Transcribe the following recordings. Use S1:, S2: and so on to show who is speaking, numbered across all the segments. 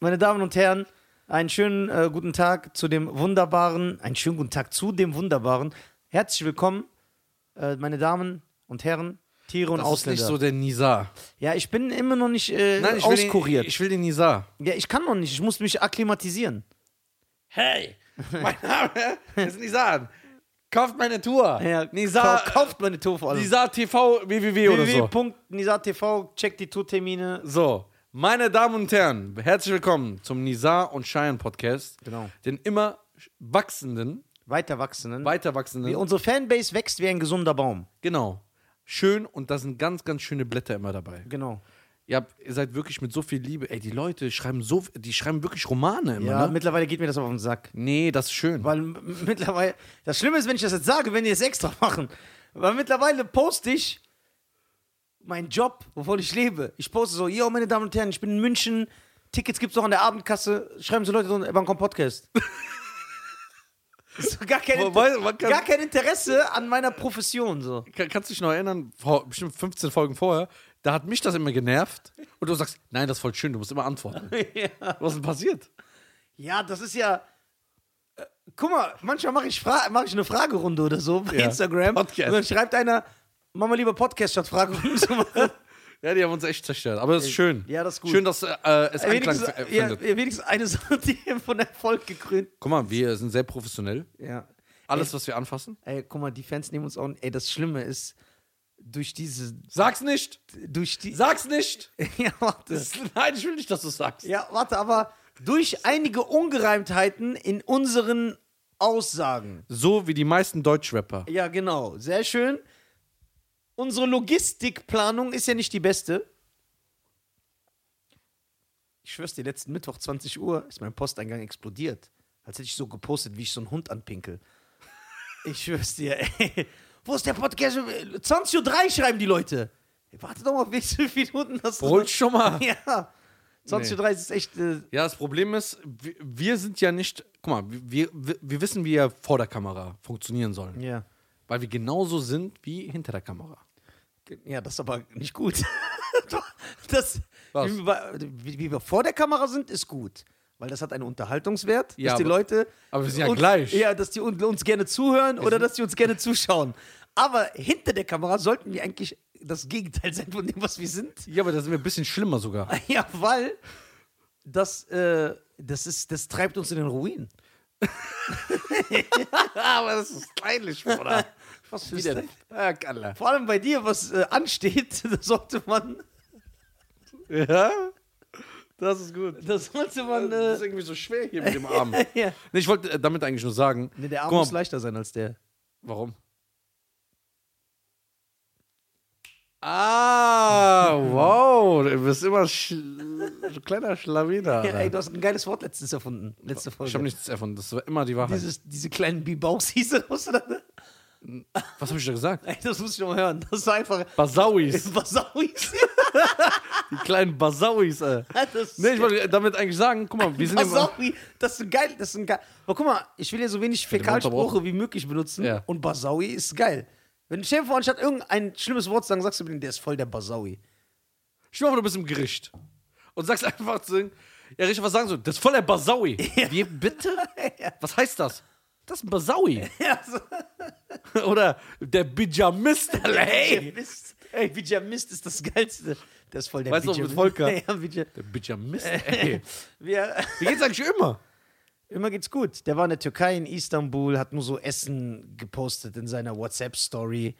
S1: meine Damen und Herren, einen schönen äh, guten Tag zu dem wunderbaren, einen schönen guten Tag zu dem wunderbaren. Herzlich willkommen, äh, meine Damen und Herren, Tiere und
S2: Das ist
S1: Ausländer.
S2: nicht so der Nisa.
S1: ja, ich bin immer noch nicht äh,
S2: Nein, ich will
S1: auskuriert.
S2: Den, ich will den Nisa.
S1: ja, ich kann noch nicht. Ich muss mich akklimatisieren.
S2: Hey, mein Name ist Nisan. Kauft meine Tour.
S1: Ja,
S2: Nisa,
S1: kau- kauft meine Tour vor allem.
S2: Nisa TV www oder so.
S1: www.nisa.tv, checkt die Tourtermine.
S2: So, meine Damen und Herren, herzlich willkommen zum Nisa und Cheyenne Podcast.
S1: Genau.
S2: Den immer wachsenden,
S1: Weiter wachsenden.
S2: weiter wachsenden.
S1: Unsere Fanbase wächst wie ein gesunder Baum.
S2: Genau. Schön und da sind ganz, ganz schöne Blätter immer dabei.
S1: Genau.
S2: Ihr, habt, ihr seid wirklich mit so viel Liebe. Ey, die Leute schreiben so, die schreiben wirklich Romane immer.
S1: Ja,
S2: ne?
S1: mittlerweile geht mir das auf den Sack.
S2: nee, das ist schön.
S1: Weil m- mittlerweile, das Schlimme ist, wenn ich das jetzt sage, wenn die es extra machen. Weil mittlerweile poste ich meinen Job, wovon ich lebe. Ich poste so, yo, meine Damen und Herren, ich bin in München, Tickets gibt's noch an der Abendkasse, schreiben so Leute drunter, wann kommt Podcast? so, gar, kein
S2: Wo-
S1: Inter-
S2: wo- man kann-
S1: gar kein Interesse an meiner Profession. So.
S2: Kann, kannst du dich noch erinnern, vor bestimmt 15 Folgen vorher, da hat mich das immer genervt. Und du sagst, nein, das ist voll schön, du musst immer antworten. Was ist denn passiert?
S1: Ja, das ist ja. äh, Guck mal, manchmal mache ich, Fra mach ich eine Fragerunde oder so bei
S2: Ja.
S1: Instagram.
S2: Podcast.
S1: Und dann schreibt einer, mach mal lieber Podcast statt Fragerunde zu machen.
S2: Ja, die haben uns echt zerstört. Aber das ist schön.
S1: ja, das ist gut.
S2: Schön, dass äh, äh, es Anklang
S1: wenigstens,
S2: f-
S1: ja,
S2: findet.
S1: wenigstens eine Sache, die von Erfolg gekrönt.
S2: Guck mal, wir sind sehr professionell.
S1: Ja.
S2: Alles, was wir anfassen.
S1: Ey, guck mal, die Fans nehmen uns auch. Ey, das Schlimme ist, durch diese.
S2: Sag's nicht!
S1: Durch die.
S2: Sag's nicht!
S1: Ja, warte.
S2: Nein, ich will nicht, dass du sagst.
S1: Ja, warte, aber durch einige Ungereimtheiten in unseren Aussagen.
S2: So wie die meisten Deutschrapper.
S1: Ja, genau. Sehr schön. Unsere Logistikplanung ist ja nicht die beste. Ich schwör's dir, letzten Mittwoch 20 Uhr ist mein Posteingang explodiert. Als hätte ich so gepostet, wie ich so einen Hund anpinkel. Ich schwör's dir, ey. Wo ist der Podcast? 20.03 Uhr schreiben die Leute. Ey, Warte doch mal, wie viele Minuten das
S2: Hol schon mal.
S1: Ja. 20.30 Uhr ist echt. Äh,
S2: Ja, das Problem ist, wir, wir sind ja nicht. Guck mal, wir, wir, wir wissen, wie wir vor der Kamera funktionieren sollen.
S1: ja.
S2: Weil wir genauso sind wie hinter der Kamera.
S1: Ja, das ist aber nicht gut. das,
S2: Was?
S1: Wie, wir, wie, wie wir vor der Kamera sind, ist gut. Weil das hat einen Unterhaltungswert,
S2: Ja,
S1: dass die
S2: aber-
S1: Leute.
S2: aber wir sind ja
S1: uns,
S2: gleich.
S1: Ja, dass die un- uns gerne zuhören oder dass die uns gerne zuschauen. Aber hinter der Kamera sollten wir eigentlich das Gegenteil sein von dem, was wir sind.
S2: Ja, aber da sind wir ein bisschen schlimmer sogar.
S1: Ja, weil das, äh, das, ist, das treibt uns in den Ruin.
S2: aber das ist peinlich, Bruder.
S1: Was
S2: Wie denn? Ja, Kalla.
S1: Vor allem bei dir, was äh, ansteht, da sollte man.
S2: Ja? Das ist gut.
S1: Da sollte man.
S2: Das ist
S1: Äh,
S2: irgendwie so schwer hier mit dem Arm.
S1: ja.
S2: Nee, ich wollte äh, damit eigentlich nur sagen.
S1: Nee, der Arm
S2: guck
S1: muss
S2: mal,
S1: leichter sein als der.
S2: Warum? Ah, wow. Du bist immer schl kleiner Schlawiner.
S1: Ja, ey, du hast ein geiles Wort letztens erfunden. Letzte Folge.
S2: Ich habe nichts davon. Das war immer die Wahrheit.
S1: Dieses, diese kleinen Bibaus hieß das, was du da-
S2: Was habe ich da gesagt?
S1: Ey, das muss ich noch mal hören. Das war einfach.
S2: Basauis.
S1: Basauis.
S2: Die kleinen Basauis, ey.
S1: Das,
S2: Nee, ich wollte damit eigentlich sagen, guck mal, wir sind immer.
S1: Basaui. Das ist ein geil. Das ist ein geil. Aber guck mal, ich will ja so wenig
S2: den Mund
S1: Fäkalsprache wie möglich benutzen.
S2: Ja.
S1: Und Basaui ist geil. Wenn du dir vor, anstatt irgendein schlimmes Wort zu sagen, sagst du, mir, der ist voll der Basaui.
S2: Ich hoffe, du bist im Gericht. Und sagst einfach zu ihm, ja, Richard, was sagen sie? Das ist voll der Basaui. Wie bitte? Was heißt das? Das ist ein Basaui.
S1: Ja, so.
S2: Oder der Bijamist, Alter, hey.
S1: Bijamist. Ey, Bijamist ist das Geilste. Der ist voll der
S2: Weißt du,
S1: Bijamist.
S2: mit Volker?
S1: Ja, Bija.
S2: Der Bijamist, ey.
S1: Wir,
S2: Wie geht's eigentlich immer?
S1: Immer geht's gut. Der war in der Türkei, in Istanbul, hat nur so Essen gepostet in seiner WhatsApp-Story,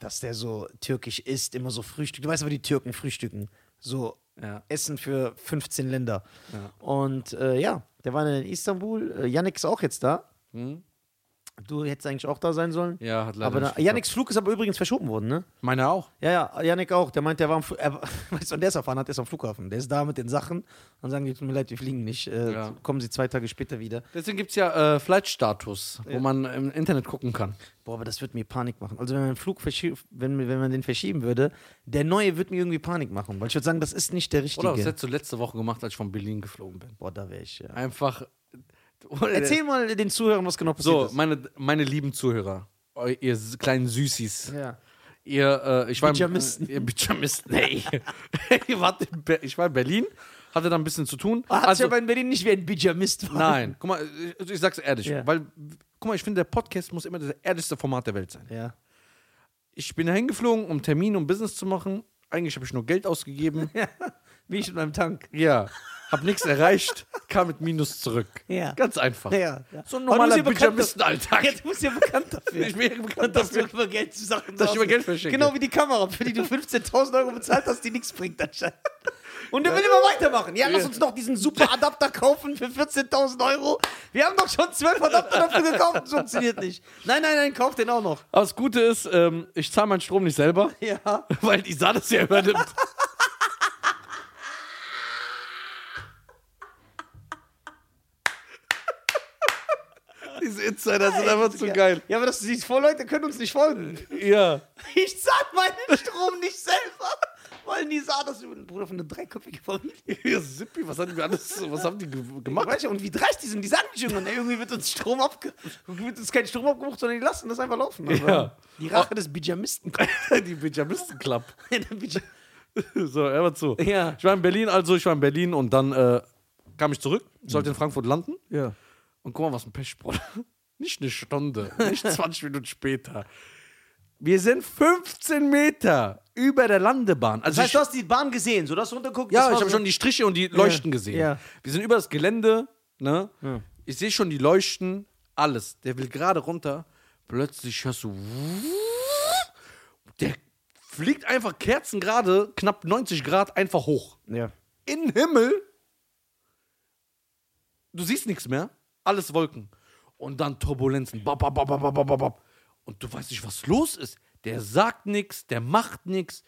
S1: dass der so türkisch isst, immer so Frühstück. Du weißt aber, die Türken frühstücken. So
S2: Ja.
S1: Essen für 15 Länder. Und äh, ja, der war in Istanbul. Äh, Yannick ist auch jetzt da. Du hättest eigentlich auch da sein sollen.
S2: Hm? Ja, hat leider
S1: aber
S2: nicht
S1: da,
S2: geklappt.
S1: Yannicks Flug ist aber übrigens verschoben worden, ne?
S2: Meine auch.
S1: Ja, ja, Yannick auch. Der meint, der war am Fl- er, war- weißt du, und der ist erfahren hat, der ist am Flughafen. Der ist da mit den Sachen. Dann sagen die, tut mir leid, wir fliegen nicht. Äh,
S2: Ja.
S1: Kommen sie zwei Tage später wieder.
S2: Deswegen gibt's ja äh, Flight-Status, wo man im Internet gucken kann.
S1: Boah, aber das wird mir Panik machen. Also wenn man den Flug verschie- wenn, wenn man den verschieben würde, der neue wird mir irgendwie Panik machen, weil ich würde sagen, das ist nicht der
S2: Oder was
S1: richtige.
S2: hättest du letzte Woche gemacht, als ich von Berlin geflogen bin?
S1: Boah, da wäre ich. Ja.
S2: Einfach.
S1: Erzähl mal den Zuhörern, was genau passiert
S2: Äh, So,
S1: ist.
S2: meine, meine lieben Zuhörer, eu- ihr s- kleinen Süßis.
S1: Ja.
S2: Ihr, äh, ich war
S1: Pyjamisten.
S2: Im, äh, ihr Pyjamisten, ey. Ihr wart in Be- ich war in Berlin Hatte da ein bisschen zu tun.
S1: Ah,
S2: Also,
S1: Hat sich aber in Berlin nicht wie ein Bijamist
S2: Ah, Nein, guck mal, äh, ich, ich sag's ehrlich,
S1: Ja.
S2: weil, guck mal, ich finde, der Podcast muss immer das ehrlichste Format der Welt sein.
S1: Ja.
S2: Ich bin hingeflogen, um Termine, um Business zu machen. Eigentlich habe ich nur Geld ausgegeben.
S1: ja. Wie ich mit meinem Tank.
S2: ja, hab nichts erreicht, kam mit Minus zurück.
S1: Ja.
S2: Ganz einfach.
S1: Ja, ja.
S2: So ein
S1: Aber du bist
S2: normaler
S1: ja bekannt
S2: Pyjamisten-Alltag.
S1: Ja, du bist ja bekannt dafür.
S2: Ich bin ja bekannt
S1: dass du
S2: dafür.
S1: über Geld zu Sachen
S2: Dass ich über
S1: draußen-
S2: Geld verschenke.
S1: Genau wie die Kamera, für die du 15.000 Euro bezahlt hast, die nichts bringt anscheinend. Und der will immer weitermachen. Ja, lass uns noch diesen super Adapter kaufen für 14.000 Euro. Wir haben doch schon 12 Adapter dafür gekauft. Das funktioniert nicht. Nein, nein, nein, kauf den auch noch.
S2: Aber das Gute ist, ähm, ich zahle meinen Strom nicht selber,
S1: Ja.
S2: weil die Saat das ja übernimmt. Diese Insider sind einfach zu geil.
S1: Ja, aber dass du siehst, vor Leute können uns nicht folgen.
S2: Ja.
S1: Ich zahle meinen Strom nicht selber. Wollen die sah das über den Bruder von einer dreiköpfigen Familie.
S2: Ja, Sippi, was haben die alles, was haben die ge-
S1: Mach.
S2: gemacht?
S1: Weißt du, und wie dreist die sind, die sagen nicht irgendwann, ey, irgendwie wird uns Strom abge wird uns kein Strom abgebucht, sondern die lassen das einfach laufen. Aber
S2: Ja.
S1: Die Rache des Bijamisten.
S2: die Pyjamisten Club.
S1: Der Bija-
S2: So, hör mal zu.
S1: Ja.
S2: Ich war in Berlin, also ich war in Berlin und dann äh, kam ich zurück, sollte in Frankfurt landen.
S1: ja.
S2: Und guck mal, was ein Pech, Bruder. Nicht eine Stunde, nicht 20 Minuten später. Wir sind 15 Meter über der Landebahn. Also
S1: Das heißt, du
S2: ich,
S1: hast die Bahn gesehen, so dass du runterguckst.
S2: ja,
S1: das war
S2: ich habe
S1: so-
S2: schon die Striche und die Leuchten gesehen.
S1: ja.
S2: Wir sind über das Gelände, ne? Ich sehe schon die Leuchten, alles. Der will gerade runter. Plötzlich hörst du. Der fliegt einfach kerzengerade, knapp 90 Grad, einfach hoch
S1: Ja.
S2: in den Himmel. Du siehst nichts mehr. Alles Wolken. Und dann Turbulenzen. Bap, bap, bap, bap, bap, bap, bap. Und du weißt nicht, was los ist. Der sagt nichts, der macht nichts.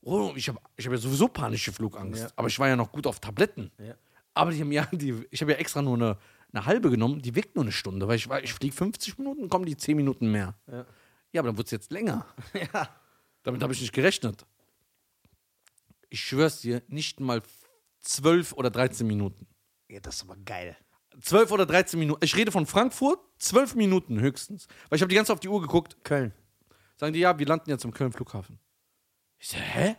S2: Oh, ich habe ich hab ja sowieso panische Flugangst.
S1: Ja.
S2: Aber ich war ja noch gut auf Tabletten.
S1: Ja.
S2: Aber die haben ja, die, ich habe ja extra nur eine, eine halbe genommen. Die wirkt nur eine Stunde. Weil ich, war- ich fliege 50 Minuten, kommen die 10 Minuten mehr.
S1: Ja.
S2: ja aber dann wird es jetzt länger.
S1: ja.
S2: Damit habe ich nicht gerechnet. Ich schwör's dir, nicht mal f- 12 oder 13 Minuten.
S1: Ja, das ist aber geil.
S2: 12 oder 13 Minuten. Ich rede von Frankfurt, 12 Minuten höchstens. Weil ich habe die ganze Zeit auf die Uhr geguckt.
S1: Köln.
S2: Sagen die, ja, wir landen jetzt am Köln Flughafen. Ich so, hä?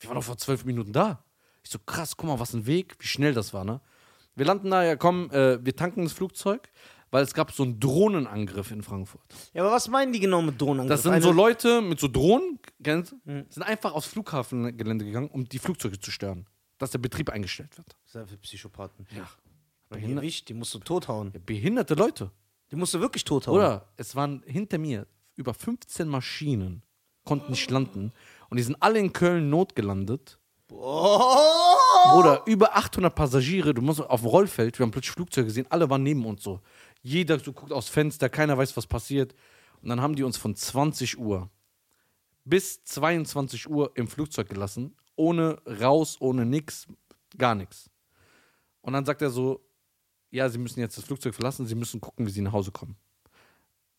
S2: Wir waren doch vor 12 Minuten da. Ich so, krass, guck mal, was ein Weg, wie schnell das war, ne? Wir landen da, ja, komm, äh, wir tanken das Flugzeug, weil es gab so einen Drohnenangriff in Frankfurt.
S1: Ja, aber was meinen die genau mit Drohnen?
S2: Das sind so Leute mit so Drohnen, kennst, du? sind einfach aufs Flughafengelände gegangen, um die Flugzeuge zu stören, dass der Betrieb eingestellt wird.
S1: Leute. Psychopathen.
S2: Ja.
S1: Aber hier nicht, die musst du tothauen.
S2: Behinderte Leute.
S1: Die musst du wirklich tothauen.
S2: Oder es waren hinter mir über 15 Maschinen, konnten nicht landen und die sind alle in Köln notgelandet.
S1: Oh!
S2: Oder über 800 Passagiere, du musst auf dem Rollfeld, wir haben plötzlich Flugzeuge gesehen, alle waren neben uns so. Jeder so guckt aufs Fenster, keiner weiß, was passiert. Und dann haben die uns von 20 Uhr bis 22 Uhr im Flugzeug gelassen, ohne raus, ohne nix, gar nichts. Und dann sagt er so, ja, sie müssen jetzt das Flugzeug verlassen, sie müssen gucken, wie sie nach Hause kommen.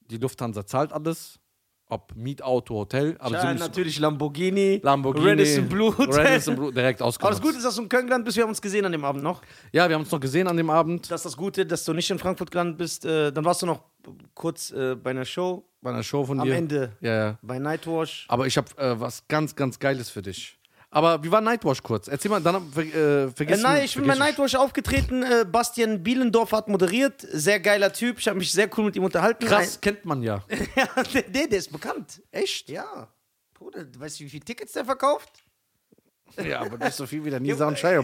S2: Die Lufthansa zahlt alles, ob Mietauto, Hotel, aber sie
S1: Ja,
S2: müssen
S1: natürlich Lamborghini.
S2: Lamborghini,
S1: Renison Blue. Hotel.
S2: Radisson Blue direkt
S1: Aber das
S2: ausgekommen.
S1: Gute ist, dass du in Köln gelandet bist. Wir haben uns gesehen an dem Abend noch.
S2: Ja, wir haben uns noch gesehen an dem Abend.
S1: Das ist das Gute, dass du nicht in Frankfurt gelandet bist. Äh, dann warst du noch kurz äh, bei einer Show,
S2: bei einer Show von
S1: Am
S2: dir.
S1: Ende.
S2: Ja, ja.
S1: bei Nightwash.
S2: Aber ich habe äh, was ganz, ganz Geiles für dich. Aber wie war Nightwash kurz? Erzähl mal, dann ver äh,
S1: Äh,
S2: vergiss
S1: nein, ich bin bei
S2: vergiss mich.
S1: Nightwash aufgetreten. Äh, Bastian Bielendorf hat moderiert. Sehr geiler Typ. Ich habe mich sehr cool mit ihm unterhalten.
S2: Krass, kennt man ja.
S1: Ein- ja, der, der, der ist bekannt.
S2: Echt?
S1: Ja. Bruder, du weißt du, wie viele Tickets der verkauft?
S2: Ja, aber nicht so viel wie der Nisa und Shire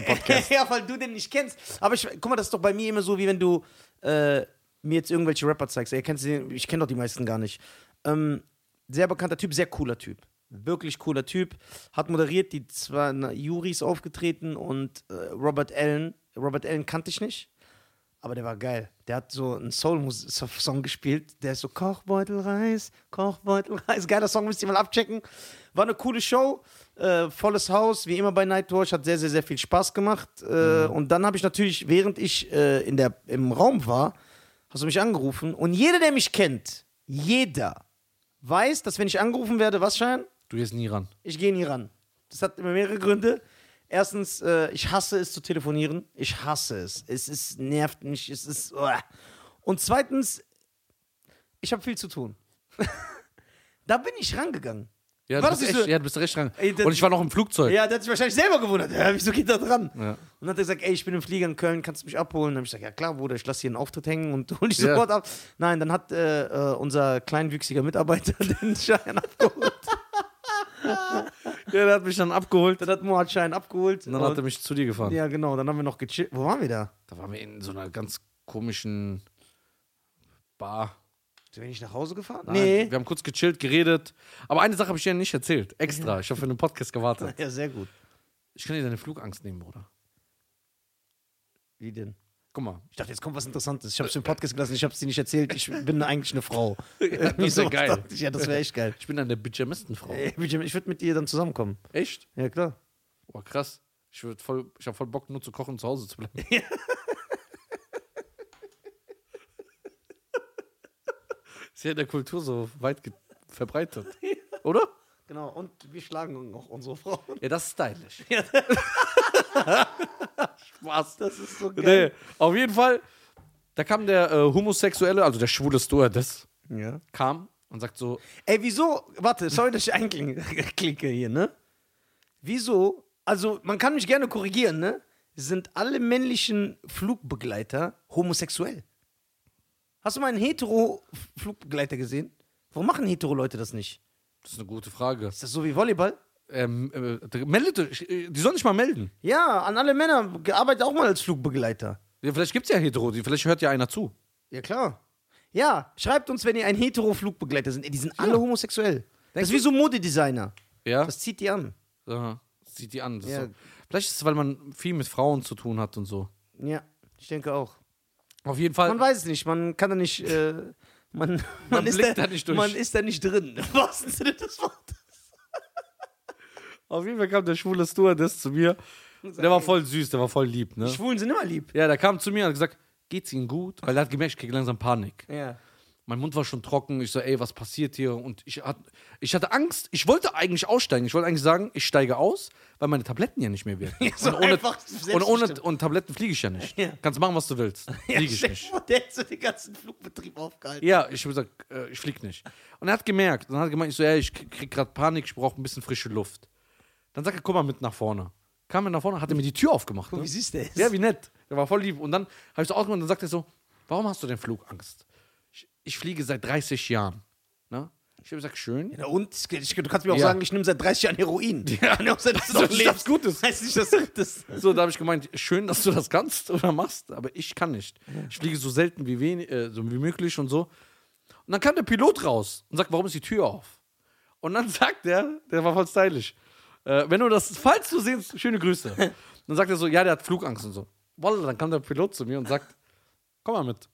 S2: Podcast.
S1: ja, weil du den nicht kennst. Aber ich, guck mal, das ist doch bei mir immer so, wie wenn du äh, mir jetzt irgendwelche Rapper zeigst. Ey, kennst du den? Ich kenne doch die meisten gar nicht. Ähm, sehr bekannter Typ, sehr cooler Typ. Wirklich cooler Typ. Hat moderiert, die zwei na, Juris aufgetreten und äh, Robert Allen. Robert Allen kannte ich nicht. Aber der war geil. Der hat so einen Soul-Song gespielt. Der ist so Kochbeutelreis, Kochbeutelreis. Geiler Song, müsst ihr mal abchecken. War eine coole Show. Äh, volles Haus, wie immer bei Nightwatch. Hat sehr, sehr, sehr viel Spaß gemacht. Äh, Und dann habe ich natürlich, während ich äh, in der, im Raum war, hast du mich angerufen. Und jeder, der mich kennt, jeder weiß, dass wenn ich angerufen werde, was scheint?
S2: Du gehst nie ran.
S1: ich gehe nie ran. Das hat immer mehrere Gründe. Erstens, äh, ich hasse es zu telefonieren. Ich hasse es. Es ist, nervt mich. Es ist. uah. Und zweitens, ich habe viel zu tun. da bin ich rangegangen.
S2: Ja,
S1: War
S2: du
S1: das
S2: bist
S1: nicht
S2: echt,
S1: so-
S2: ja, du bist recht dran.
S1: Ey, das-
S2: Und ich war noch im Flugzeug.
S1: Ja, der hat sich wahrscheinlich selber gewundert. Ja, wieso geht da dran?
S2: Ja.
S1: Und dann hat er gesagt, ey, ich bin im Flieger in Köln, kannst du mich abholen? Dann habe ich gesagt, ja klar, Bruder, ich lasse hier einen Auftritt hängen und hole dich
S2: Ja.
S1: sofort ab. Nein, dann hat äh, äh, unser kleinwüchsiger Mitarbeiter den Schein abgeholt.
S2: der hat mich dann abgeholt.
S1: Dann hat Moat Schein abgeholt.
S2: Und dann hat er mich zu dir gefahren.
S1: ja, genau, dann haben wir noch gechillt. Wo waren wir da?
S2: Da waren wir in so einer ganz komischen Bar.
S1: Sind wir nicht nach Hause gefahren?
S2: Nein, Wir haben kurz gechillt, geredet. Aber eine Sache habe ich dir nicht erzählt. Extra. Ich habe für den Podcast gewartet.
S1: Ja, sehr gut.
S2: Ich kann dir deine Flugangst nehmen, Bruder.
S1: Wie denn?
S2: Guck mal.
S1: Ich dachte, jetzt kommt was Interessantes. Ich habe es im Podcast gelassen, ich habe es dir nicht erzählt. Ich bin eigentlich eine Frau.
S2: das
S1: Irgendwie
S2: wär
S1: sowas
S2: geil.
S1: dachte Ich, ja, das wäre echt geil.
S2: Ich bin eine Pyjamistenfrau.
S1: Ey, Benjamin, Ich würde mit dir dann zusammenkommen.
S2: Echt?
S1: Ja, klar.
S2: Boah, krass. Ich, würd voll, ich habe voll Bock, nur zu kochen und zu Hause zu bleiben. Ist ja in der Kultur so weit ge- verbreitet. Oder?
S1: Genau, und wir schlagen auch unsere Frauen.
S2: Ja, das ist stylisch.
S1: Was? Das ist so
S2: Nee,
S1: geil.
S2: auf jeden Fall, da kam der äh, Homosexuelle, also der schwule Stewardess,
S1: Ja.
S2: kam und sagt so,
S1: Ey, wieso? Warte, sorry, dass ich einklinke hier, ne? Wieso? Also, man kann mich gerne korrigieren, ne? Sind alle männlichen Flugbegleiter homosexuell? Hast du mal einen hetero-Flugbegleiter gesehen? Warum machen hetero-Leute das nicht?
S2: das ist eine gute Frage.
S1: Ist das so wie Volleyball?
S2: Ähm, äh, meldet, euch, äh, die sollen nicht mal melden.
S1: Ja, an alle Männer, arbeitet auch mal als Flugbegleiter.
S2: Ja, vielleicht gibt es ja Hetero, die- vielleicht hört ja einer zu.
S1: Ja, klar. Ja, schreibt uns, wenn ihr ein hetero-Flugbegleiter sind. Ey, Die sind alle homosexuell. Das ist wie so Modedesigner.
S2: Ja?
S1: Das zieht die an.
S2: Aha. Sieht die an. Das ist
S1: Ja.
S2: so. Vielleicht ist es, weil man viel mit Frauen zu tun hat und so.
S1: Ja, ich denke auch.
S2: Auf jeden Fall.
S1: Man weiß es nicht, man kann da nicht. Äh, man, man,
S2: blickt da nicht durch.
S1: Man ist da nicht drin. Im wahrsten Sinne des Wortes.
S2: auf jeden Fall kam der schwule Stewardess zu mir. Der war voll süß, der war voll lieb,
S1: Die
S2: ne?
S1: Schwulen sind immer lieb.
S2: Ja, der kam zu mir und hat gesagt, geht's Ihnen gut? Weil er hat gemerkt, ich krieg langsam Panik.
S1: Ja.
S2: Mein Mund war schon trocken. Ich so, ey, was passiert hier? Und ich, hat, ich hatte Angst. Ich wollte eigentlich aussteigen. Ich wollte eigentlich sagen, ich steige aus, weil meine Tabletten ja nicht mehr wirken.
S1: so
S2: und, ohne,
S1: einfach
S2: und, ohne,
S1: selbstbestimmt.
S2: und Tabletten fliege ich ja nicht.
S1: Ja.
S2: Kannst machen, was du willst.
S1: Ja,
S2: Fliege ich
S1: stell
S2: nicht.
S1: dir vor, der hätte so den ganzen Flugbetrieb aufgehalten.
S2: Ja, ich habe gesagt, äh, ich flieg nicht. Und er hat gemerkt, dann hat er gemeint, ich so, ja, ich krieg gerade Panik, ich brauche ein bisschen frische Luft. Dann sagt er, komm mal mit nach vorne. Kam er nach vorne, hat er mir die Tür aufgemacht.
S1: Wie
S2: Ne?
S1: siehst du das?
S2: Ja, wie nett. Der war voll lieb. Und dann habe ich so ausgemacht und dann sagt er so, warum hast du denn Flugangst? Ich, ich fliege seit 30 Jahren. Ne? Ich habe gesagt, schön.
S1: Na und? Ich, ich, du kannst mir auch
S2: Ja.
S1: sagen, ich nehme seit 30 Jahren Heroin. Ja, ne, das ist
S2: ist nichts Gutes.
S1: Heißt nicht, dass du das.
S2: So, da habe ich gemeint, schön, dass du das kannst oder machst, aber ich kann nicht. Ich fliege so selten wie, wenig, äh, so wie möglich und so. Und dann kam der Pilot raus und sagt, warum ist die Tür auf? Und dann sagt er, der war voll stylisch, äh, wenn du das, falls du siehst, schöne Grüße. Dann sagt er so, ja, der hat Flugangst und so. Wallah, dann kam der Pilot zu mir und sagt, komm mal mit.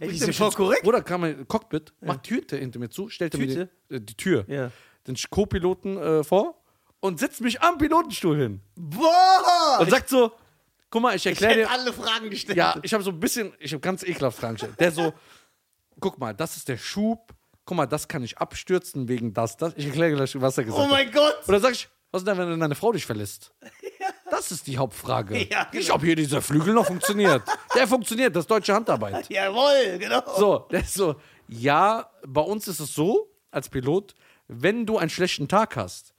S1: Ey, die
S2: Bringt er
S1: sind
S2: mich
S1: voll
S2: ins
S1: korrekt.
S2: Bruder kam in den Cockpit, macht Tüte hinter mir zu, stellte
S1: Tüte?
S2: mir die, äh, die Tür,
S1: Ja.
S2: den Co-Piloten äh, vor und setzt mich am Pilotenstuhl hin
S1: Boah!
S2: und sagt so, guck mal, ich
S1: ich hätte
S2: erkläre dir,
S1: alle Fragen gestellt.
S2: ja, ich habe so ein bisschen, ich habe ganz ekelhaft Fragen gestellt. Der so, guck mal, das ist der Schub, guck mal, das kann ich abstürzen wegen das, das. Ich erkläre gleich, was er gesagt
S1: Oh
S2: hat.
S1: mein Gott!
S2: Und dann sag ich, was ist denn, wenn deine Frau dich verlässt? Das ist die Hauptfrage.
S1: Ja,
S2: Nicht,
S1: genau.
S2: ob hier dieser Flügel noch funktioniert. Der funktioniert, das ist deutsche Handarbeit.
S1: Jawohl, genau.
S2: So, der ist so, ja, bei uns ist es so, als Pilot, wenn du einen schlechten Tag hast,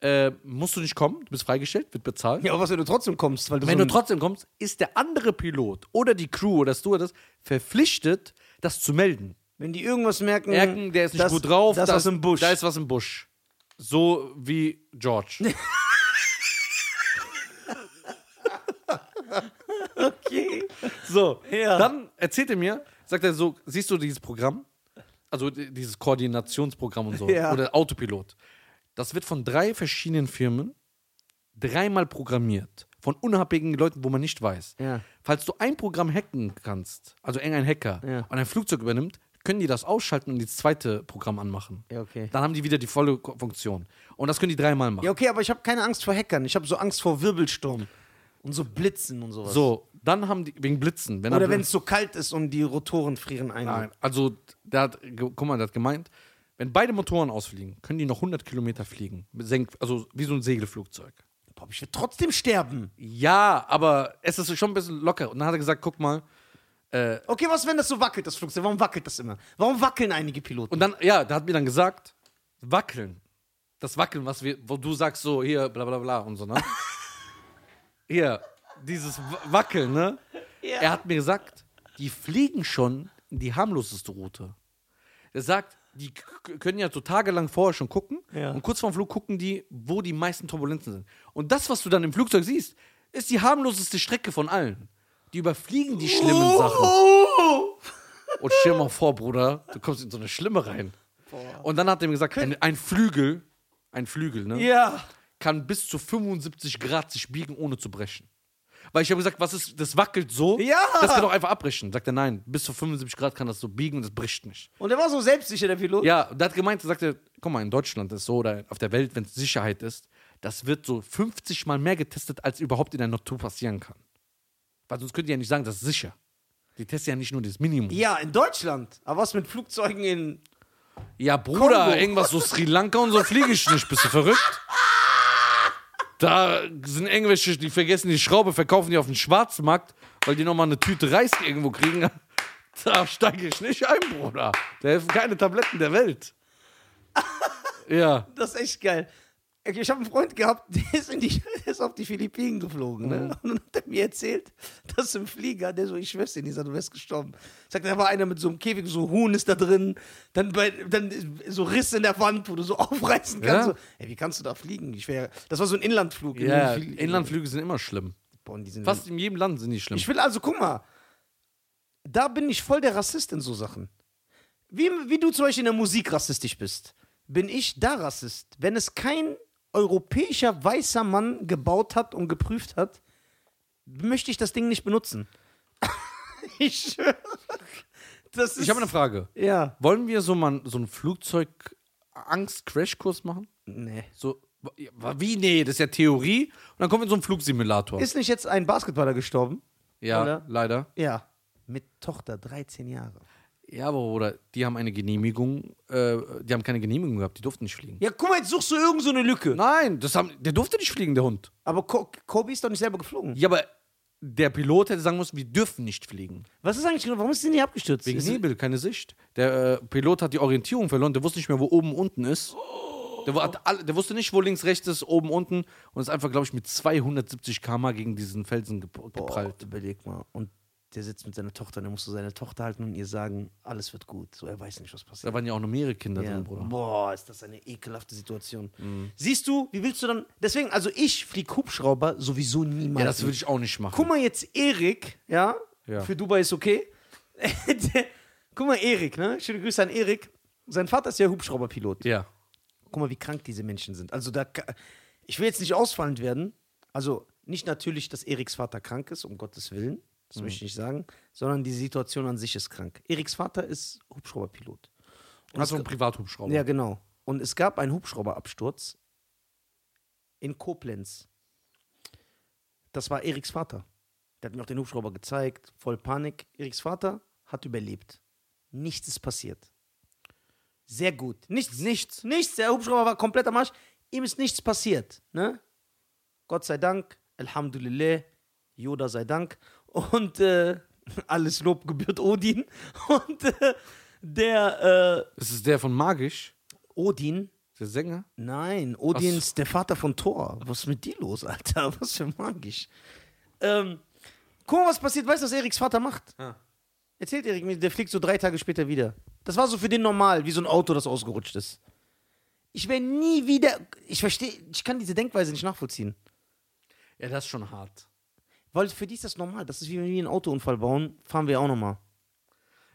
S2: äh, musst du nicht kommen, du bist freigestellt, wird bezahlt.
S1: Ja, aber was, wenn du trotzdem kommst? Weil du
S2: Wenn
S1: so
S2: du trotzdem kommst, ist der andere Pilot oder die Crew oder Stewardess verpflichtet, das zu melden.
S1: wenn die irgendwas merken,
S2: Merken, der ist nicht
S1: Mhm. das-
S2: gut drauf,
S1: das,
S2: da
S1: aus dem Busch.
S2: Da ist was im Busch. So wie George.
S1: okay.
S2: So,
S1: Ja.
S2: dann erzählt er mir, sagt er so, siehst du dieses Programm? Also d- dieses Koordinationsprogramm und so.
S1: Ja.
S2: Oder Autopilot. Das wird von drei verschiedenen Firmen dreimal programmiert. Von unabhängigen Leuten, wo man nicht weiß.
S1: Ja.
S2: Falls du ein Programm hacken kannst, also eng ein Hacker,
S1: Ja.
S2: und ein Flugzeug übernimmt, können die das ausschalten und das zweite Programm anmachen.
S1: Ja, okay.
S2: Dann haben die wieder die volle Ko- Funktion. Und das können die dreimal machen.
S1: Ja, okay, aber ich habe keine Angst vor Hackern. Ich habe so Angst vor Wirbelsturm und so Blitzen und sowas.
S2: So, dann haben die, wegen Blitzen. Wenn
S1: Oder
S2: er-
S1: wenn es so kalt ist und die Rotoren frieren ein.
S2: Nein, also der hat, ge- guck mal, der hat gemeint, wenn beide Motoren ausfliegen, können die noch 100 Kilometer fliegen. Senk, also wie so ein Segelflugzeug.
S1: Boah, ich will trotzdem sterben.
S2: Ja, aber es ist schon ein bisschen locker. Und dann hat er gesagt, guck mal.
S1: Okay, was, wenn das so wackelt, das Flugzeug? Warum wackelt das immer? Warum wackeln einige Piloten?
S2: Und dann, ja, der hat mir dann gesagt, wackeln das Wackeln, was wir, wo du sagst so, hier, bla bla bla und so, ne? hier, dieses Wa- Wackeln, ne?
S1: Ja.
S2: Er hat mir gesagt, die fliegen schon in die harmloseste Route. Er sagt, die k- k- können ja so tagelang vorher schon gucken
S1: Ja.
S2: und kurz vorm Flug gucken die, wo die meisten Turbulenzen sind. Und das, was du dann im Flugzeug siehst, ist die harmloseste Strecke von allen. Die überfliegen die schlimmen Sachen.
S1: Oh!
S2: Und stell dir mal vor, Bruder, du kommst in so eine Schlimme rein. Und dann hat er mir gesagt, ein, ein Flügel, ein Flügel, ne,
S1: Ja.
S2: kann bis zu 75 Grad sich biegen, ohne zu brechen. Weil ich habe gesagt, was ist, das wackelt so,
S1: Ja.
S2: das kann doch einfach abbrechen. Sagt er, nein, bis zu 75 Grad kann das so biegen und das bricht nicht.
S1: Und er war so selbstsicher, der Pilot.
S2: Ja, und der hat gemeint, sagt er, guck mal, in Deutschland ist so oder auf der Welt, wenn es Sicherheit ist, das wird so 50 Mal mehr getestet, als überhaupt in der Natur passieren kann. Weil sonst könnt ihr ja nicht sagen, das ist sicher. Die testen ja nicht nur das Minimum.
S1: Ja, in Deutschland. Aber was mit Flugzeugen in.
S2: Ja, Bruder,
S1: Kongo.
S2: irgendwas so Sri Lanka und so fliege ich nicht. Bist du verrückt? Da sind irgendwelche, die vergessen die Schraube, verkaufen die auf dem Schwarzmarkt, weil die nochmal eine Tüte Reis irgendwo kriegen. Da steige ich nicht ein, Bruder. Da helfen keine Tabletten der Welt. Ja.
S1: Das ist echt geil. Ich habe einen Freund gehabt, der ist, in die, der ist auf die Philippinen geflogen.
S2: Mhm.
S1: Ne? Und dann hat er mir erzählt, dass im Flieger, der so, ich schwör's dir, Nisa, du wärst gestorben. Sagt, da war einer mit so einem Käfig, so Huhn ist da drin, dann, bei, dann so Riss in der Wand, wo du so aufreißen kannst.
S2: Ja.
S1: So, ey, wie kannst du da fliegen? Ich wär, das war so ein Inlandflug. in
S2: ja.
S1: den Philippinen.
S2: Inlandflüge sind immer schlimm.
S1: Boah, und die sind
S2: Fast in jedem Land sind die schlimm.
S1: Ich will also, guck mal, da bin ich voll der Rassist in so Sachen. Wie, wie du zum Beispiel in der Musik rassistisch bist, bin ich da Rassist. Wenn es kein europäischer weißer Mann gebaut hat und geprüft hat, möchte ich das Ding nicht benutzen. ich schwöre. Das ist.
S2: Ich habe eine Frage.
S1: Ja.
S2: Wollen wir so mal so einen Flugzeug-Angst-Crashkurs machen?
S1: Nee.
S2: So, ja, wie? Nee, das ist ja Theorie. Und dann kommen wir in so einen Flugsimulator.
S1: Ist nicht jetzt ein Basketballer gestorben?
S2: ja,
S1: oder?
S2: leider.
S1: Ja. Mit Tochter, 13 Jahre.
S2: Ja, aber Bruder, die haben eine Genehmigung, äh, die haben keine Genehmigung gehabt, die durften nicht fliegen.
S1: Ja, guck mal, jetzt suchst du irgend so eine Lücke.
S2: Nein, das haben, der durfte nicht fliegen, der Hund.
S1: Aber Co- Kobe ist doch nicht selber geflogen.
S2: Ja, aber der Pilot hätte sagen müssen, wir dürfen nicht fliegen.
S1: Was ist eigentlich, genau- warum ist sie nicht abgestürzt?
S2: Wegen
S1: Ist-
S2: Nebel, keine Sicht. Der äh, Pilot hat die Orientierung verloren, der wusste nicht mehr, wo oben unten ist. Der, hat alle, der wusste nicht, wo links, rechts ist, oben, unten und ist einfach, glaube ich, mit 270 km gegen diesen Felsen gep geprallt.
S1: Boah, überleg mal. Und der sitzt mit seiner Tochter und er musste seine Tochter halten und ihr sagen, alles wird gut. So, er weiß nicht, was
S2: Da
S1: passiert.
S2: waren ja auch noch mehrere Kinder
S1: Ja.
S2: drin, Bruder. Mhm.
S1: Boah, ist das eine ekelhafte Situation. Siehst du, wie willst du dann. Deswegen, also ich flieg Hubschrauber sowieso niemals.
S2: Ja, das würde ich auch nicht machen.
S1: Guck mal jetzt, Erik, ja?
S2: Ja.
S1: Für Dubai ist okay. Der- Guck mal, Erik, ne? Schöne Grüße an Erik. Sein Vater ist ja Hubschrauberpilot.
S2: Ja.
S1: guck mal, wie krank diese Menschen sind. Also da, ka- ich will jetzt nicht ausfallend werden. Also nicht natürlich, dass Eriks Vater krank ist, um Gottes Willen, das möchte ich nicht sagen, sondern die Situation an sich ist krank. Eriks Vater ist Hubschrauberpilot. Und
S2: Also
S1: es,
S2: ein Privathubschrauber.
S1: ja, genau. Und es gab einen Hubschrauberabsturz in Koblenz. Das war Eriks Vater. Der hat mir auch den Hubschrauber gezeigt, voll Panik. Eriks Vater hat überlebt. Nichts ist passiert. Sehr gut. Nichts. Nichts. Nichts. Der Hubschrauber war komplett am Arsch. Ihm ist nichts passiert. Ne? Gott sei Dank. Alhamdulillah. Yoda sei Dank. Und äh, alles Lob gebührt Odin. Und äh, der äh,
S2: Ist es der von Magisch,
S1: Odin
S2: der Sänger?
S1: Nein, Odin
S2: Was?
S1: ist der Vater von Thor. Was ist mit dir los, Alter? Was für magisch. Ähm, guck mal, was passiert. Weißt du, was Eriks Vater macht?
S2: Ja.
S1: Erzählt Erik mir, der fliegt so drei Tage später wieder. Das war so für den normal, wie so ein Auto, das ausgerutscht ist. Ich wäre nie wieder. Ich verstehe, ich kann diese Denkweise nicht nachvollziehen.
S2: Ja, das ist schon hart.
S1: Weil für die ist das normal. Das ist wie wenn wir einen Autounfall bauen, fahren wir auch nochmal.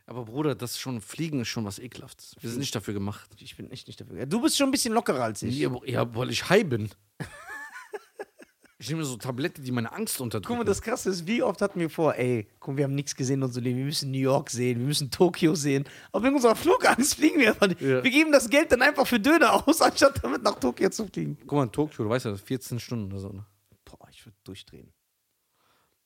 S2: Aber Bruder, das ist schon Fliegen ist schon was ekelhaftes. Wir sind nicht dafür gemacht.
S1: Ich bin echt nicht dafür. Du bist schon ein bisschen lockerer als ich.
S2: Ja, ja, weil ich high bin. ich nehme so Tabletten, die meine Angst unterdrücken.
S1: Guck mal, das Krasse ist, wie oft hatten wir vor, ey, guck, wir haben nichts gesehen in unserem Leben, wir müssen New York sehen, wir müssen Tokio sehen. Aber wegen unserer Flugangst fliegen wir einfach nicht.
S2: Ja.
S1: Wir geben das Geld dann einfach für Döner aus, anstatt damit nach Tokio zu fliegen.
S2: Guck mal, in Tokio, du weißt ja, 14 Stunden oder so. Ne?
S1: Boah, ich würde durchdrehen.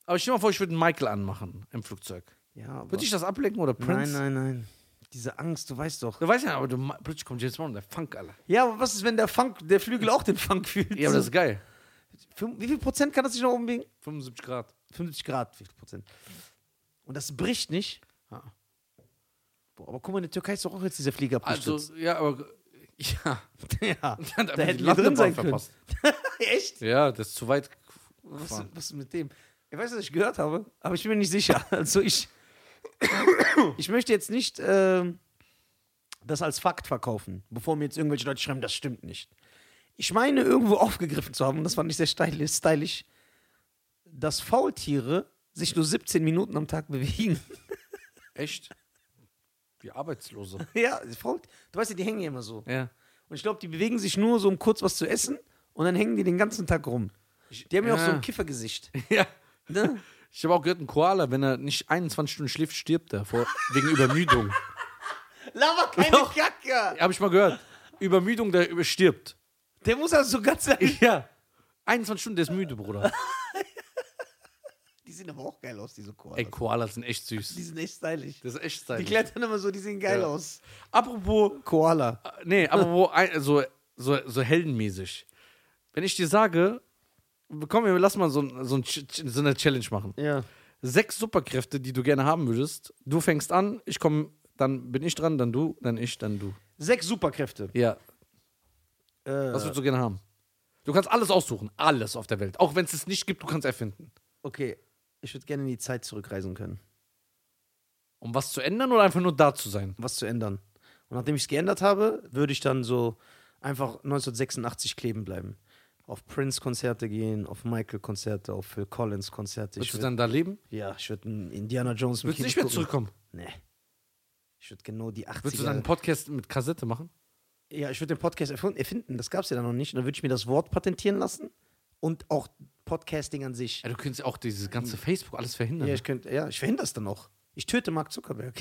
S2: Aber ich stell mal vor, ich würde einen Michael anmachen im Flugzeug.
S1: Ja, aber
S2: Würde ich das ablenken oder Prince?
S1: nein, nein, nein. Diese Angst, du weißt doch.
S2: Du weißt ja, aber du, plötzlich kommt James Bond, der Funk, Alter.
S1: Ja, aber was ist, wenn der Funk, der Flügel auch den Funk fühlt?
S2: Ja, aber das ist geil.
S1: Fünf- wie viel Prozent kann das sich nach oben biegen?
S2: 75 Grad.
S1: 50 Grad, wie viel Prozent. Und das bricht nicht. Ah.
S2: Ja.
S1: Boah, aber guck mal, in der Türkei ist doch auch jetzt dieser Flieger
S2: Also, ja, aber Ja.
S1: ja,
S2: Dann
S1: da
S2: hat man die
S1: hätten wir drin
S2: Landebahn
S1: sein können.
S2: verpasst.
S1: Echt?
S2: Ja, das ist zu weit.
S1: Was,
S2: Gefahren.
S1: was ist mit dem? Ich weiß, was ich gehört habe, aber ich bin mir nicht sicher. Also ich, ich möchte jetzt nicht ähm, das als Fakt verkaufen, bevor mir jetzt irgendwelche Leute schreiben, das stimmt nicht. Ich meine, irgendwo aufgegriffen zu haben, und das fand ich sehr stylisch, stylisch dass Faultiere sich nur 17 Minuten am Tag bewegen.
S2: Echt? Wie Arbeitslose.
S1: ja, Fault, du weißt ja, die hängen ja immer so.
S2: Ja.
S1: Und ich glaube, die bewegen sich nur so, um kurz was zu essen und dann hängen die den ganzen Tag rum. Die haben ja, auch so
S2: ja.
S1: ein Kiffergesicht.
S2: Ja.
S1: Ne?
S2: Ich habe auch gehört, ein Koala, wenn er nicht 21 Stunden schläft, stirbt er vor, wegen Übermüdung.
S1: Lava keine
S2: Doch.
S1: Kacke!
S2: Habe ich mal gehört. Übermüdung, der über- stirbt.
S1: Der muss also so ganz ehrlich.
S2: Ja. 21 Stunden, der ist müde, Bruder.
S1: Die sehen aber auch geil aus, diese Koalas.
S2: Ey, Koalas sind echt
S1: Die
S2: süß.
S1: sind echt stylisch.
S2: Das ist echt
S1: Die
S2: sein.
S1: klettern immer so, die sehen geil
S2: Ja.
S1: aus.
S2: Apropos,
S1: Koala.
S2: Äh, nee, aber wo, ein- so, so, so heldenmäßig. Wenn ich dir sage, komm, wir lass mal so, ein- so, ein, Ch- Ch- so eine Challenge machen.
S1: Ja.
S2: sechs Superkräfte, die du gerne haben würdest. Du fängst an, ich komme, dann bin ich dran, dann du, dann ich, dann du.
S1: Sechs Superkräfte.
S2: Ja. Was
S1: Äh,
S2: würdest du gerne haben? Du kannst alles aussuchen, alles auf der Welt. Auch wenn es es nicht gibt, du kannst erfinden.
S1: okay, ich würde gerne in die Zeit zurückreisen können,
S2: Um was zu ändern oder einfach nur da zu sein?
S1: um was zu ändern. Und nachdem ich es geändert habe, würde ich dann so einfach 1986 kleben bleiben. Auf Prince-Konzerte gehen, auf Michael-Konzerte, auf Phil Collins-Konzerte. Ich
S2: Würdest du
S1: würd,
S2: dann da leben?
S1: ja, ich würde Indiana Jones im
S2: Würdest du
S1: Kino
S2: nicht mehr
S1: gucken.
S2: zurückkommen?
S1: Nee. Ich würde genau die 80er.
S2: Würdest du dann einen Podcast mit Kassette machen?
S1: Ja, ich würde den Podcast erfunden, erfinden, das gab es ja dann noch nicht. Und dann würde ich mir das Wort patentieren lassen und auch Podcasting an sich.
S2: Ja, du könntest ja auch dieses ganze Facebook alles verhindern.
S1: Ja, ich könnte, ja, ich verhindere das dann auch. Ich töte Mark Zuckerberg.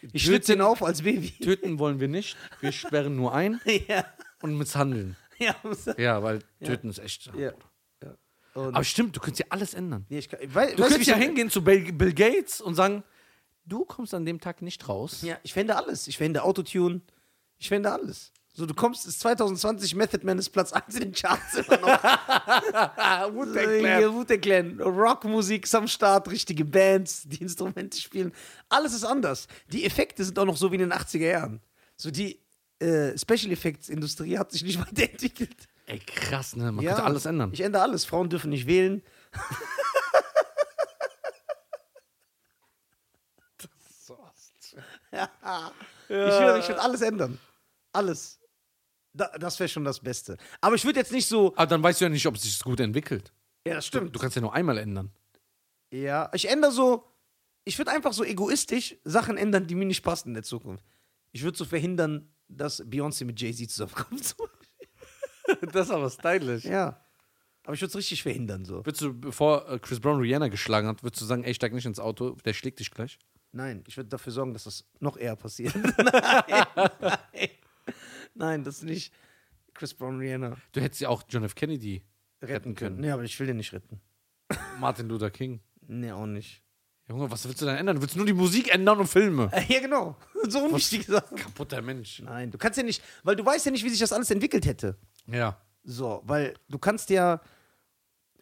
S1: Ich
S2: Töten-
S1: schlitze ihn auf als Baby.
S2: Töten wollen wir nicht, wir sperren nur ein
S1: ja,
S2: und misshandeln.
S1: ja, muss-
S2: Ja, weil töten ist echt.
S1: ja. ja. Und,
S2: Aber stimmt, du könntest ja alles ändern.
S1: nee, ich kann, weil,
S2: Du
S1: weißt
S2: könntest
S1: wie
S2: ja
S1: ich-
S2: hingehen zu Bill, Bill Gates und sagen, du kommst an dem Tag nicht raus.
S1: Ja, ich verhindere alles. Ich verhindere Autotune. Ich verhindere alles. So, du kommst, ist 2020 Method Man ist Platz 1 in den Charts immer Äh, noch.
S2: Clan.
S1: Wu-Tang Clan. Rockmusik ist am Start, richtige Bands, die Instrumente spielen. Alles ist anders. Die Effekte sind auch noch so wie in den 80er Jahren. So die äh, Special Effects Industrie hat sich nicht weiterentwickelt.
S2: Ey, krass, ne? Man könnte alles ändern.
S1: Ich ändere alles. Frauen dürfen nicht wählen. Ich würde ich würd alles ändern. Alles. Da, das wäre schon das Beste. Aber ich würde jetzt nicht so.
S2: Aber dann weißt du ja nicht, ob es sich gut entwickelt.
S1: Ja, das
S2: Du kannst ja nur einmal ändern.
S1: Ja, ich ändere so, ich würde einfach so egoistisch Sachen ändern, die mir nicht passen in der Zukunft. Ich würde so verhindern, dass Beyoncé mit Jay-Z zusammenkommt. So.
S2: das ist aber stylisch.
S1: Ja. Aber ich würde es richtig verhindern, so.
S2: Würdest du, bevor äh, Chris Brown Rihanna geschlagen hat, würdest du sagen, ey, steig nicht ins Auto, der schlägt dich gleich?
S1: Nein, ich würde dafür sorgen, dass das noch eher passiert. nein, nein. nein, das nicht. Chris Brown Rihanna
S2: Du hättest ja auch John F. Kennedy retten, können.
S1: Nee, aber ich will den nicht retten.
S2: Martin Luther King.
S1: Nee, auch nicht.
S2: Junge, was willst du denn ändern? Du willst nur die Musik ändern und Filme.
S1: Äh, Ja, genau. So unwichtige Sachen.
S2: Kaputter Mensch.
S1: Nein, du kannst ja nicht, weil du weißt ja nicht, wie sich das alles entwickelt hätte.
S2: Ja.
S1: So, weil du kannst ja,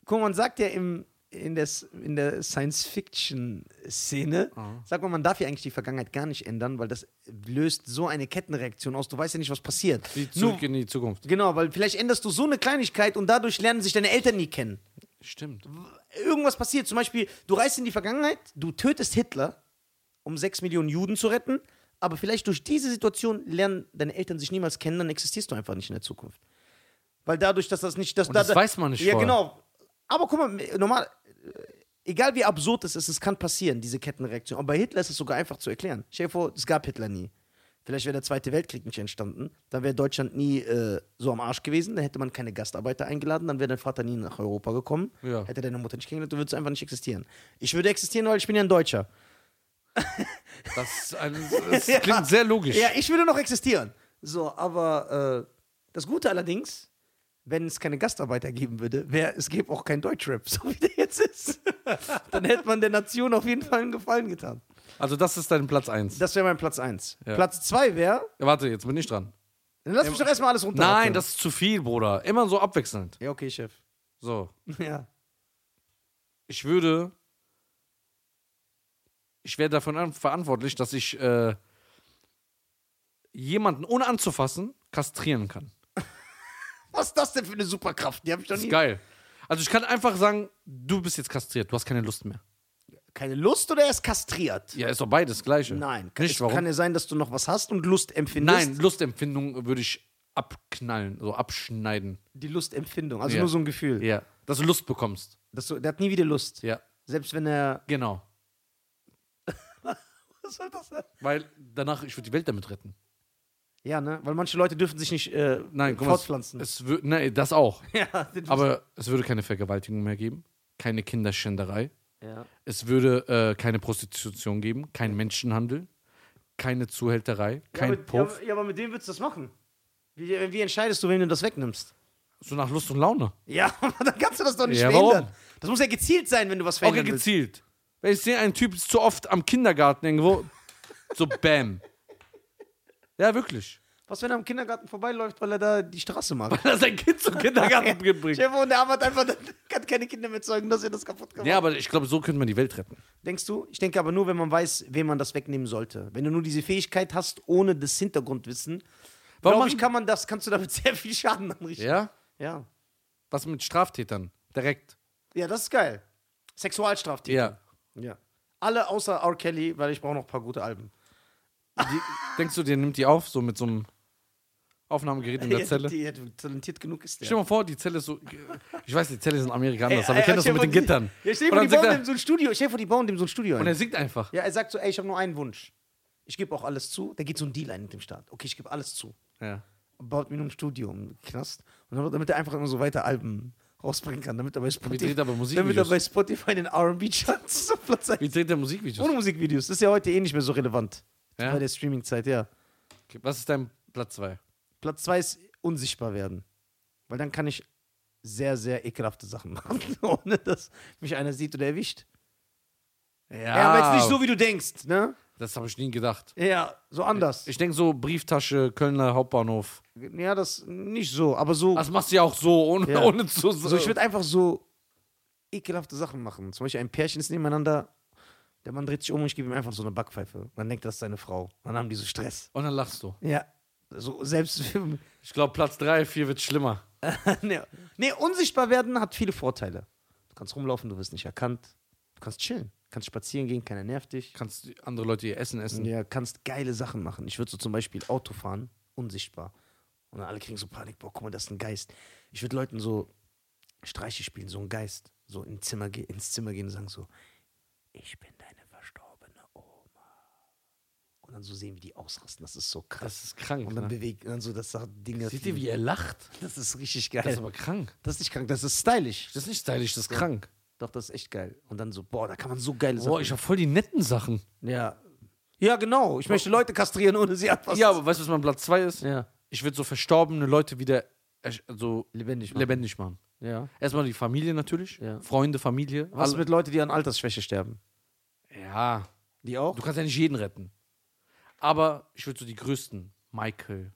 S1: guck mal, man sagt ja im, in der, S- in der Science-Fiction-Szene, sagt man, man darf ja eigentlich die Vergangenheit gar nicht ändern, weil das löst so eine Kettenreaktion aus. Du weißt ja nicht, was passiert.
S2: Die
S1: Nur,
S2: zurück in die Zukunft.
S1: genau, weil vielleicht änderst du so eine Kleinigkeit und dadurch lernen sich deine Eltern nie kennen.
S2: Stimmt.
S1: Irgendwas passiert, zum Beispiel, du reist in die Vergangenheit, du tötest Hitler, um sechs Millionen Juden zu retten, aber vielleicht durch diese Situation lernen deine Eltern sich niemals kennen, dann existierst du einfach nicht in der Zukunft. Weil dadurch, dass das nicht. Dass
S2: Und
S1: da-
S2: das
S1: da-
S2: weiß man nicht
S1: Ja,
S2: vorher.
S1: genau. Aber guck mal, normal, äh, egal wie absurd es ist, es kann passieren, diese Kettenreaktion. Und bei Hitler ist es sogar einfach zu erklären. Stell dir vor, es gab Hitler nie. Vielleicht wäre der Zweite Weltkrieg nicht entstanden. Dann wäre Deutschland nie äh, so am Arsch gewesen. Dann hätte man keine Gastarbeiter eingeladen. Dann wäre dein Vater nie nach Europa gekommen.
S2: Ja.
S1: Hätte deine Mutter nicht kennengelernt. Du würdest einfach nicht existieren. Ich würde existieren, weil ich bin ja ein Deutscher.
S2: Das, ist ein, das
S1: Ja.
S2: klingt sehr logisch.
S1: Ja, ich würde noch existieren. So, aber äh, das Gute allerdings, wenn es keine Gastarbeiter geben würde, wäre es gäbe auch kein Deutschrap, so wie der jetzt ist. Dann hätte man der Nation auf jeden Fall einen Gefallen getan.
S2: Also, das ist dein Platz 1.
S1: Das wäre mein Platz 1.
S2: Ja.
S1: Platz 2 wäre,
S2: Ja, warte, jetzt bin ich dran.
S1: dann lass mich doch erstmal alles runter.
S2: Nein, das ist zu viel, Bruder. Immer so abwechselnd.
S1: Ja, okay, Chef.
S2: So.
S1: Ja.
S2: Ich würde. Ich wäre davon an- verantwortlich, dass ich äh, jemanden, ohne anzufassen, kastrieren kann.
S1: Was ist das denn für eine Superkraft? Die habe ich doch
S2: Das
S1: nie.
S2: ist geil. Also ich kann einfach sagen, du bist jetzt kastriert, du hast keine Lust mehr.
S1: Keine Lust oder er ist kastriert?
S2: Ja, ist doch beides gleiche.
S1: Nein.
S2: Nicht,
S1: es
S2: warum?
S1: kann ja sein, dass du noch was hast und Lust empfindest.
S2: Nein, Lustempfindung würde ich abknallen, so abschneiden.
S1: Die Lustempfindung, also
S2: Ja.
S1: nur so ein Gefühl.
S2: Ja. Dass du Lust bekommst.
S1: Dass du, der hat nie wieder Lust.
S2: Ja.
S1: Selbst wenn er.
S2: Genau.
S1: Was soll das denn?
S2: Weil danach, ich würde die Welt damit retten.
S1: Ja, ne? Weil manche Leute dürfen sich nicht äh,
S2: Nein, guck mal. Es,
S1: fortpflanzen.
S2: es wür- nein, das auch.
S1: ja, den
S2: Aber es würde keine Vergewaltigung mehr geben, keine Kinderschänderei.
S1: ja.
S2: Es würde äh, keine Prostitution geben, kein Menschenhandel, keine Zuhälterei, kein
S1: ja,
S2: Puff.
S1: aber, ja, aber- ja, aber mit dem würdest du das machen. Wie, wie entscheidest du, wem du das wegnimmst?
S2: So nach Lust und Laune.
S1: Ja, aber dann kannst du das doch nicht
S2: Ja, warum?
S1: verhindern. Das muss ja gezielt sein, wenn du was
S2: Okay,
S1: verhindern willst.
S2: gezielt. Wenn ich sehe, ein Typ ist zu oft am Kindergarten irgendwo, so bam. Ja, wirklich.
S1: Was, wenn er am Kindergarten vorbeiläuft, weil er da die Straße macht?
S2: Dass ein Kind zum Kindergarten gebracht.
S1: Chef, und der Arm hat einfach kann keine Kinder mehr zeugen, dass ihr das kaputt gemacht
S2: Ja, aber ich glaube, so könnte man die Welt retten.
S1: Denkst du? Ich denke aber nur, wenn man weiß, wem man das wegnehmen sollte. Wenn du nur diese Fähigkeit hast, ohne das Hintergrundwissen,
S2: Warum
S1: glaube ich,
S2: machen-
S1: kann man das, kannst du damit sehr viel Schaden anrichten.
S2: Ja?
S1: Ja.
S2: Was mit Straftätern? Direkt.
S1: Ja, das ist geil. Sexualstraftäter.
S2: Ja.
S1: ja. Alle außer R. Kelly, weil ich brauche noch ein paar gute Alben.
S2: Die, denkst du, der nimmt die auf, so mit so einem Aufnahmegerät in der Zelle?
S1: Die, die, talentiert genug ist der.
S2: Stell dir mal vor, die Zelle ist so. Ich weiß, die Zelle ist in Amerika
S1: Ey,
S2: anders,
S1: ey,
S2: aber wir kennen
S1: ey, stell
S2: das so
S1: dir
S2: mit
S1: vor,
S2: den
S1: die-
S2: Gittern.
S1: Ja, stell dir
S2: Und
S1: vor,
S2: dann
S1: die bauen
S2: singt
S1: dem so ein Studio. Stell dir vor, die bauen dem so ein Studio
S2: er, und
S1: ein.
S2: er singt einfach.
S1: Ja, er sagt so, ey, ich habe nur einen Wunsch. Ich gebe auch alles zu. Da geht so ein Deal ein mit dem Staat. Okay, ich gebe alles zu.
S2: Ja.
S1: baut mir nur ein Studio im Knast. Und dann- damit er einfach immer so weiter Alben rausbringen kann, damit er bei Spotify,
S2: dreht aber
S1: damit
S2: Musikvideos.
S1: er bei Spotify den RB-Charts so Platz
S2: Wie
S1: hat.
S2: dreht der Musikvideos?
S1: Ohne Musikvideos. Das ist ja heute eh nicht mehr so relevant.
S2: Ja?
S1: Bei der Streaming-Zeit, ja.
S2: Okay, Was ist dein Platz 2?
S1: Platz 2 ist unsichtbar werden. Weil dann kann ich sehr, sehr ekelhafte Sachen machen, ohne dass mich einer sieht oder erwischt.
S2: Ja,
S1: Ja, aber jetzt nicht so, wie du denkst, ne?
S2: Das habe ich nie gedacht.
S1: Ja, so anders.
S2: Ich denke so Brieftasche, Kölner Hauptbahnhof.
S1: ja, das nicht so, aber so.
S2: Das machst du ja auch so, ohne,
S1: Ja.
S2: ohne zu
S1: So, ich würde einfach so ekelhafte Sachen machen. Zum Beispiel ein Pärchen ist nebeneinander, der Mann dreht sich um und ich gebe ihm einfach so eine Backpfeife. Und dann denkt, das ist seine Frau. Und dann haben die so Stress.
S2: Und dann lachst du.
S1: Ja. So selbst.
S2: Ich glaube, Platz 3, 4 wird schlimmer.
S1: nee. nee, unsichtbar werden hat viele Vorteile. Du kannst rumlaufen, du wirst nicht erkannt. Du kannst chillen, kannst spazieren gehen, keiner nervt dich.
S2: Kannst die- andere Leute ihr Essen essen.
S1: Ja, kannst geile Sachen machen. Ich würde so zum Beispiel Auto fahren, unsichtbar. Und dann alle kriegen so Panik, boah, guck mal, das ist ein Geist. Ich würde Leuten so Streiche spielen, so ein Geist. So in Zimmer, ge- ins Zimmer gehen und sagen so, ich bin deine verstorbene Oma. Und dann so sehen, wie die ausrasten. Das ist so krass.
S2: Das ist krank.
S1: und dann
S2: Ne?
S1: bewegt, und dann so, das sagt Dinge.
S2: Seht ihr, wie er lacht?
S1: das ist richtig
S2: Das ist
S1: geil.
S2: aber krank.
S1: Das ist nicht krank, das ist stylisch.
S2: Das ist nicht stylisch, das ist krank.
S1: Doch, das ist echt geil. Und dann so, boah, da kann man so geile Sachen.
S2: Boah, ich habe voll die netten Sachen.
S1: ja. Ja, genau. Ich möchte Leute kastrieren, ohne sie anfassen.
S2: Ja, aber weißt du, was mein Platz 2 ist?
S1: ja.
S2: Ich würde so verstorbene Leute wieder ersch- so
S1: Lebendig machen.
S2: lebendig machen.
S1: Ja.
S2: Erstmal die Familie natürlich.
S1: Ja.
S2: Freunde, Familie.
S1: Was
S2: alle-
S1: mit Leuten, die an Altersschwäche sterben?
S2: Ja.
S1: Die auch?
S2: Du kannst ja nicht jeden retten. Aber ich würde so die größten. Michael,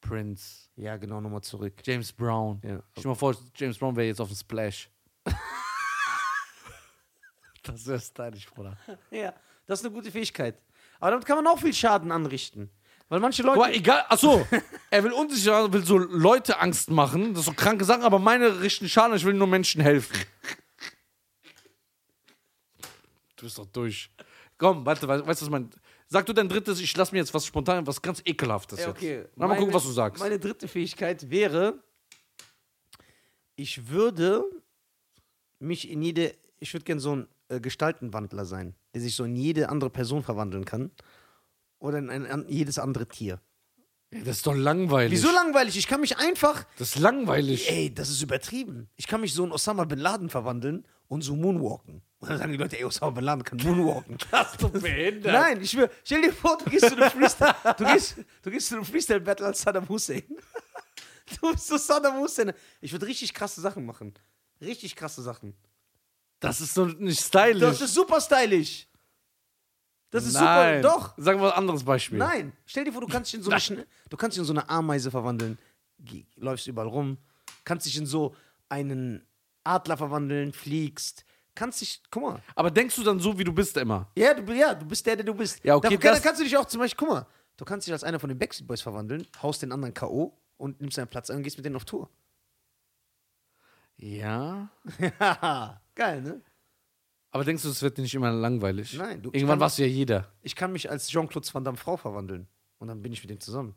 S2: Prince,
S1: Ja, genau, nochmal zurück.
S2: James Brown.
S1: Ja.
S2: Stell dir mal vor, James Brown wäre jetzt auf dem Splash. das wäre stylisch, Bruder.
S1: Ja, das ist eine gute Fähigkeit. Aber damit kann man auch viel Schaden anrichten. Weil manche Leute.
S2: Guck mal, egal, achso, er will unsicher, will so Leute Angst machen, das ist so kranke Sachen, aber meine richten Schaden, ich will nur Menschen helfen. Du bist doch durch. Komm, warte, weißt weißt du, was mein. Sag du dein drittes, ich lass mir jetzt was spontan, was ganz ekelhaftes
S1: Ja,
S2: jetzt. Na, mal gucken, was du sagst.
S1: Meine dritte Fähigkeit wäre, ich würde mich in jede. Ich würde gern so ein äh, Gestaltenwandler sein, der sich so in jede andere Person verwandeln kann. Oder in ein, an jedes andere Tier.
S2: Das ist doch langweilig.
S1: Wieso langweilig? Ich kann mich einfach
S2: Das ist langweilig.
S1: Ey, das ist übertrieben. Ich kann mich so in Osama Bin Laden verwandeln und so moonwalken. Und dann sagen die Leute, ey, Osama Bin Laden kann moonwalken.
S2: Das ist doch behindert.
S1: Nein, ich will, stell dir vor, du gehst zu einem Freestyle, du gehst, du gehst zu einem Freestyle-Battle als Saddam Hussein. Du bist so Saddam Hussein. Ich würde richtig krasse Sachen machen. Richtig krasse Sachen.
S2: Das ist doch nicht stylisch.
S1: Das ist super stylisch. Das ist
S2: Nein.
S1: super. Doch.
S2: Sag mal ein anderes Beispiel.
S1: Nein, stell dir vor, du kannst dich in so eine, Schn- du kannst dich in so eine Ameise verwandeln, Ge- läufst überall rum, kannst dich in so einen Adler verwandeln, fliegst, kannst dich, guck mal.
S2: Aber denkst du dann so, wie du bist immer?
S1: Ja, du, ja, du bist der, der du bist.
S2: Ja,
S1: Da
S2: okay,
S1: kann,
S2: das-
S1: kannst du dich auch zum Beispiel, guck mal, du Du kannst dich als einer von den Backstreet Boys verwandeln, haust den anderen K.O. und nimmst deinen Platz an und gehst mit denen auf Tour.
S2: Ja.
S1: Ja, geil, ne?
S2: Aber denkst du, es wird dir nicht immer langweilig?
S1: Nein, du- ich kann-
S2: Irgendwann warst du ja jeder.
S1: Ich kann mich als Jean-Claude Van Damme Frau verwandeln und dann bin ich mit dem zusammen.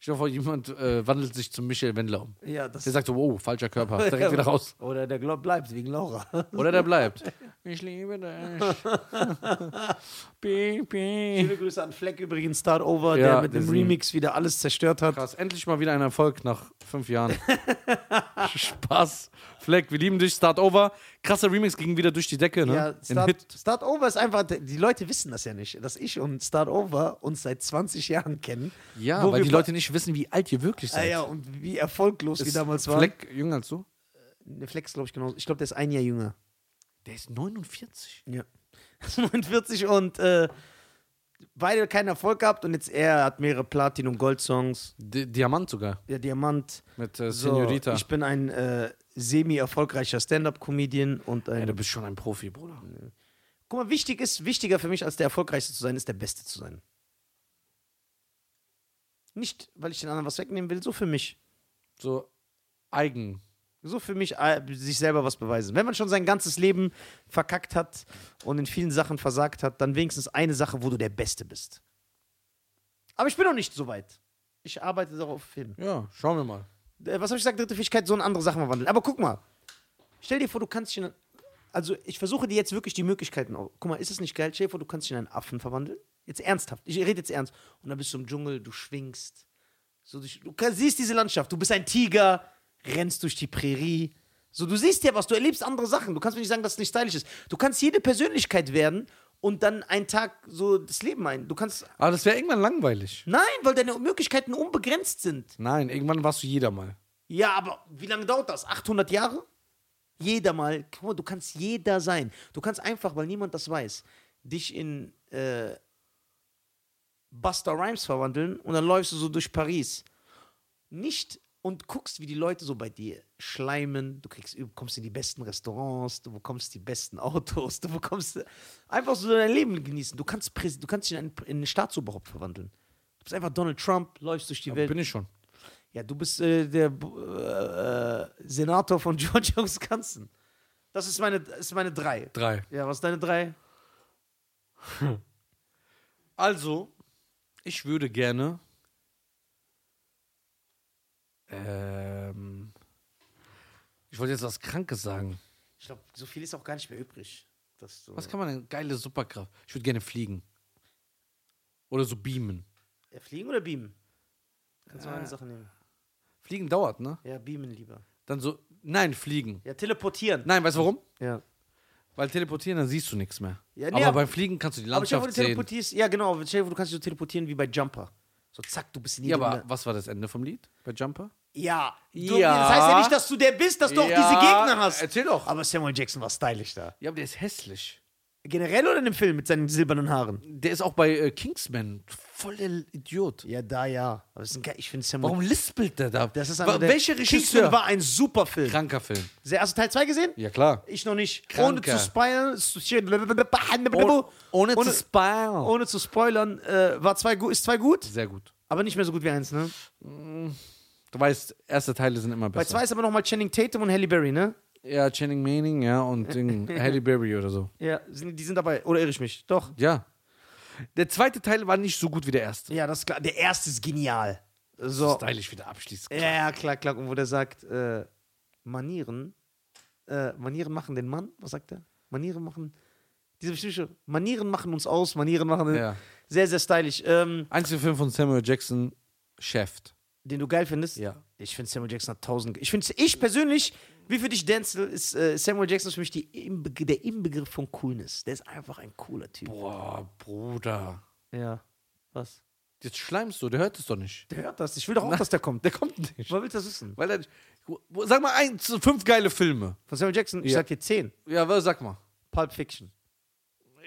S2: Ich hoffe, jemand äh, wandelt sich zu Michael Wendler um.
S1: Ja, das
S2: Der sagt so, wow, falscher Körper. Direkt wieder raus.
S1: Oder der Glob bleibt wegen Laura.
S2: Oder der bleibt. Ich liebe dich. Baby.
S1: Viele Grüße an Fleck übrigens, Start Over,
S2: Ja,
S1: der mit dem
S2: deswegen.
S1: Remix wieder alles zerstört hat.
S2: Krass, endlich mal wieder ein Erfolg nach fünf Jahren. Spaß. Fleck, wir lieben dich. Start over. Krasser Remix ging wieder durch die Decke, ne?
S1: Ja,
S2: Den Hit.
S1: Start, Start Over ist einfach, die Leute wissen das ja nicht, dass ich und Start Over uns seit 20 Jahren kennen.
S2: Ja,
S1: Wo
S2: weil
S1: wir
S2: die
S1: ba-
S2: Leute nicht wissen, wie alt ihr wirklich
S1: Ah
S2: seid.
S1: ja, und wie erfolglos wir
S2: Ist
S1: damals waren. Fleck,
S2: Fleck jünger als du?
S1: Fleck glaube ich, genau. Ich glaube, der ist ein Jahr jünger.
S2: Der ist 49.
S1: Ja. 49 und äh, beide keinen Erfolg gehabt und jetzt er hat mehrere Platin- und Gold-Songs,
S2: D Diamant sogar.
S1: der Diamant.
S2: Mit äh,
S1: So,
S2: Senorita.
S1: Ich bin ein äh, semi-erfolgreicher Stand-Up-Comedian und ein.
S2: Ey, du bist schon ein Profi, Bruder.
S1: Guck mal, wichtig ist, wichtiger für mich als der Erfolgreichste zu sein, ist der Beste zu sein. Nicht, weil ich den anderen was wegnehmen will, so für mich.
S2: So eigen.
S1: So für mich, äh, sich selber was beweisen. Wenn man schon sein ganzes Leben verkackt hat und in vielen Sachen versagt hat, dann wenigstens eine Sache, wo du der Beste bist. Aber ich bin noch nicht so weit. Ich arbeite darauf hin.
S2: Ja, schauen wir mal.
S1: Äh, was habe ich gesagt? Dritte Fähigkeit, so in andere Sachen verwandeln. Aber guck mal. Stell dir vor, du kannst dich in. Also, ich versuche dir jetzt wirklich die Möglichkeiten. au- Guck mal, ist es nicht geil? Stell dir vor, du kannst dich in einen Affen verwandeln. Jetzt ernsthaft. Ich rede jetzt ernst. Und dann bist du im Dschungel, du schwingst. So, durch- du kann- siehst diese Landschaft. Du bist ein Tiger, rennst durch die Prärie. So, du siehst ja was, du erlebst andere Sachen. Du kannst mir nicht sagen, dass es nicht stylisch ist. Du kannst jede Persönlichkeit werden und dann einen Tag so das Leben ein. Du kannst.
S2: Aber das wäre irgendwann langweilig.
S1: Nein, weil deine Möglichkeiten unbegrenzt sind.
S2: Nein, irgendwann warst du jeder mal.
S1: Ja, aber wie lange dauert das? 800 Jahre? Jeder mal, guck mal, du kannst jeder sein. Du kannst einfach, weil niemand das weiß, dich in äh, Buster Rhymes verwandeln und dann läufst du so durch Paris. Nicht und guckst, wie die Leute so bei dir schleimen. Du kriegst, du kommst in die besten Restaurants, du bekommst die besten Autos, du bekommst einfach so dein Leben genießen. Du kannst, Präs- du kannst dich in einen, in einen Staatsoberhaupt verwandeln. Du bist einfach Donald Trump, läufst durch die
S2: Aber
S1: Welt.
S2: bin ich schon.
S1: Ja, du bist äh, der äh, äh, Senator von Georgia, Wisconsin. Das ist meine, ist meine drei.
S2: Drei.
S1: Ja, was ist deine drei?
S2: Also, ich würde gerne. Ähm, ich wollte jetzt was Krankes sagen.
S1: Ich glaube, so viel ist auch gar nicht mehr übrig. Das so
S2: Was kann man denn? Geile Superkraft. Ich würde gerne fliegen. Oder so beamen.
S1: ja, fliegen oder beamen? Kannst du
S2: Äh.
S1: mal eine Sache nehmen.
S2: Fliegen dauert, ne?
S1: Ja, beamen lieber.
S2: Dann so. Nein, fliegen.
S1: Ja, teleportieren.
S2: Nein, weißt du warum?
S1: Ja.
S2: Weil teleportieren, dann siehst du nichts mehr.
S1: Ja, nee,
S2: aber
S1: aber-
S2: beim Fliegen kannst du die
S1: Aber stell dir vor,
S2: Landschaft
S1: du
S2: sehen.
S1: teleportierst. Ja, genau. aber Stell dir vor, du kannst dich so teleportieren wie bei Jumper. So zack, du bist in
S2: Ja,
S1: jedem
S2: aber was war das Ende vom Lied bei Jumper?
S1: Ja. Du,
S2: Ja.
S1: Das heißt ja nicht, dass du der bist, dass du auch diese Gegner hast.
S2: Erzähl doch.
S1: Aber Samuel Jackson war stylisch da.
S2: Ja, aber der ist hässlich.
S1: Generell oder in dem Film mit seinen silbernen Haaren?
S2: Der ist auch bei äh, Kingsman voll der Idiot.
S1: Ja, da ja. Aber es ist ein ge- ich finde Samuel.
S2: Warum lispelt der da?
S1: Das ist
S2: Wa-
S1: einer der-
S2: Welcher Regisseur?
S1: Kingsman war ein super Film.
S2: Kranker Film.
S1: Sehr, hast du Teil 2 gesehen?
S2: Ja, klar.
S1: Ich noch nicht. Ohne
S2: Kranker.
S1: zu spoilern. s- shit,
S2: Ohne, ohne,
S1: ohne,
S2: zu spoilern.
S1: ohne zu spoilern, äh, war zwei, gu- ist zwei gut,
S2: Sehr gut.
S1: aber nicht mehr so gut wie eins, ne?
S2: Du weißt, erste Teile sind immer
S1: Bei
S2: besser.
S1: zwei ist aber nochmal Channing Tatum und Halle Berry, ne?
S2: ja, Channing Manning, ja, und Ding, Halle Berry oder so.
S1: Ja, sind, die sind dabei. Oder irre ich mich? Doch.
S2: Ja. Der zweite Teil war nicht so gut wie der erste.
S1: Ja, das ist klar. Der erste ist genial. So.
S2: Stylisch wieder abschließt.
S1: Ja, ja, klar, klar. Und wo der sagt, äh, Manieren, äh, Manieren machen den Mann, was sagt er? Manieren machen, diese bestimmte, Manieren machen uns aus, Manieren machen den,
S2: Ja.
S1: sehr, sehr stylisch. Ähm,
S2: Einziger Film von Samuel Jackson, Chef.
S1: den du geil findest?
S2: Ja.
S1: Ich finde Samuel Jackson hat tausend, ich finde, ich persönlich, wie für dich Denzel, ist äh, Samuel Jackson für mich die Inbeg der Inbegriff von Coolness. Der ist einfach ein cooler Typ.
S2: Boah, Bruder.
S1: Ja. Was?
S2: Jetzt schleimst du, der hört es doch nicht.
S1: Der hört das, ich will doch auch, dass der kommt.
S2: Der kommt nicht.
S1: Was willst du das wissen?
S2: Weil er, wo- sag mal eins, fünf geile Filme.
S1: Von Samuel Jackson, ich
S2: Ja.
S1: sag dir 10.
S2: Ja, was- sag mal.
S1: Pulp Fiction.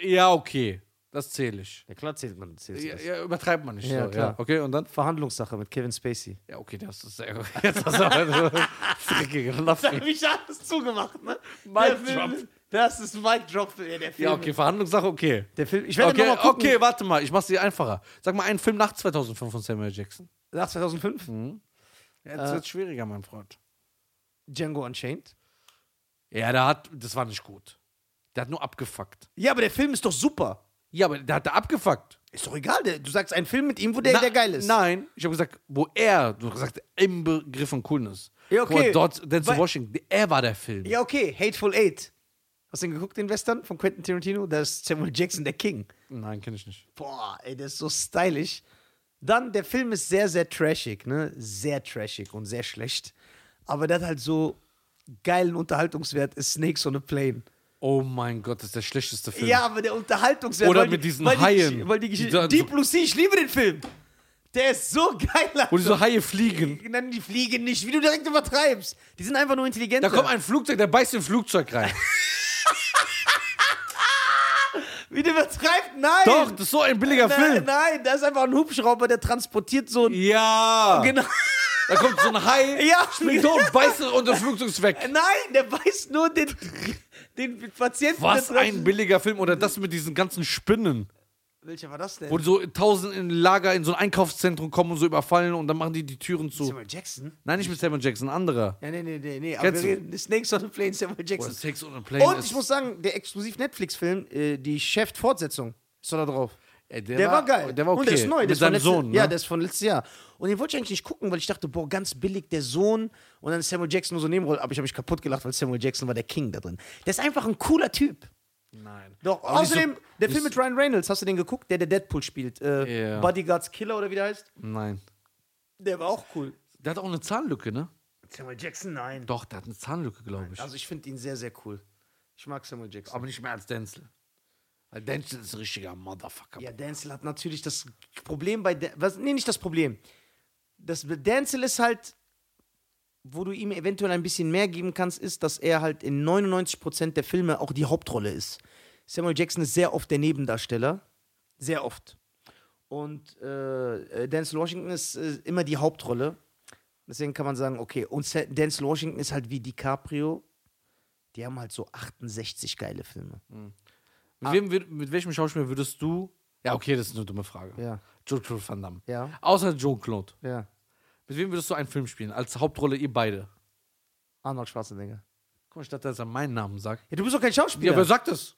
S2: Ja, okay. Das zähle ich.
S1: Ja, klar zählt man. Zählt
S2: Ja,
S1: das.
S2: ja, übertreibt man nicht.
S1: Ja,
S2: so,
S1: klar.
S2: Ja. Okay, und dann?
S1: Verhandlungssache mit Kevin Spacey.
S2: Ja, okay, das ist sehr gut. Jetzt hast du aber so dreckige Laffen.
S1: mich alles zugemacht, ne?
S2: Mic
S1: Der Film-
S2: drop.
S1: Das ist mein Drop für der Film.
S2: Ja, okay, Verhandlungssache, okay.
S1: Der Film. Ich werde
S2: Okay,
S1: okay, nochmal gucken.
S2: okay, warte mal, ich mach's dir einfacher. Sag mal einen Film nach 2005 von Samuel Jackson. Äh.
S1: Nach 2005.
S2: Ja, das wird schwieriger, mein Freund.
S1: Django Unchained.
S2: Ja, der hat, das war nicht gut. Der hat nur abgefuckt.
S1: Ja, aber der Film ist doch super.
S2: Ja, aber der hat da abgefuckt.
S1: Ist doch egal. Der, du sagst einen Film mit ihm, wo der,
S2: Na-
S1: der geil ist.
S2: Nein, ich habe gesagt, wo er, du hast gesagt, im Begriff von Coolness.
S1: Ja,
S2: Guck mal,
S1: okay.
S2: dort, Denzel
S1: Weil-
S2: Washington, er war der Film.
S1: Ja, okay. Hateful Eight. Hast du den geguckt, den Western von Quentin Tarantino? Da ist Samuel Jackson der King.
S2: Nein, kenne ich nicht.
S1: Boah, ey, der ist so stylisch. Dann, der Film ist sehr, sehr trashig, ne? Sehr trashig und sehr schlecht. Aber der hat halt so geilen Unterhaltungswert, ist Snakes on a Plane.
S2: Oh mein Gott, das ist der schlechteste Film.
S1: Ja, aber der Unterhaltungswert.
S2: Oder
S1: weil
S2: mit
S1: die,
S2: diesen
S1: weil Die,
S2: Haien.
S1: Gesch- weil die
S2: Die
S1: Geschichte.
S2: dann
S1: Deep
S2: so-
S1: Blue Sea, ich liebe den Film. Der ist so geil.
S2: Wo
S1: Alter.
S2: diese Haie fliegen.
S1: Nein, die fliegen nicht, wie du direkt übertreibst. Die sind einfach nur intelligent.
S2: Da kommt ein Flugzeug, der beißt in ein Flugzeug rein.
S1: Wie du übertreibst, nein.
S2: Doch, das ist so ein billiger
S1: nein,
S2: Film.
S1: nein, da ist einfach ein Hubschrauber, der transportiert so ein.
S2: Ja.
S1: Genau.
S2: Da kommt so ein Hai,
S1: Ja.
S2: springt hoch und beißt es und das Flugzeug ist weg.
S1: Nein, der weiß nur den, den Patienten.
S2: Was
S1: da
S2: ein
S1: draußen.
S2: billiger Film. Oder das mit diesen ganzen Spinnen.
S1: Welcher war das denn?
S2: Wo so tausend in Lager in so ein Einkaufszentrum kommen und so überfallen und dann machen die die Türen zu.
S1: Samuel Jackson?
S2: Nein, nicht mit Samuel Jackson, ein anderer.
S1: Ja, nee, nee, nee, nee. Aber
S2: Kennst
S1: wir
S2: du?
S1: reden Snakes on a Plane, Samuel
S2: Oder
S1: Jackson.
S2: Sex on a Plane.
S1: Und
S2: ist-
S1: ich muss sagen, der exklusiv Netflix-Film, äh, die Chef-Fortsetzung, ist doch da drauf.
S2: Ey,
S1: Der war, geil.
S2: Der war okay.
S1: Und der ist neu. Der
S2: Mit
S1: ist von
S2: seinem
S1: letzte,
S2: Sohn. Ne?
S1: Ja, der ist von letztes Jahr. Und den wollte ich eigentlich nicht gucken, weil ich dachte, boah, ganz billig, der Sohn. Und dann ist Samuel Jackson nur so Nebenrolle. Aber ich habe mich kaputt gelacht, weil Samuel Jackson war der King da drin. Der ist einfach ein cooler Typ.
S2: Nein.
S1: Doch,
S2: Aber nicht so-
S1: außerdem, der Film
S2: nicht
S1: mit Ryan Reynolds, hast du den geguckt? Der, der Deadpool spielt. Äh,
S2: Ja.
S1: Bodyguards Killer oder wie der heißt?
S2: so- Nein.
S1: Der war auch cool.
S2: Der hat auch eine Zahnlücke, ne?
S1: Samuel Jackson, nein.
S2: Doch, der hat eine Zahnlücke, glaube ich.
S1: Also ich finde ihn sehr, sehr cool. Ich mag Samuel Jackson.
S2: Aber nicht mehr als Denzel. Weil Denzel ist ein richtiger Motherfucker.
S1: Ja, Denzel hat natürlich das Problem bei. Dan was, nee, nicht das Problem. Das Denzel ist halt, wo du ihm eventuell ein bisschen mehr geben kannst, ist, dass er halt in 99% der Filme auch die Hauptrolle ist. Samuel Jackson ist sehr oft der Nebendarsteller. Sehr oft. Und äh, äh, Denzel Washington ist äh, immer die Hauptrolle. Deswegen kann man sagen, okay, und Sa- Denzel Washington ist halt wie DiCaprio. Die haben halt so 68 geile Filme.
S2: Mit, wem, würd- mit welchem Schauspieler würdest du. Ja, okay, das ist eine dumme Frage.
S1: Ja.
S2: Jean-Claude Van Damme.
S1: Ja.
S2: Außer Jean-Claude.
S1: Ja.
S2: Mit wem würdest du einen Film spielen? Als Hauptrolle ihr beide.
S1: Arnold Schwarzenegger.
S2: Guck mal, statt dass er meinen Namen sagt.
S1: Ja, du bist doch kein
S2: Ja,
S1: Schauspieler.
S2: aber sag das.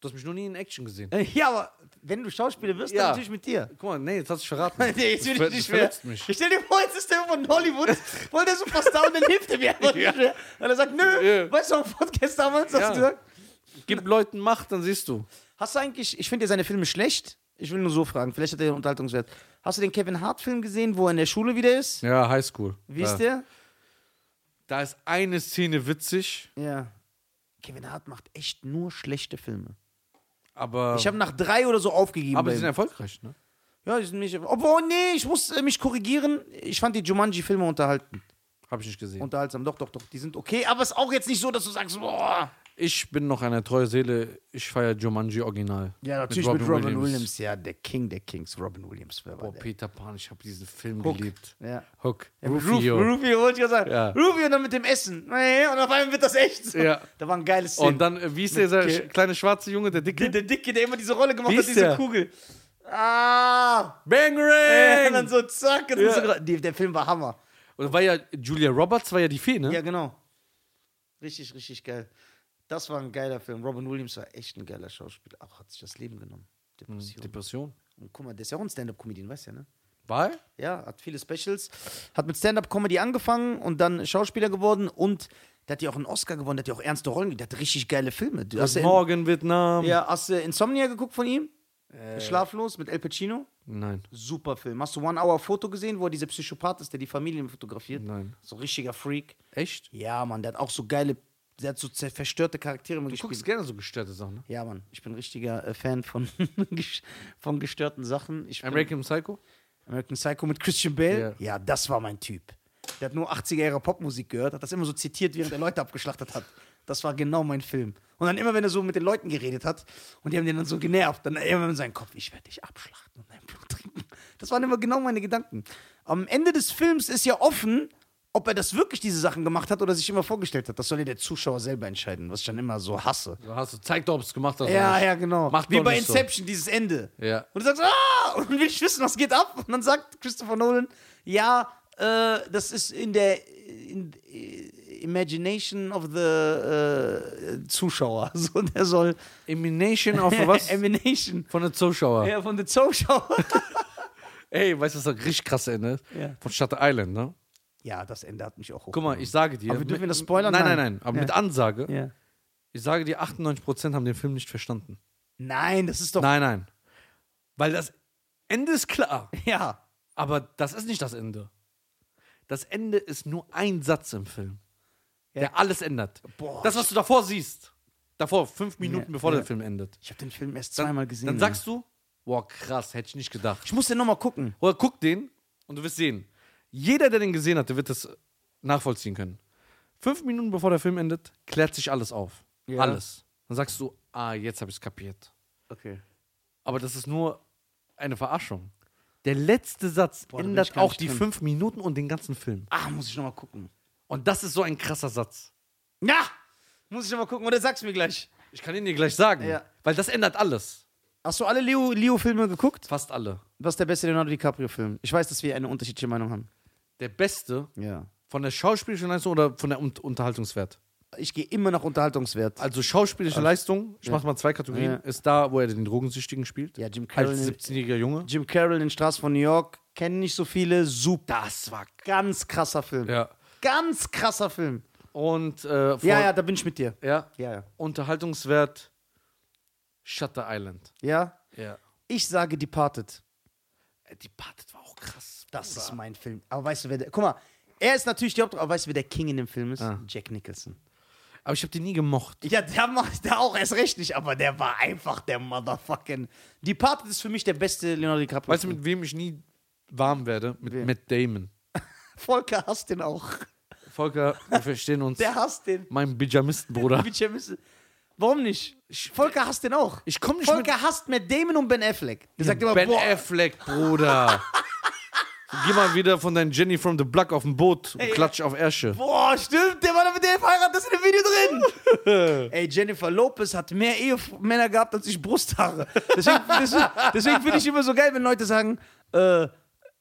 S2: Du hast mich noch nie in Action gesehen.
S1: Äh, Ja, aber wenn du Schauspieler wirst,
S2: Ja.
S1: dann natürlich mit dir.
S2: Guck mal, nee, jetzt hast du verraten.
S1: Nee, jetzt will
S2: Das
S1: ich nicht
S2: ver-
S1: mehr.
S2: das verletzt mich.
S1: Ich stell dir vor, jetzt ist der von Hollywood, voll der Superstar und dann hilft er mir einfach nicht mehr. Und er sagt, nö,
S2: Ja.
S1: weißt du, am Podcast damals
S2: Ja.
S1: hast du gesagt.
S2: Gib Leuten Macht, dann siehst du.
S1: Hast du eigentlich, ich finde ja seine Filme schlecht, ich will nur so fragen, vielleicht hat er den Unterhaltungswert. Hast du den Kevin Hart-Film gesehen, wo er in der Schule wieder ist?
S2: Ja, Highschool.
S1: Wie
S2: ja.
S1: ist der?
S2: Da ist eine Szene witzig,
S1: Ja. Kevin Hart macht echt nur schlechte Filme.
S2: aber,
S1: Ich habe nach drei oder so aufgegeben.
S2: aber
S1: bei
S2: die sind
S1: ihm.
S2: erfolgreich, ne?
S1: ja, die sind nicht. Obwohl, nee, ich muss äh, mich korrigieren. Ich fand die Jumanji-Filme unterhalten.
S2: Habe ich nicht gesehen.
S1: Unterhaltsam, doch, doch, doch. Die sind okay, aber es ist auch jetzt nicht so, dass du sagst, boah.
S2: ich bin noch einer treue Seele. Ich feiere Jumanji Original.
S1: Ja, natürlich mit Robin, Williams. Ja, der King der Kings, Robin Williams. Wer war
S2: Boah,
S1: der?
S2: Oh, Peter Pan, ich habe diesen Film
S1: Hook.
S2: geliebt.
S1: Ja.
S2: Hook.
S1: Ja, mit Rufio.
S2: Rufio.
S1: Rufio, wollte ich ja sagen.
S2: Ja.
S1: Rufio dann mit dem Essen. Nee, Und auf einmal wird das echt so.
S2: Ja.
S1: Da war ein geiles Szenen.
S2: Und dann, äh, wie ist dieser
S1: Ge-
S2: sch- kleine schwarze Junge, der
S1: der,
S2: dicke?
S1: der Dicke, der immer diese Rolle gemacht
S2: Wie
S1: hat,
S2: ist
S1: diese
S2: der?
S1: Kugel. Ah! Äh, Und dann
S2: Bangarang!
S1: so zack. Und
S2: Ja.
S1: so, gra- die, der Film war Hammer.
S2: Und war ja Julia Roberts, war ja die Fee, ne?
S1: Ja, genau. Richtig, richtig geil. Das war ein geiler Film. Robin Williams war echt ein geiler Schauspieler. Auch hat sich das Leben genommen.
S2: Hm,
S1: Depression.
S2: Depression.
S1: Und guck mal, der ist ja auch ein Stand-Up-Comedian, weißt du ja, ne?
S2: War er?
S1: Ja, hat viele Specials. Hat mit Stand-Up-Comedy angefangen und dann Schauspieler geworden und der hat ja auch einen Oscar gewonnen, der hat ja auch ernste Rollen, der hat richtig geile Filme. Du hast ja, in,
S2: Morgen, Vietnam.
S1: ja, hast du Insomnia geguckt von ihm?
S2: Äh.
S1: Schlaflos mit El Pacino?
S2: Nein.
S1: Super Film. Hast du One Hour Foto gesehen, wo er dieser Psychopath ist, der die Familien fotografiert?
S2: Nein.
S1: So ein richtiger Freak.
S2: Echt?
S1: Ja, Mann, der hat auch so geile, der hat so zer- verstörte Charaktere immer
S2: Du
S1: gespielt.
S2: guckst gerne so gestörte Sachen, ne?
S1: Ja, Mann, ich bin richtiger äh, Fan von, ges- von gestörten Sachen. Ich bin-
S2: American Psycho?
S1: American Psycho mit Christian Bale.
S2: Ja.
S1: Ja, das war mein Typ. Der hat nur 80er Jahre Popmusik gehört, hat das immer so zitiert, während er Leute abgeschlachtet hat. Das war genau mein Film. Und dann immer, wenn er so mit den Leuten geredet hat und die haben den dann so genervt, dann immer in seinen Kopf, ich werde dich abschlachten und dein Blut trinken. Das waren immer genau meine Gedanken. Am Ende des Films ist ja offen, Ob er das wirklich diese Sachen gemacht hat oder sich immer vorgestellt hat, das soll ja der Zuschauer selber entscheiden, was ich dann immer so hasse.
S2: Da hast du, zeig doch, ob es gemacht hast.
S1: Ja,
S2: oder
S1: ja, genau.
S2: Macht
S1: Wie
S2: doch
S1: bei
S2: nicht so.
S1: Inception, dieses Ende.
S2: nicht. ja.
S1: Und du sagst, ah, und will ich wissen, was geht ab? Und dann sagt Christopher Nolan, ja, äh, das ist in der in, äh, Imagination of the äh, Zuschauer. So, und er soll
S2: Emination auf was?
S1: Emanation
S2: Von den Zuschauer.
S1: ja, von the Zuschauer.
S2: Ey, weißt du, was das richtig krass Ende ist?
S1: Ja.
S2: Von Shutter Island, ne?
S1: ja, das Ende hat mich auch
S2: Guck mal, ich sage dir.
S1: Aber dürfen wir
S2: mit-
S1: das spoilern?
S2: Nein,
S1: Nein.
S2: nein, nein. Aber
S1: Ja.
S2: mit Ansage.
S1: Ja.
S2: Ich sage dir, 98% haben den Film nicht verstanden.
S1: Nein, das ist doch.
S2: Nein, nein. Weil das Ende ist klar.
S1: Ja.
S2: Aber das ist nicht das Ende. Das Ende ist nur ein Satz im Film,
S1: Ja.
S2: der alles ändert.
S1: Boah,
S2: das, was du davor siehst, davor, fünf Minuten
S1: Ja,
S2: bevor
S1: ja.
S2: der Film endet.
S1: Ich habe den Film erst
S2: Dann-
S1: zweimal gesehen.
S2: Dann sagst du, boah, krass, hätte ich nicht gedacht.
S1: ich muss den nochmal gucken.
S2: Oder guck den und du wirst sehen. Jeder, der den gesehen hat, der wird das nachvollziehen können. Fünf Minuten bevor der Film endet, klärt sich alles auf.
S1: Ja.
S2: Alles. Dann sagst du, ah, jetzt habe ich es kapiert.
S1: Okay.
S2: Aber das ist nur eine Verarschung. Der letzte Satz
S1: da bin ich
S2: ändert
S1: gar
S2: auch
S1: nicht
S2: die
S1: drin.
S2: fünf Minuten und den ganzen Film.
S1: Ah, muss ich nochmal gucken.
S2: Und das ist so ein krasser Satz.
S1: Ja! Muss ich nochmal gucken oder sag's mir gleich.
S2: Ich kann ihn dir gleich sagen,
S1: Ja.
S2: weil das ändert alles.
S1: Hast du alle Leo- Leo-Filme geguckt?
S2: Fast alle.
S1: Was ist der beste Leonardo DiCaprio-Film? Ich weiß, dass wir eine unterschiedliche Meinung haben.
S2: Der beste
S1: Ja.
S2: von der schauspielerischen Leistung oder von der Un Unterhaltungswert?
S1: Ich gehe immer nach Unterhaltungswert.
S2: Also schauspielische Leistung, ich mach mache mal zwei Kategorien,
S1: Ja.
S2: ist da, wo er den Drogensüchtigen spielt.
S1: Ja, Jim Carrey.
S2: als 17-jähriger Junge.
S1: Jim Carroll in Straße von New York. Kennen nicht so viele. Super. Das war ganz krasser Film.
S2: Ja.
S1: Ganz krasser Film.
S2: Und äh, vor,
S1: Ja, ja, da bin ich mit dir.
S2: ja,
S1: Ja, ja.
S2: Unterhaltungswert Shutter Island.
S1: Ja? Äh,
S2: Ja.
S1: Ich sage Departed.
S2: Die Partet war auch krass.
S1: Das
S2: Bruder.
S1: ist mein Film. Aber weißt du, wer der. Guck mal, er ist natürlich die Hauptrolle, aber weißt du, wer der King in dem Film ist?
S2: Ah.
S1: Jack Nicholson.
S2: Aber ich habe die nie gemocht.
S1: Ja, der macht da auch erst recht nicht, aber der war einfach der Motherfucking. Departed ist für mich der beste Leonardo DiCaprio.
S2: Weißt du, mit wem ich nie warm werde? Mit
S1: Wer?
S2: Matt Damon.
S1: Volker hasst den auch.
S2: Volker, wir verstehen uns.
S1: Der hasst den.
S2: Mein Pyjamistenbruder.
S1: Mit Jim Wissen. Warum nicht? Volker hasst den auch.
S2: Ich komme nicht
S1: Volker hasst Matt Damon und Ben Affleck. Der sagt
S2: mit
S1: immer,
S2: Ben
S1: boah,
S2: Affleck, Bruder. Geh mal wieder von deinem Jenny from the Block auf dem Boot und
S1: Ey,
S2: klatsch auf Ärsche.
S1: boah, stimmt, der war da mit der verheiratet, das ist in dem Video drin. Ey, Jennifer Lopez hat mehr Ehemänner gehabt als ich Brusthaare. Deswegen, deswegen, deswegen finde ich immer so geil, wenn Leute sagen, äh,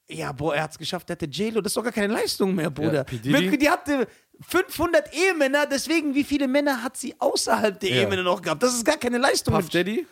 S1: ja, boah, er hat's geschafft, der hatte J-Lo, das ist doch gar keine Leistung mehr,
S2: Ja,
S1: Bruder.
S2: P. Diddy.
S1: Wirklich, die hatte 500 Ehemänner, deswegen, wie viele Männer hat sie außerhalb der
S2: Ja.
S1: Ehemänner noch gehabt? Das ist gar keine Leistung.
S2: Puff Daddy?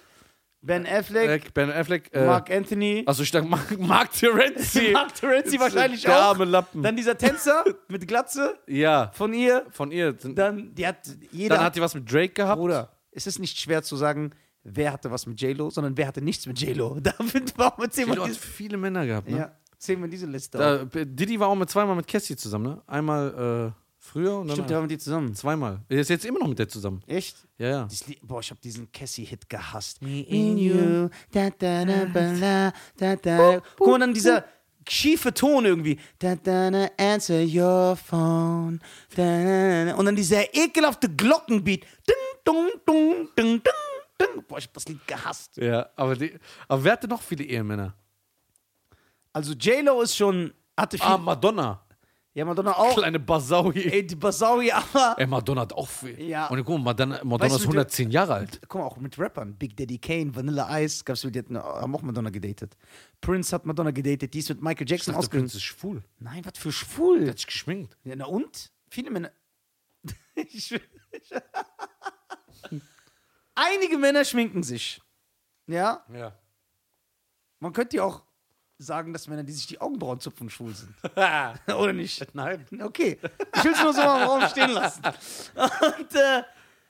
S1: Ben Affleck,
S2: Affleck, Ben Affleck. Äh,
S1: Mark Anthony.
S2: Also ich dachte, Mark, Mark Terenzi.
S1: Mark
S2: Äh,
S1: Terenzi wahrscheinlich
S2: der
S1: auch.
S2: arme Lappen.
S1: Dann dieser Tänzer mit Glatze
S2: ja,
S1: von ihr.
S2: von ihr. Dann,
S1: Dann, die hat jeder.
S2: dann hat die was mit Drake gehabt.
S1: Bruder, es ist nicht schwer zu sagen, wer hatte was mit J-Lo, sondern wer hatte nichts mit J-Lo. Damit brauchen wir
S2: Die
S1: zehnmal
S2: hat
S1: diese,
S2: viele Männer gehabt, ne?
S1: ja, zehnmal diese Liste. auf.
S2: Da, Diddy war auch mit zweimal mit Cassie zusammen, ne? Einmal äh, früher und dann
S1: Stimmt, da haben wir die zusammen.
S2: zweimal. Er ist jetzt immer noch mit der zusammen.
S1: Echt?
S2: Ja, ja.
S1: Dieses Lied- Boah, ich hab diesen Cassie-Hit gehasst.
S2: in you,
S1: da, da, da, ba, la, da, da. Guck mal, dann dieser schiefe Ton irgendwie. Da, da, da, answer your phone. Da, da, da, da. Und dann dieser ekelhafte Glockenbeat. Ding, dung, dung, ding, ding, ding. Boah, ich hab das Lied gehasst.
S2: Ja, aber, die, aber wer hatte noch viele Ehemänner?
S1: Also J-Lo ist schon... Hatte viel,
S2: Ah, Madonna.
S1: Ja, Madonna auch.
S2: Kleine Basaui.
S1: Ey, die Basauri, aber.
S2: Ey, Madonna hat auch viel.
S1: Ja.
S2: Und guck mal, Madonna, Madonna
S1: Weißt du,
S2: ist
S1: mit
S2: 110 Jahre alt.
S1: Guck mal, auch mit Rappern. Big Daddy Kane, Vanilla Ice, gab's mit, die hatten- haben auch Madonna gedatet. Prince hat Madonna gedatet, die ist mit Michael Jackson
S2: Der
S1: ausgegangen.
S2: Prinz ist schwul.
S1: Nein, was für schwul.
S2: Der hat sich geschminkt.
S1: Ja, na und? Viele Männer. Ich schwör- Einige Männer schminken sich. Ja,
S2: Ja.
S1: man könnte ja auch sagen, dass Männer, die sich die Augenbrauen zupfen, schwul sind. Oder nicht?
S2: Oh, Nein.
S1: Okay, ich will es nur so mal im Raum stehen lassen. Und äh,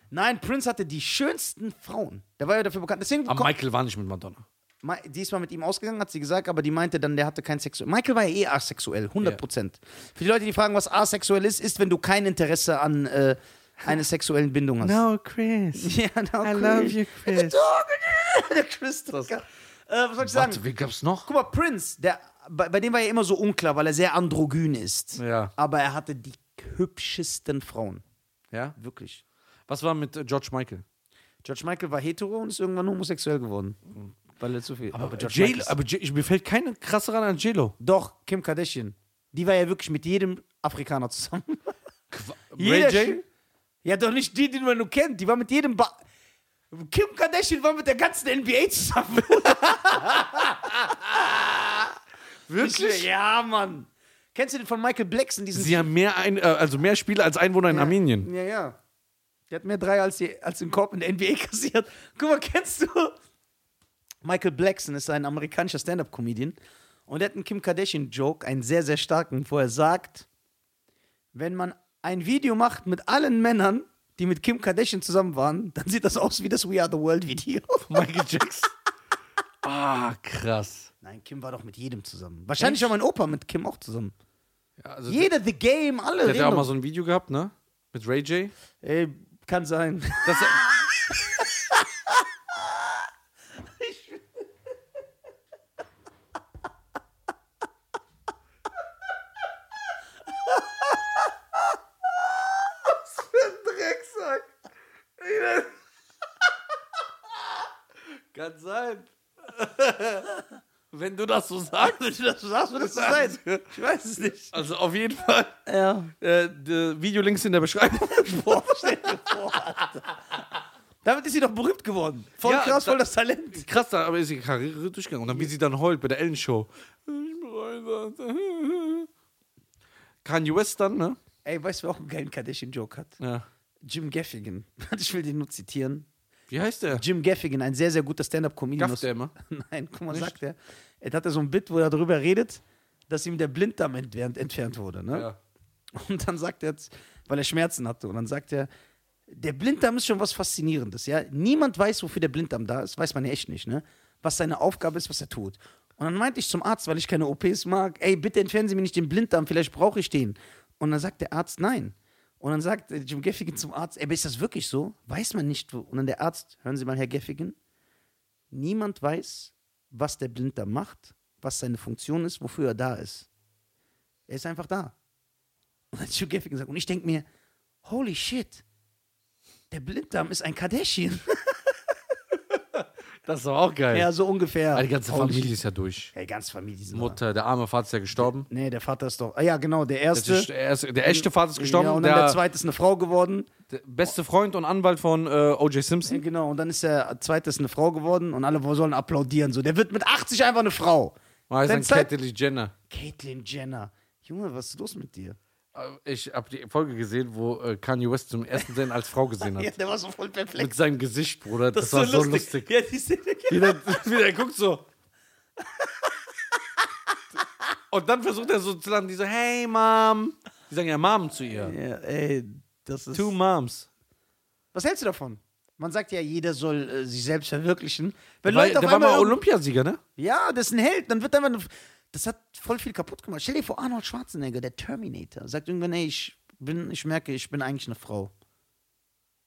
S1: nein, Prince hatte die schönsten Frauen. Der war ja dafür bekannt. Deswegen
S2: Aber
S1: kommt,
S2: Ah, Michael war nicht mit Madonna.
S1: Ma die ist mal mit ihm ausgegangen, hat sie gesagt, aber die meinte dann, der hatte kein Sexuell. Michael war ja eh asexuell, 100 Prozent. Für die Leute, die fragen, was asexuell ist, ist, wenn du kein Interesse an äh, einer sexuellen Bindung hast.
S2: Chris.
S1: Ja, no,
S2: I love you, Chris.
S1: Der Chris Tucker. Äh, was soll ich sagen?
S2: Warte, wen gab's noch?
S1: Guck mal, Prince, der, bei, bei dem war ja immer so unklar, weil er sehr androgyn ist.
S2: Ja.
S1: Aber er hatte die hübschesten Frauen.
S2: Ja?
S1: Wirklich.
S2: Was war mit äh, George Michael?
S1: George Michael war hetero und ist irgendwann homosexuell geworden. Weil er zu viel.
S2: Aber, J aber J ich, mir fällt keine krassere an als J-Lo.
S1: Doch, Kim Kardashian. Die war ja wirklich mit jedem Afrikaner zusammen.
S2: Ray J?
S1: Sch- Ja, doch nicht die, die man nur kennt. Die war mit jedem. Ba Kim Kardashian war mit der ganzen NBA zusammen.
S2: Wirklich?
S1: Ja, Mann. Kennst du den von Michael Blackson? Diesen
S2: Sie haben mehr, ein, äh, also mehr Spiele als Einwohner in Armenien.
S1: Ja, ja. Der hat mehr drei als, die, als den Korb in der NBA kassiert. Guck mal, kennst du? Michael Blackson ist ein amerikanischer Stand-Up-Comedian. Und er hat einen Kim Kardashian-Joke, einen sehr, sehr starken, wo er sagt, wenn man ein Video macht mit allen Männern, die mit Kim Kardashian zusammen waren, dann sieht das aus wie das We Are the World-Video.
S2: Michael Jackson. Ah, krass.
S1: Nein, Kim war doch mit jedem zusammen. Wahrscheinlich war mein Opa mit Kim auch zusammen.
S2: Ja, also der,
S1: Jeder, The Game, alle.
S2: der hat ja auch
S1: reden
S2: mal so ein Video gehabt, ne? Mit Ray J.
S1: doch- Ey, kann sein.
S2: Das,
S1: Drecksack.
S2: kann sein. Wenn du das so sagst.
S1: Wenn du das so sagst, wird das so sein. Ich weiß es nicht.
S2: Also auf jeden Fall.
S1: Ja.
S2: Äh, die Videolinks in der Beschreibung.
S1: Boah, stell dir vor, Alter. Damit ist sie doch berühmt geworden. Voll
S2: Ja,
S1: krass,
S2: da-
S1: voll das Talent.
S2: Krass, da aber ist die Karriere durchgegangen. Und dann, wie sie dann heult bei der Ellen-Show. Ich bereue das. Kanye West dann, ne?
S1: Ey, weißt du, wer auch einen geilen Kardashian-Joke hat?
S2: Ja.
S1: Jim Gaffigan. Warte, Ich will den nur zitieren.
S2: Wie heißt der?
S1: Jim Gaffigan, ein sehr, sehr guter Stand-Up-Comedian.
S2: Gafft der immer?
S1: Nein, guck mal,
S2: Nicht?
S1: sagt er. Er hat da so ein Bit, wo er darüber redet, dass ihm der Blinddarm entfernt, entfernt wurde. Ne?
S2: Ja.
S1: Und dann sagt er, jetzt, weil er Schmerzen hatte, und dann sagt er, der Blinddarm ist schon was Faszinierendes, ja. Niemand weiß, wofür der Blinddarm da ist, weiß man ja echt nicht, ne? Was seine Aufgabe ist, was er tut. Und dann meinte ich zum Arzt, weil ich keine OPs mag, ey, bitte entfernen Sie mir nicht den Blinddarm, vielleicht brauche ich den. Und dann sagt der Arzt, nein. Und dann sagt äh, Jim Gaffigan zum Arzt, ey, aber ist das wirklich so? Weiß man nicht. wo- Und dann der Arzt, hören Sie mal, Herr Gaffigan, niemand weiß, was der Blinddarm macht, was seine Funktion ist, wofür er da ist. Er ist einfach da. Und dann hat Hugh Gaffigan gesagt, und ich denke mir, holy shit, der Blinddarm ist ein Kardashian.
S2: Das ist doch auch geil.
S1: Ja, so ungefähr.
S2: Aber Ah, die ganze
S1: Holy
S2: Familie
S1: shit.
S2: ist ja durch.
S1: Ey, ganze Familie ist
S2: Mutter, der arme Vater ist ja gestorben.
S1: Nee, der Vater ist doch. Ah ja, genau, der
S2: Das
S1: erste.
S2: ist, er ist, der echte Vater ist gestorben.
S1: Ja, und dann der,
S2: der,
S1: zweite ist eine Frau geworden.
S2: der beste Freund und Anwalt von äh, O.J.
S1: Ja,
S2: Simpson.
S1: genau, und dann ist der zweite ist eine Frau geworden und alle sollen applaudieren. So, der wird mit 80 einfach eine Frau.
S2: War heißt
S1: Dann
S2: dann
S1: Zeit-
S2: Catelyn Jenner.
S1: Caitlyn Jenner. Junge, was ist los mit dir?
S2: Äh, Ich habe die Folge gesehen, wo äh, Kanye West zum ersten Sehen als Frau gesehen hat.
S1: Ja, der war so voll
S2: Mit
S1: perplex.
S2: seinem Gesicht, Bruder. Das, war so lustig.
S1: Ja, die Szene.
S2: Wie der, wie der guckt so. Und dann versucht er so zu landen, die so, hey Mom. Die sagen ja Mom zu ihr.
S1: Ja, ey, das ist.
S2: Two Moms.
S1: Was hältst du davon? Man sagt ja, jeder soll äh, sich selbst verwirklichen. Wenn
S2: Weil,
S1: Leute auf
S2: der war mal
S1: einmal
S2: Olympiasieger, ne?
S1: ja, das ist ein Held, dann wird einfach nur- das hat voll viel kaputt gemacht. Stell dir vor, Arnold Schwarzenegger, der Terminator, sagt irgendwann, ey, ich bin, ich merke, ich bin eigentlich eine Frau.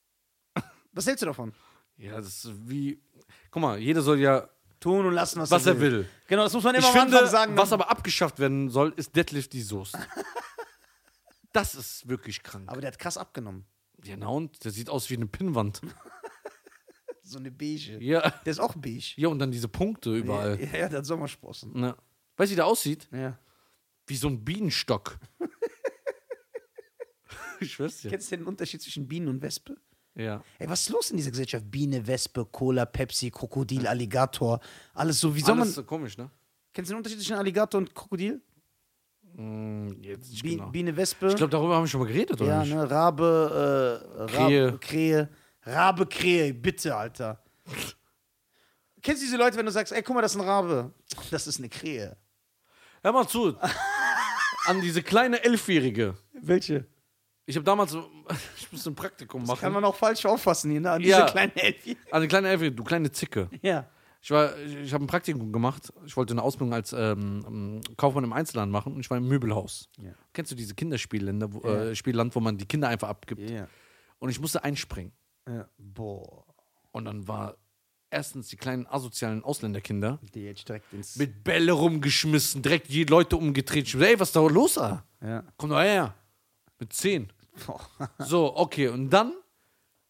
S1: Was hältst du davon?
S2: Ja, das ist wie. Guck mal, jeder soll ja
S1: Tun und lassen, was,
S2: Was er will.
S1: Genau, das muss man
S2: Ich
S1: immer am
S2: finde,
S1: Anfang sagen.
S2: was aber abgeschafft werden soll, ist Deadlift die Soße. das ist wirklich krank.
S1: aber der hat krass abgenommen.
S2: Genau, und der sieht aus wie eine Pinnwand.
S1: So eine beige.
S2: Ja.
S1: Der ist auch beige.
S2: Ja, und dann diese Punkte
S1: Ja,
S2: überall.
S1: ja, der hat Sommersprossen.
S2: Ne. Weißt du, wie der aussieht?
S1: Ja.
S2: Wie so ein Bienenstock. ich schwör's dir.
S1: Kennst du den Unterschied zwischen Bienen und Wespe?
S2: Ja.
S1: Ey, was ist los in dieser Gesellschaft? Biene, Wespe, Cola, Pepsi, Krokodil, Alligator. Hm. Alles so, wie soll
S2: Alles
S1: man.
S2: so komisch, ne?
S1: Kennst du den Unterschied zwischen Alligator und Krokodil?
S2: Hm, jetzt nicht
S1: Bi
S2: genau.
S1: Biene, Wespe.
S2: Ich glaube, darüber haben wir schon mal geredet, oder
S1: ja,
S2: nicht?
S1: ne, Rabe, äh, Rabe,
S2: Krähe.
S1: Krähe. Rabe, Krähe, bitte, Alter. Kennst du diese Leute, wenn du sagst, ey, guck mal, das ist ein Rabe? Das ist eine Krähe.
S2: Hör mal zu. An diese kleine Elfjährige.
S1: Welche?
S2: Ich habe damals, ich musste ein Praktikum machen.
S1: Kann man auch falsch auffassen hier, ne? An diese
S2: Ja.
S1: kleinen Elfi.
S2: Also eine kleine Elfjährige, du kleine Zicke.
S1: Ja.
S2: Ich war, ich, ich habe ein Praktikum gemacht. Ich wollte eine Ausbildung als ähm, ähm, Kaufmann im Einzelhandel machen und ich war im Möbelhaus.
S1: Ja.
S2: Kennst du diese Kinderspielländer, wo, äh, Spielland, wo man die Kinder einfach abgibt?
S1: Ja.
S2: Und ich musste einspringen.
S1: ja. Boah.
S2: Und dann war erstens die kleinen asozialen Ausländerkinder
S1: Die jetzt direkt ins.
S2: mit Bälle rumgeschmissen, direkt die Leute umgedreht. Ich, ey, was ist da los? Ah?
S1: Ja.
S2: Komm doch her. Mit zehn.
S1: Boah.
S2: So, okay. Und dann,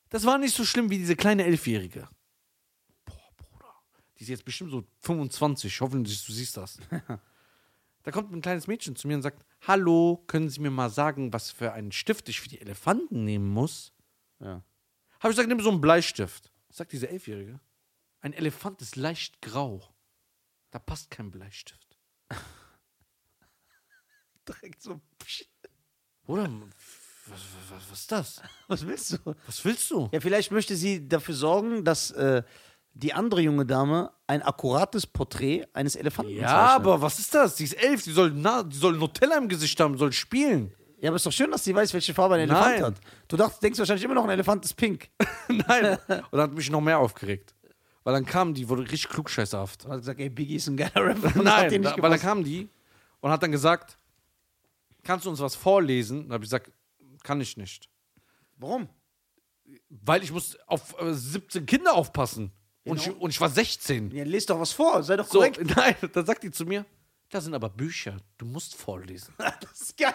S2: das war nicht so schlimm wie diese kleine Elfjährige. Boah, Bruder. Die ist jetzt bestimmt so 25. Hoffentlich, du siehst das. Da kommt ein kleines Mädchen zu mir und sagt: Hallo, können Sie mir mal sagen, was für einen Stift ich für die Elefanten nehmen muss?
S1: Ja.
S2: Habe ich gesagt, nimm so einen Bleistift. Sagt diese Elfjährige. Ein Elefant ist leicht grau. Da passt kein Bleistift.
S1: Direkt so. psch.
S2: Oder? Was, was, was ist das?
S1: Was willst du?
S2: Was willst du?
S1: Ja, vielleicht möchte sie dafür sorgen, dass äh, die andere junge Dame ein akkurates Porträt eines Elefanten
S2: Ja,
S1: zeichnet.
S2: aber was ist das? Die ist elf, die soll, na, die soll Nutella im Gesicht haben, soll spielen.
S1: Ja, aber ist doch schön, dass sie weiß, welche Farbe ein Elefant
S2: Nein.
S1: hat. Du dachtest, denkst wahrscheinlich immer noch, ein Elefant ist pink.
S2: Nein. Und dann hat mich noch mehr aufgeregt. Weil dann kam die, wurde richtig klugscheißerhaft.
S1: Du hast gesagt, ey, Biggie ist ein geiler Rapper. Und das hat dir
S2: Nein,
S1: nicht
S2: da, weil dann
S1: gepasst.
S2: kam die und hat dann gesagt, kannst du uns was vorlesen? Und habe ich gesagt, kann ich nicht.
S1: Warum?
S2: Weil ich muss auf äh, 17 Kinder aufpassen. Und,
S1: Genau.
S2: ich, und ich war 16.
S1: Ja, lest doch was vor, sei doch
S2: So,
S1: korrekt.
S2: nein, dann sagt die zu mir, da sind aber Bücher, du musst vorlesen.
S1: Das ist geil.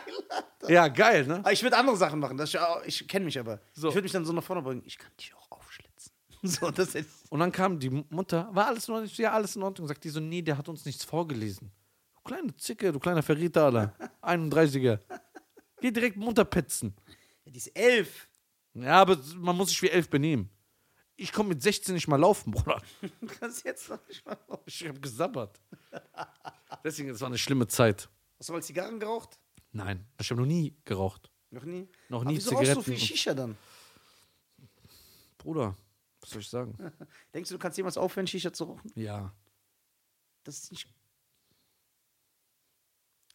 S2: ja, geil, ne?
S1: Aber ich würde andere Sachen machen. Das ist, ja auch- ich kenne mich aber.
S2: So.
S1: Ich würde mich dann so nach vorne bringen. Ich kann dich auch aufschlitzen. So, das ist.
S2: Und dann kam die Mutter, war alles in Ordnung? Ich so, Ja, alles in Ordnung. Sagt die so, nee, der hat uns nichts vorgelesen. Du kleine Zicke, du kleiner Verräter, Alter. 31er. Geh direkt munter petzen.
S1: Ja, die ist elf.
S2: Ja, aber man muss sich wie elf benehmen. Ich komme mit 16 nicht mal laufen, Bruder.
S1: Du kannst jetzt noch nicht mal auf.
S2: Ich hab gesabbert. Deswegen, das war eine schlimme Zeit.
S1: Hast du mal Zigarren geraucht?
S2: Nein, ich habe noch nie geraucht.
S1: Noch nie?
S2: Noch
S1: Aber
S2: nie
S1: wieso rauchst du
S2: Zigaretten
S1: viel
S2: und-
S1: Shisha dann?
S2: Bruder, was soll ich sagen?
S1: Denkst du, du kannst jemals aufhören, Shisha zu rauchen?
S2: Ja,
S1: Das ist nicht.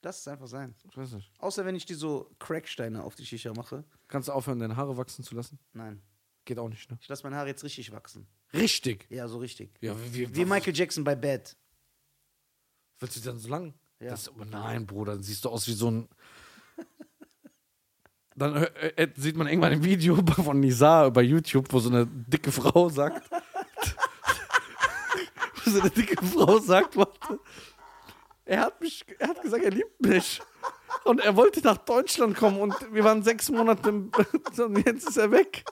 S1: Lass es einfach sein.
S2: ich weiß nicht.
S1: Außer wenn ich dir so Cracksteine auf die Shisha mache.
S2: Kannst du aufhören, deine Haare wachsen zu lassen?
S1: Nein.
S2: Geht auch nicht, ne?
S1: Ich lasse mein Haar jetzt richtig wachsen.
S2: Richtig.
S1: Ja, so richtig.
S2: Ja, wie,
S1: Wie Michael Jackson bei Bad.
S2: Willst du dann so lang?
S1: Ja.
S2: Das, oh nein, Bruder, dann siehst du aus wie so ein. Dann äh, äh, sieht man irgendwann ein Video von Nizar bei YouTube, wo so eine dicke Frau sagt. wo so eine dicke Frau sagt, warte. Er hat, mich, er hat gesagt, er liebt mich. Und er wollte nach Deutschland kommen und wir waren sechs Monate im, und jetzt ist er weg.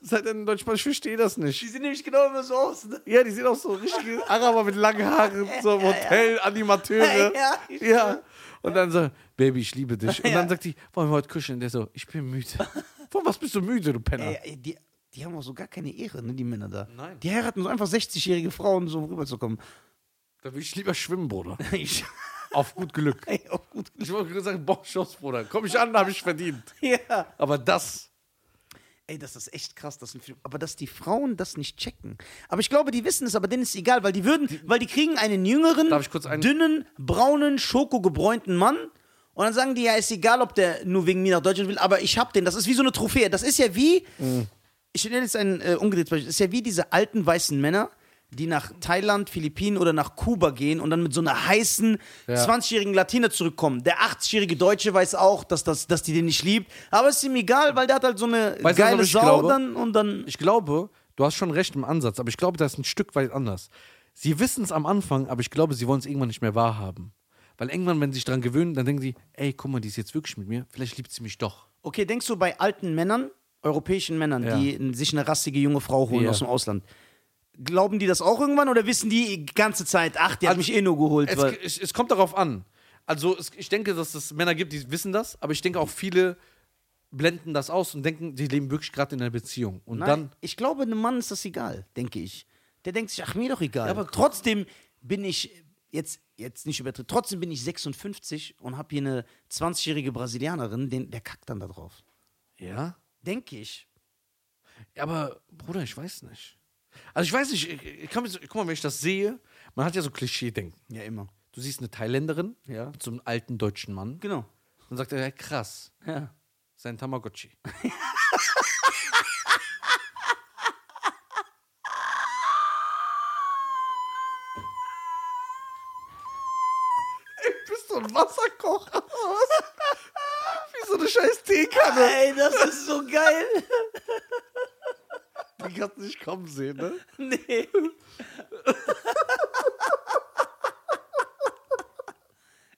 S2: Seit er in Deutschland, ich verstehe das nicht.
S1: Die sehen nämlich genau immer so aus. Ne?
S2: Ja, die sehen auch so richtige Araber mit langen Haaren, so Hotel-Animateure.
S1: Ja, ich
S2: ja. Und dann so, Baby, ich liebe dich. Und dann sagt die, wollen wir heute kuscheln? Und der so, ich bin müde. Von was bist du müde, du Penner?
S1: Ey, ey, die, die haben auch so gar keine Ehre, ne, die Männer da.
S2: Nein.
S1: Die heiraten so einfach 60-jährige Frauen, so um rüberzukommen.
S2: Da will ich lieber schwimmen, Bruder.
S1: Ich,
S2: Auf gut Glück.
S1: ey, auch gut.
S2: Ich wollte gesagt, Bockschuss, Bruder. Komm ich an, habe ich verdient.
S1: Ja.
S2: Aber das,
S1: Ey, das ist echt krass, das sind viele, aber dass die Frauen das nicht checken. Aber ich glaube, die wissen es, aber denen ist egal, weil die würden, weil die kriegen einen jüngeren,
S2: Darf ich kurz ein-
S1: dünnen, braunen, schokogebräunten Mann und dann sagen die, ja, ist egal, ob der nur wegen mir nach Deutschland will, aber ich hab den, das ist wie so eine Trophäe, das ist ja wie
S2: Mhm.
S1: ich nenne jetzt ein äh, umgedrehtes Beispiel. Das ist ja wie diese alten weißen Männer, die nach Thailand, Philippinen oder nach Kuba gehen und dann mit so einer heißen
S2: Ja.
S1: 20-jährigen Latina zurückkommen. Der 80-jährige Deutsche weiß auch, dass, das, dass die den nicht liebt. Aber ist ihm egal, weil der hat halt so eine
S2: Weißt du,
S1: geile
S2: was ich
S1: Sau
S2: glaube?
S1: dann und dann.
S2: ich glaube, du hast schon recht im Ansatz, aber ich glaube, das ist ein Stück weit anders. Sie wissen es am Anfang, aber ich glaube, sie wollen es irgendwann nicht mehr wahrhaben. Weil irgendwann, wenn sie sich dran gewöhnen, dann denken sie, ey, guck mal, die ist jetzt wirklich mit mir, vielleicht liebt sie mich doch.
S1: Okay, denkst du bei alten Männern, europäischen Männern,
S2: Ja.
S1: die n- sich eine rassige junge Frau holen
S2: Ja.
S1: aus dem Ausland? Glauben die das auch irgendwann oder wissen die die ganze Zeit, ach, der hat mich eh nur geholt?
S2: Also, Es,
S1: Weil,
S2: es, es kommt darauf an. Also es, ich denke, dass es Männer gibt, die wissen das, aber ich denke auch viele blenden das aus und denken, die leben wirklich gerade in einer Beziehung. Und
S1: Nein,
S2: dann,
S1: ich glaube, einem Mann ist das egal, denke ich. Der denkt sich, ach, mir doch egal.
S2: Ja,
S1: aber
S2: aber-
S1: trotzdem bin ich, jetzt, jetzt nicht übertrieben, trotzdem bin ich 56 und habe hier eine 20-jährige Brasilianerin, den, der kackt dann da drauf.
S2: ja,
S1: Denke ich.
S2: aber Bruder, ich weiß nicht. Also ich weiß nicht, ich, ich kann mir so, guck mal, wenn ich das sehe, man hat ja so Klischee-Denken.
S1: Ja, immer.
S2: Du siehst eine Thailänderin
S1: Ja.
S2: mit so einem alten deutschen Mann
S1: Genau.
S2: und sagt, er, ja, krass,
S1: Ja.
S2: sein Tamagotchi.
S1: Bist du ein Wasserkocher?
S2: Wie so eine scheiß Teekanne.
S1: Ey, das ist so geil.
S2: Die kannst du nicht kommen sehen, ne?
S1: Nee.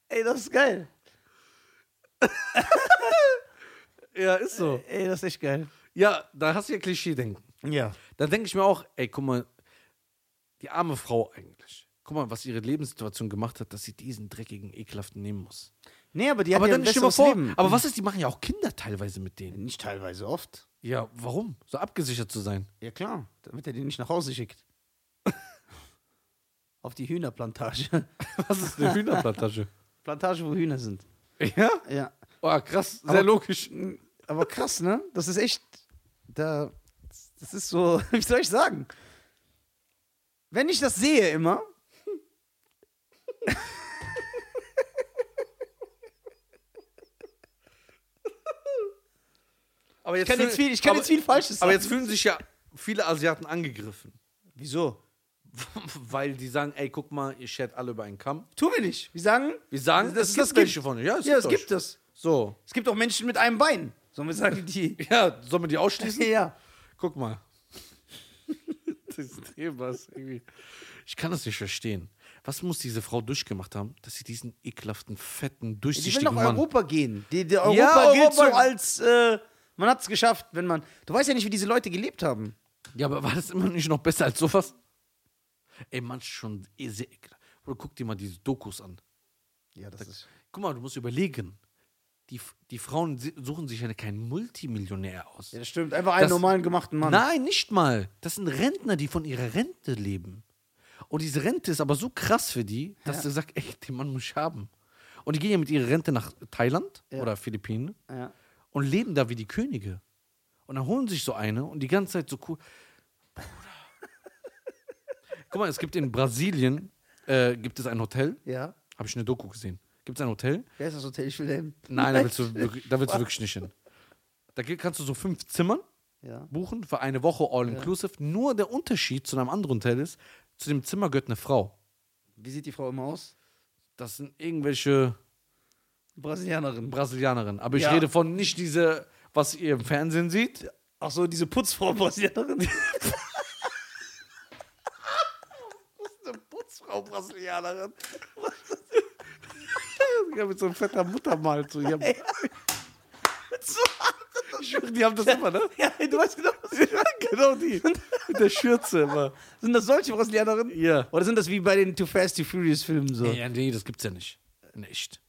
S1: Ey, das ist geil.
S2: Ja, ist so.
S1: Ey, das ist echt geil.
S2: Ja, da hast du ja Klischee-Denken.
S1: Ja.
S2: Dann denke ich mir auch, ey, guck mal, die arme Frau eigentlich. guck mal, was ihre Lebenssituation gemacht hat, dass sie diesen dreckigen, ekelhaften nehmen muss.
S1: Nee, aber die
S2: aber
S1: hatten ja
S2: dann
S1: ein
S2: stell dir mal
S1: besseres
S2: vor,
S1: Leben.
S2: aber was ist, die machen ja auch Kinder teilweise mit denen.
S1: Nicht teilweise oft.
S2: Ja, warum? So abgesichert zu sein.
S1: Ja, klar. Damit er die nicht nach Hause schickt. Auf die Hühnerplantage.
S2: Was ist eine Hühnerplantage?
S1: Plantage, wo Hühner sind.
S2: ja?
S1: Ja.
S2: Oh, krass, sehr
S1: Aber-
S2: logisch.
S1: Aber krass, ne? Das ist echt. Da, das ist so. Wie soll ich sagen? Wenn ich das sehe immer.
S2: Aber
S1: Ich kann jetzt viel, ich kann
S2: aber,
S1: jetzt viel Falsches sagen.
S2: aber jetzt fühlen sich ja viele Asiaten angegriffen.
S1: Wieso?
S2: Weil die sagen, ey, guck mal, ihr schert alle über einen Kamm.
S1: Tun wir nicht. Wir sagen.
S2: Wir sagen,
S1: Das- das-
S2: es
S1: das
S2: gibt
S1: gibt-
S2: welche von euch. Ja, es
S1: ja, es
S2: euch.
S1: gibt es.
S2: So.
S1: Es gibt auch Menschen mit einem Bein. Sollen wir sagen, die.
S2: Ja, sollen wir die ausschließen?
S1: ja.
S2: Guck mal. das Thema ist irgendwie. Ich kann das nicht verstehen. Was muss diese Frau durchgemacht haben, dass sie diesen ekelhaften, fetten,
S1: Die will
S2: durchsichtigen
S1: nach
S2: Mann.
S1: Europa gehen. Die, die Europa
S2: Ja,
S1: gilt so
S2: Europa-
S1: als. Äh, man hat's geschafft, wenn man. Du weißt ja nicht, wie diese Leute gelebt haben.
S2: Ja, aber war das immer nicht noch besser als sowas? Ey, man ist schon eh sehr ekelhaft. Oder guck dir mal diese Dokus an.
S1: Ja, das ist.
S2: Guck mal, du musst überlegen. Die, F- die Frauen si- suchen sich ja keinen Multimillionär aus.
S1: Ja, das stimmt. Einfach einen
S2: Das-
S1: normalen gemachten Mann.
S2: Nein, nicht mal. Das sind Rentner, die von ihrer Rente leben. Und diese Rente ist aber so krass für die, dass du sagst, ey, den Mann muss ich haben. Und die gehen ja mit ihrer Rente nach Thailand
S1: Ja.
S2: oder Philippinen
S1: Ja.
S2: und leben da wie die Könige. Und dann holen sich so eine und die ganze Zeit so cool. Bruder. Guck mal, es gibt in Brasilien, äh, gibt es ein Hotel,
S1: Ja.
S2: habe ich eine Doku gesehen. Gibt es ein Hotel?
S1: Wer ist das Hotel? Ich will da hin.
S2: Nein, da willst, du, wirklich- da willst du wirklich nicht hin. Da ge- kannst du so fünf Zimmern
S1: Ja.
S2: buchen für eine Woche all-inclusive. Nur der Unterschied zu einem anderen Hotel ist, zu dem Zimmer gehört eine Frau.
S1: Wie sieht die Frau immer aus?
S2: Das sind irgendwelche
S1: Brasilianerin.
S2: Brasilianerinnen. Aber ich
S1: Ja.
S2: rede von nicht diese, was ihr im Fernsehen seht.
S1: Ach so, diese Putzfrau Brasilianerin.
S2: eine Putzfrau Brasilianerin. Ja, mit so einem fetter Muttermal zu ihr. Die haben das immer, ne?
S1: ja, du weißt genau, was ich meine.
S2: Genau die. Mit der Schürze immer.
S1: Sind das solche Brasilianerinnen?
S2: Ja.
S1: Oder sind das wie bei den Too Fast, Too Furious Filmen so?
S2: Ja, nee, das gibt's ja nicht. Nicht.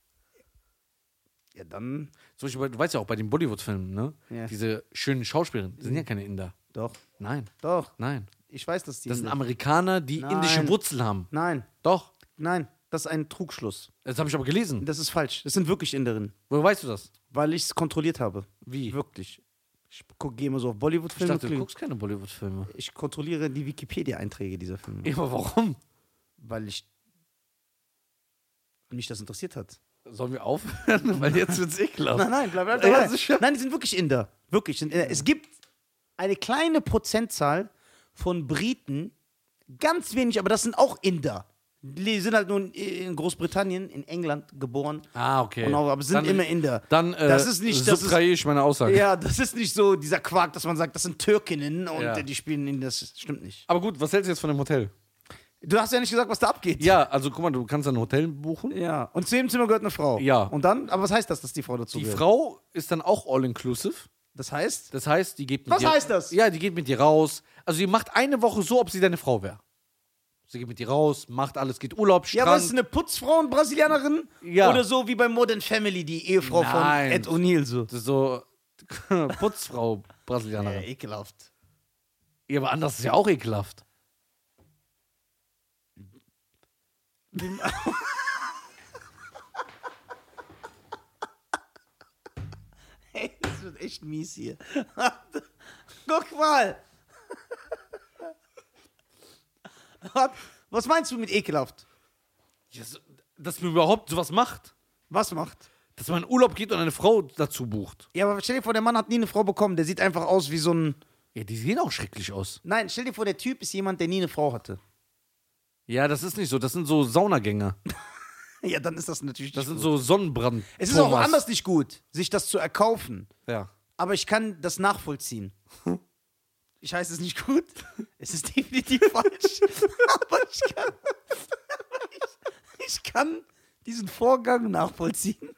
S1: Ja, dann
S2: Zum Beispiel, bei- du weißt ja auch bei den Bollywood-Filmen, ne?
S1: Ja.
S2: Diese schönen Schauspielerinnen, die sind ja keine Inder.
S1: doch.
S2: Nein,
S1: Doch.
S2: nein.
S1: Ich weiß, dass die.
S2: Das sind Amerikaner, die
S1: Nein.
S2: indische Wurzeln haben.
S1: nein,
S2: Doch.
S1: nein. Das ist ein Trugschluss.
S2: Das habe ich aber gelesen.
S1: Das ist falsch. Das sind wirklich Inderinnen.
S2: Woher weißt du das?
S1: Weil ich es kontrolliert habe.
S2: Wie?
S1: Wirklich. Ich guck- gehe immer so auf Bollywood-Filme.
S2: Ich dachte, du
S1: kling-
S2: guckst keine Bollywood-Filme.
S1: ich kontrolliere die Wikipedia-Einträge dieser Filme.
S2: Ja, aber warum?
S1: Weil ich mich das interessiert hat.
S2: Sollen wir aufhören? Weil jetzt wird's ekelhaft.
S1: Nein, nein, bleib, bleib
S2: Ja,
S1: dabei.
S2: sicher.
S1: Nein, die sind wirklich Inder. Wirklich. Sind Inder. Es gibt eine kleine Prozentzahl von Briten, ganz wenig, aber das sind auch Inder. Die sind halt nur in Großbritannien, in England geboren.
S2: Ah, okay.
S1: Und auch, aber es sind
S2: Dann-
S1: immer Inder.
S2: Dann äh,
S1: Das ist nicht- das ist-
S2: subtrahiere ich meine Aussage.
S1: ja, das ist nicht so dieser Quark, dass man sagt, das sind Türkinnen und
S2: Ja.
S1: äh, die spielen in das. Stimmt nicht.
S2: Aber gut, was hältst du jetzt von dem Hotel?
S1: Du hast ja nicht gesagt, was da abgeht.
S2: Ja, also guck mal, du kannst ein Hotel buchen.
S1: Ja. Und zu jedem Zimmer gehört eine Frau.
S2: Ja.
S1: Und dann, aber was heißt das, dass die Frau dazu
S2: Die
S1: gehört?
S2: Frau ist dann auch all-inclusive.
S1: Das heißt,
S2: Das heißt, die geht mit
S1: Was
S2: dir
S1: heißt das?
S2: Ja, die geht mit dir raus. Also die macht eine Woche so, ob sie deine Frau wäre. Sie geht mit dir raus, macht alles, geht Urlaub,
S1: Ja,
S2: Strand.
S1: aber ist eine Putzfrau und Brasilianerin?
S2: Ja.
S1: Oder so wie bei Modern Family, die Ehefrau
S2: Nein.
S1: von Ed O'Neill so.
S2: Das ist so Putzfrau Brasilianerin.
S1: ekelhaft.
S2: Ja, aber anders ist ja auch ekelhaft.
S1: Ey, das wird echt mies hier. Guck mal. Hat- Was meinst du mit ekelhaft?
S2: Ja, so, dass man überhaupt sowas macht.
S1: Was macht?
S2: Dass man in Urlaub geht und eine Frau dazu bucht.
S1: Ja, aber stell dir vor, der Mann hat nie eine Frau bekommen. Der sieht einfach aus wie so ein.
S2: Ja, die sehen auch schrecklich aus.
S1: Nein, stell dir vor, der Typ ist jemand, der nie eine Frau hatte.
S2: Ja, das ist nicht so. Das sind so Saunagänger.
S1: Ja, dann ist das natürlich.
S2: Das
S1: nicht
S2: sind
S1: gut.
S2: so Sonnenbrand.
S1: es ist auch anders nicht gut, sich das zu erkaufen.
S2: Ja.
S1: aber ich kann das nachvollziehen. Ich heiße es nicht gut. Es ist definitiv falsch. aber ich kann, ich kann diesen Vorgang nachvollziehen.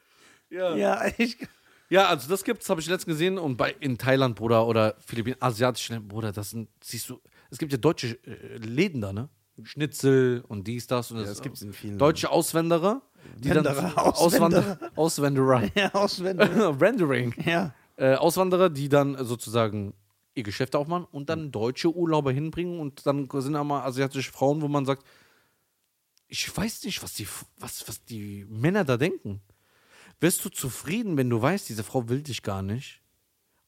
S2: Ja. ja.
S1: Ja, ich,
S2: also das gibt's, habe ich letztens gesehen. Und bei in Thailand, Bruder, oder Philippinen, asiatischen Ländern, Bruder, das sind, siehst du, es gibt ja deutsche äh, Läden da, ne? Schnitzel und dies, das und das.
S1: das gibt's in vielen
S2: Deutsche Auswanderer, die dann
S1: Wanderer,
S2: Auswander Auswanderer.
S1: Ja, auswendig.
S2: Rendering.
S1: ja.
S2: Äh, Auswanderer, die dann sozusagen ihr Geschäft aufmachen und dann deutsche Urlauber hinbringen und dann sind da mal asiatische Frauen, wo man sagt, ich weiß nicht, was die, was, was die Männer da denken. Wirst du zufrieden, wenn du weißt, diese Frau will dich gar nicht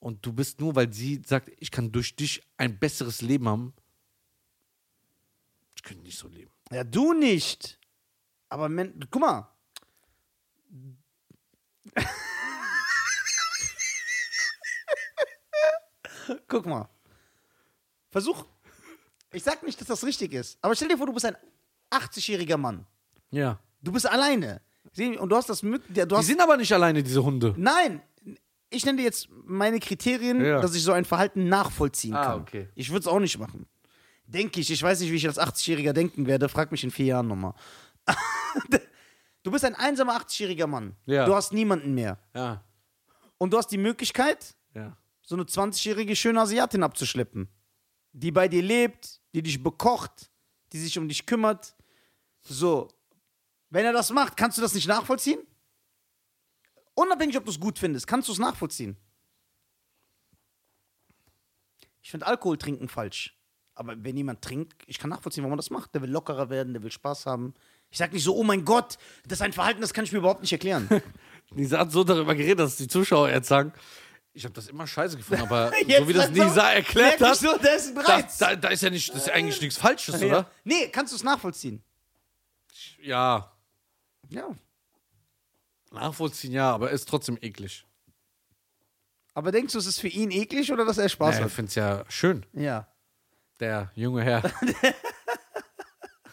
S2: und du bist nur, weil sie sagt, ich kann durch dich ein besseres Leben haben. Ich könnte nicht so leben.
S1: Ja, du nicht. Aber men guck mal. guck mal. Versuch. Ich sag nicht, dass das richtig ist, aber stell dir vor, du bist ein 80-jähriger Mann.
S2: Ja.
S1: Du bist alleine. Sie- Und du hast das mit. ja, Du
S2: Die
S1: hast,
S2: sind aber nicht alleine, diese Hunde.
S1: nein! Ich nenne dir jetzt meine Kriterien,
S2: Ja.
S1: dass ich so ein Verhalten nachvollziehen
S2: Ah,
S1: kann.
S2: okay.
S1: Ich würde es auch nicht machen. Denke ich. Ich weiß nicht, wie ich als 80-Jähriger denken werde. Frag mich in vier Jahren nochmal. du bist ein einsamer 80-jähriger Mann.
S2: Ja.
S1: Du hast niemanden mehr.
S2: Ja.
S1: Und du hast die Möglichkeit,
S2: Ja.
S1: so eine 20-jährige schöne Asiatin abzuschleppen. Die bei dir lebt, die dich bekocht, die sich um dich kümmert. So. Wenn er das macht, kannst du das nicht nachvollziehen? Unabhängig, ob du es gut findest, kannst du es nachvollziehen. Ich finde Alkohol trinken falsch. Aber wenn jemand trinkt, ich kann nachvollziehen, warum man das macht. Der will lockerer werden, der will Spaß haben. Ich sag nicht so, oh mein Gott, das ist ein Verhalten, das kann ich mir überhaupt nicht erklären.
S2: Nisa hat so darüber geredet, dass die Zuschauer jetzt sagen, ich habe das immer scheiße gefunden, aber so wie das
S1: langsam
S2: Nisa erklärt
S1: merk ich
S2: hat,
S1: so, der ist ein
S2: da,
S1: Reiz.
S2: da, da ist ja nicht, das ist ja eigentlich nichts Falsches, oder?
S1: Nee, kannst du es nachvollziehen?
S2: Ja,
S1: Ja.
S2: nachvollziehen ja, aber ist trotzdem eklig.
S1: Aber denkst du, es ist für ihn eklig oder dass er Spaß
S2: Naja, ich finde es ja schön,
S1: hat? Ja.
S2: der junge Herr.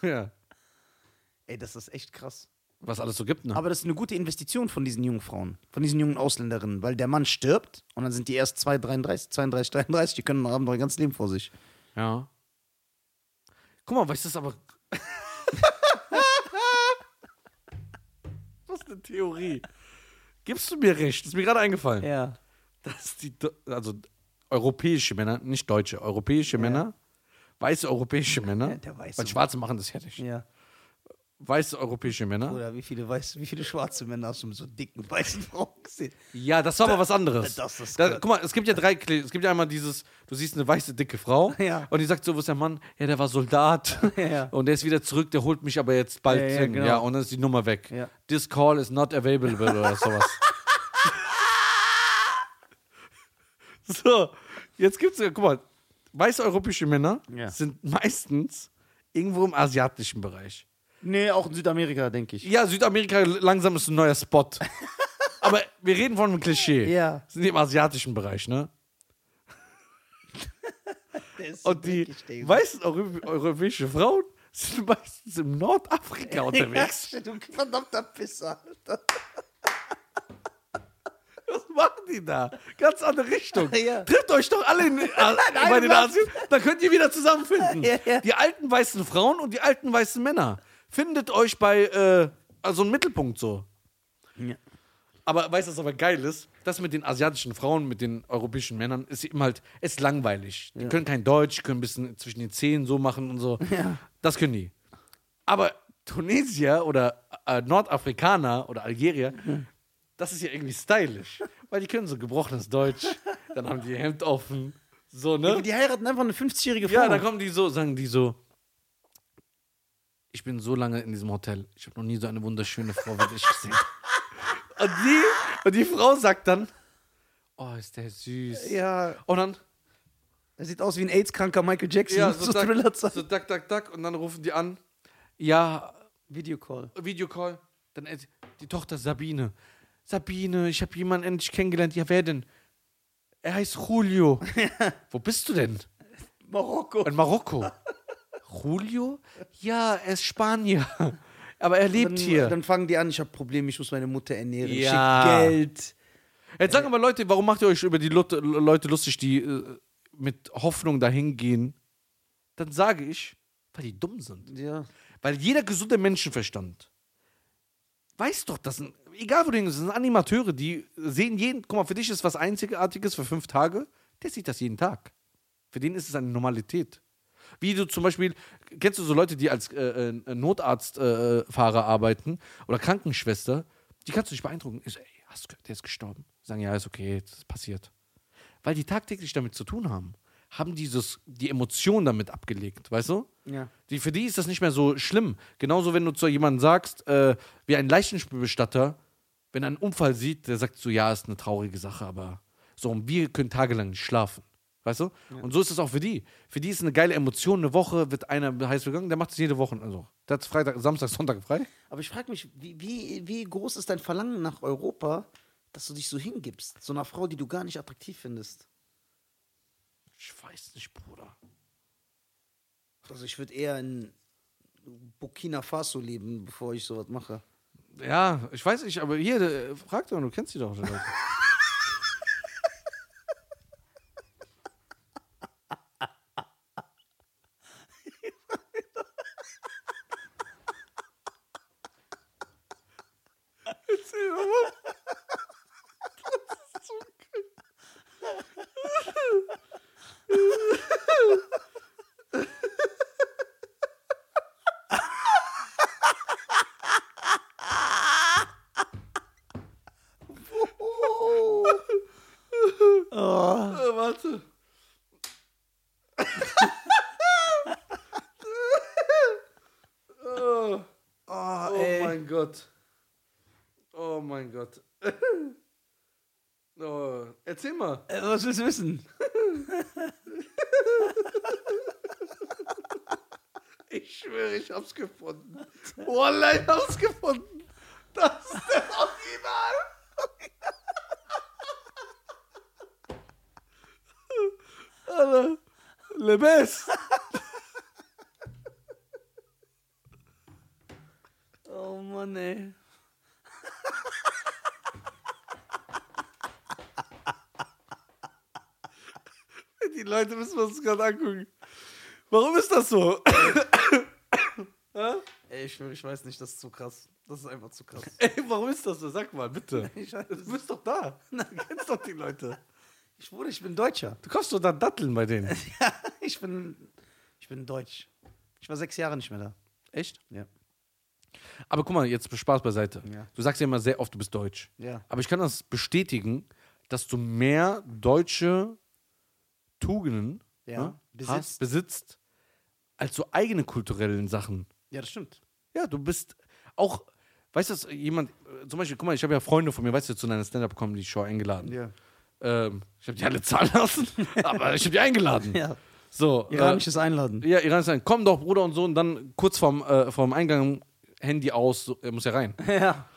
S2: ja,
S1: Ey, das ist echt krass.
S2: was alles so gibt, ne?
S1: Aber das ist eine gute Investition von diesen jungen Frauen, von diesen jungen Ausländerinnen, weil der Mann stirbt und dann sind die erst 2, 33, 32, 33, die können haben noch ihr ganzes Leben vor sich.
S2: Ja. Guck mal, weißt du das aber. Was eine Theorie. Gibst du mir recht? Ist mir gerade eingefallen.
S1: Ja.
S2: dass die, Do- also europäische Männer, nicht deutsche, europäische Männer, weiße europäische Männer,
S1: Ja, der Weiße.
S2: weil Schwarze machen das ja nicht,
S1: Ja.
S2: weiße europäische Männer.
S1: Oder wie viele, weiß, wie viele schwarze Männer hast du mit so dicken weißen Frauen gesehen?
S2: Ja, das war aber was anderes.
S1: das ist
S2: da,
S1: gut.
S2: guck mal, es gibt ja drei, Kli- es gibt ja einmal dieses, du siehst eine weiße, dicke Frau
S1: Ja.
S2: und die sagt so, wo ist der Mann? Ja, der war Soldat
S1: Ja, ja.
S2: und der ist wieder zurück, der holt mich aber jetzt bald
S1: Ja, ja,
S2: hin.
S1: genau.
S2: Ja, und dann ist die Nummer weg.
S1: Ja.
S2: This call is not available oder sowas. so, jetzt gibt's ja, guck mal, weiße europäische Männer
S1: Ja.
S2: sind meistens irgendwo im asiatischen Bereich.
S1: Nee, auch in Südamerika, denke ich.
S2: Ja, Südamerika langsam ist ein neuer Spot. Aber wir reden von einem Klischee.
S1: Ja.
S2: Sind im asiatischen Bereich, ne? Und die weißen Europ europäische Frauen sind meistens im Nordafrika unterwegs.
S1: Ja, du verdammter Pisser.
S2: Was machen die da? Ganz andere Richtung.
S1: Ja.
S2: Trifft euch doch alle in, A- bei den
S1: Mann.
S2: Asien, dann könnt ihr wieder zusammenfinden.
S1: Ja, ja.
S2: Die alten weißen Frauen und die alten weißen Männer. Findet euch bei äh, also einem Mittelpunkt so.
S1: Ja.
S2: Aber weißt du, was aber geil ist? Das mit den asiatischen Frauen, mit den europäischen Männern, ist eben halt, ist langweilig. Die können kein Deutsch, können ein bisschen zwischen den Zähnen so machen und so.
S1: Ja.
S2: Das können die. Aber Tunesier oder äh, Nordafrikaner oder Algerier, das ist ja irgendwie stylisch. Weil die können so gebrochenes Deutsch, dann haben die ihr Hemd offen. So, ne?
S1: Die heiraten einfach eine 50-jährige Frau.
S2: Ja, dann kommen die so, sagen die so. Ich bin so lange in diesem Hotel. Ich habe noch nie so eine wunderschöne Frau wie dich gesehen. Und die, und die Frau sagt dann, oh, ist der süß.
S1: Ja,
S2: Und dann,
S1: er sieht aus wie ein AIDS-kranker Michael Jackson
S2: ja, so
S1: zur
S2: dack,
S1: Thriller-Zeit.
S2: so dack, dack, dack. Und dann rufen die an, ja,
S1: Videocall.
S2: Videocall. Dann äh, die Tochter Sabine. Sabine, ich habe jemanden endlich kennengelernt. Ja, wer denn? Er heißt Julio. Wo bist du denn?
S1: Marokko.
S2: In Marokko. Julio? Ja, er ist Spanier. Aber er lebt
S1: Dann,
S2: hier.
S1: dann fangen die an, ich habe Probleme, ich muss meine Mutter ernähren.
S2: Ja.
S1: Ich schick Geld.
S2: Jetzt sagen aber Leute, warum macht ihr euch über die Lut Leute lustig, die äh, mit Hoffnung dahin gehen? Dann sage ich, weil die dumm sind.
S1: Ja.
S2: Weil jeder gesunde Menschenverstand weiß doch, das sind, egal wo du hingehst, das sind Animateure, die sehen jeden, guck mal, für dich ist was Einzigartiges für fünf Tage, der sieht das jeden Tag. Für den ist es eine Normalität. Wie du zum Beispiel, kennst du so Leute, die als äh, äh, Notarztfahrer äh, Fahrer arbeiten oder Krankenschwester, die kannst du nicht beeindrucken. Ich so, ey, hast du gehört, der ist gestorben. Die sagen, ja, ist okay, das ist passiert. Weil die tagtäglich damit zu tun haben, haben dieses, die Emotion damit abgelegt, weißt du?
S1: Ja.
S2: Die, für die ist das nicht mehr so schlimm. Genauso, wenn du zu jemandem sagst, äh, wie ein Leichenbestatter, wenn er einen Unfall sieht, der sagt so, ja, ist eine traurige Sache, aber so, und wir können tagelang nicht schlafen. Weißt du? Und so ist es auch für die. Für die ist eine geile Emotion. Eine Woche wird einer heiß gegangen, der macht es jede Woche. Also, der hat Freitag, Samstag, Sonntag frei.
S1: Aber ich frage mich, wie, wie, wie groß ist dein Verlangen nach Europa, dass du dich so hingibst? So einer Frau, die du gar nicht attraktiv findest.
S2: Ich weiß nicht, Bruder.
S1: Also ich würde eher in Burkina Faso leben, bevor ich sowas mache.
S2: Ja, ich weiß nicht, aber hier, äh, frag doch, du kennst die doch. die Leute.
S1: Oh.
S2: Äh, warte. oh, oh mein Gott. Oh mein Gott. oh, erzähl mal.
S1: Äh, Was willst du wissen?
S2: Ich schwöre, ich hab's gefunden. Online ich hab's gefunden. Das ist das Original. Alter, Le Best.
S1: Oh Mann, ey.
S2: Die Leute müssen uns gerade angucken. Warum ist das so?
S1: Ey, ich, schwöre, ich weiß nicht, das ist zu krass. Das ist einfach zu krass.
S2: Ey, warum ist das so? Sag mal, bitte.
S1: Ich weiß
S2: Du bist doch da. Du kennst doch die Leute.
S1: Ich wurde, ich bin Deutscher.
S2: Du kaufst doch da Datteln bei denen.
S1: Ja, ich bin, ich bin Deutsch. Ich war sechs Jahre nicht mehr da.
S2: Echt?
S1: Ja.
S2: Aber guck mal, jetzt Spaß beiseite.
S1: Ja.
S2: Du sagst ja immer sehr oft, du bist deutsch.
S1: Ja.
S2: Aber ich kann das bestätigen, dass du mehr deutsche Tugenden
S1: Ja,
S2: ne,
S1: besitzt.
S2: Hast, besitzt, als so eigene kulturellen Sachen.
S1: Ja, das stimmt.
S2: Ja, du bist auch, weißt du, dass jemand, äh, zum Beispiel, guck mal, ich habe ja Freunde von mir, weißt du, zu einer Stand-Up-Comedy-Show eingeladen.
S1: Ja.
S2: Ähm, ich habe die alle zahlen lassen, aber ich habe die eingeladen.
S1: Ja.
S2: So, äh,
S1: Iranisches Einladen.
S2: Ja, Iran ist ein, komm doch, Bruder und so, und dann kurz vorm, äh, vorm Eingang Handy aus, so, er muss ja rein.
S1: Ja.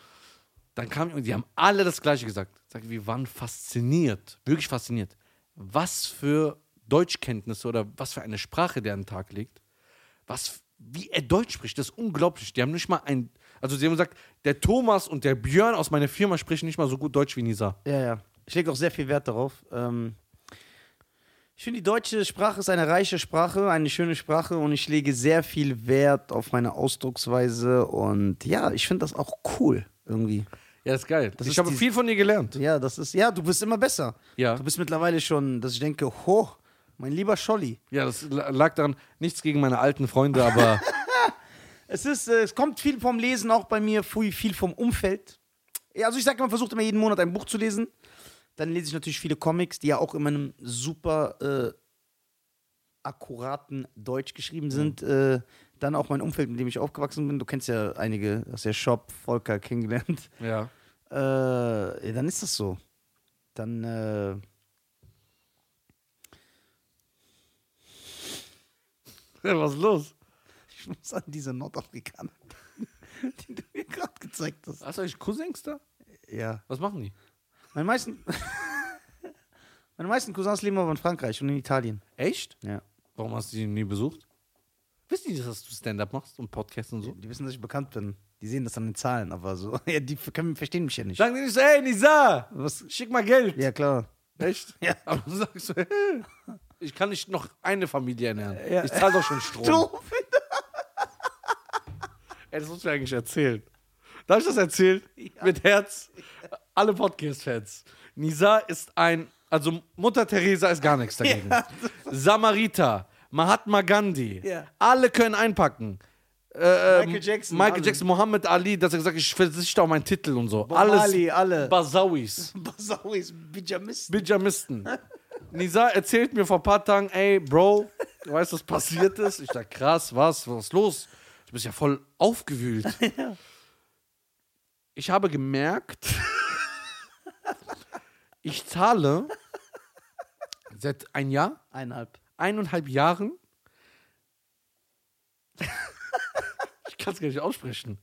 S2: Dann kam und die haben alle das Gleiche gesagt. Sag, wir waren fasziniert, wirklich fasziniert. Was für Deutschkenntnisse oder was für eine Sprache der an den Tag legt. Was, wie er Deutsch spricht, das ist unglaublich. Die haben nicht mal ein, also sie haben gesagt, der Thomas und der Björn aus meiner Firma sprechen nicht mal so gut Deutsch wie Nisa.
S1: Ja, ja. Ich lege auch sehr viel Wert darauf. Ähm, ich finde, die deutsche Sprache ist eine reiche Sprache, eine schöne Sprache und ich lege sehr viel Wert auf meine Ausdrucksweise und ja, ich finde das auch cool irgendwie.
S2: Ja, ist geil.
S1: ist
S2: ich habe
S1: die-
S2: viel von dir gelernt.
S1: Ja, das ist, ja, du bist immer besser.
S2: Ja.
S1: Du bist mittlerweile schon, dass ich denke, ho, mein lieber Scholli.
S2: Ja, das la- lag daran, nichts gegen meine alten Freunde, aber
S1: Es ist, äh, es kommt viel vom Lesen auch bei mir, viel, viel vom Umfeld. Ja, also ich sage, man versucht immer jeden Monat ein Buch zu lesen. Dann lese ich natürlich viele Comics, die ja auch in meinem super äh, akkuraten Deutsch geschrieben sind. Äh, dann auch mein Umfeld, mit dem ich aufgewachsen bin. Du kennst ja einige aus der Shop, Volker kennengelernt.
S2: ja.
S1: Äh, ja, dann ist das so. Dann äh,
S2: Was ist los?
S1: ich muss an diese Nordafrikaner, die du mir gerade gezeigt hast.
S2: Hast du eigentlich Cousins da?
S1: Ja.
S2: Was machen die?
S1: Meine meisten, meine meisten Cousins leben aber in Frankreich und in Italien.
S2: Echt?
S1: Ja.
S2: Warum hast du die nie besucht? Wissen die, dass du Stand-up machst und Podcasts und so?
S1: Die wissen, dass ich bekannt bin. Die sehen das an den Zahlen, aber so. Ja, die können, verstehen mich ja nicht.
S2: Sagen die nicht so, ey, Nisa,
S1: Was?
S2: schick mal Geld.
S1: Ja, klar.
S2: Echt?
S1: Ja.
S2: Aber du sagst so, hey, ich kann nicht noch eine Familie ernähren.
S1: Ja.
S2: Ich zahle doch schon Strom.
S1: Doof.
S2: Ey, das musst du mir eigentlich erzählen. Darf ich das erzählen? Mit Herz. Alle Podcast-Fans. Nisa ist ein, also Mutter Teresa ist gar nichts dagegen. Samariter, Mahatma Gandhi.
S1: Ja.
S2: Alle können einpacken. Äh, äh,
S1: Michael Jackson,
S2: Michael
S1: alle.
S2: Jackson, Muhammad Ali, dass er gesagt hat, ich versichere auf meinen Titel und so.
S1: Bob
S2: Alles
S1: Marley, alle.
S2: Basawis.
S1: Basauis, Bijamist.
S2: Bijamisten. Nisa erzählt mir vor ein paar Tagen, ey, Bro, du weißt, was passiert ist? Ich sag, krass, was, was ist los? Du bist ja voll aufgewühlt. Ich habe gemerkt, ich zahle seit ein Jahr,
S1: Eineinhalb.
S2: eineinhalb Jahren. Ich kann es gar nicht aussprechen.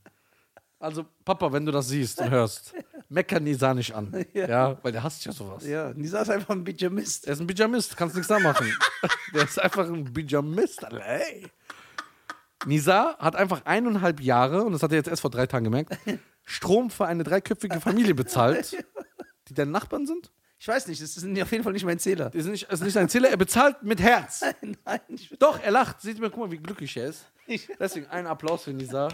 S2: Also, Papa, wenn du das siehst und hörst, mecker Nisa nicht an. Ja. weil der hasst ja sowas.
S1: Ja, Nisa ist einfach ein Bijamist.
S2: Er ist ein Bijamist, kannst nichts da machen. Der ist einfach ein Bijamist, Alter, ey. Nisa hat einfach eineinhalb Jahre, und das hat er jetzt erst vor drei Tagen gemerkt, Strom für eine dreiköpfige Familie bezahlt, die deine Nachbarn sind.
S1: Ich weiß nicht, das ist auf jeden Fall nicht mein Zähler.
S2: Das ist nicht, das ist nicht sein Zähler, er bezahlt mit Herz.
S1: Nein, ich,
S2: Doch, er lacht. Seht mal, guck mal, wie glücklich er ist.
S1: ich,
S2: Deswegen einen Applaus für Nisa.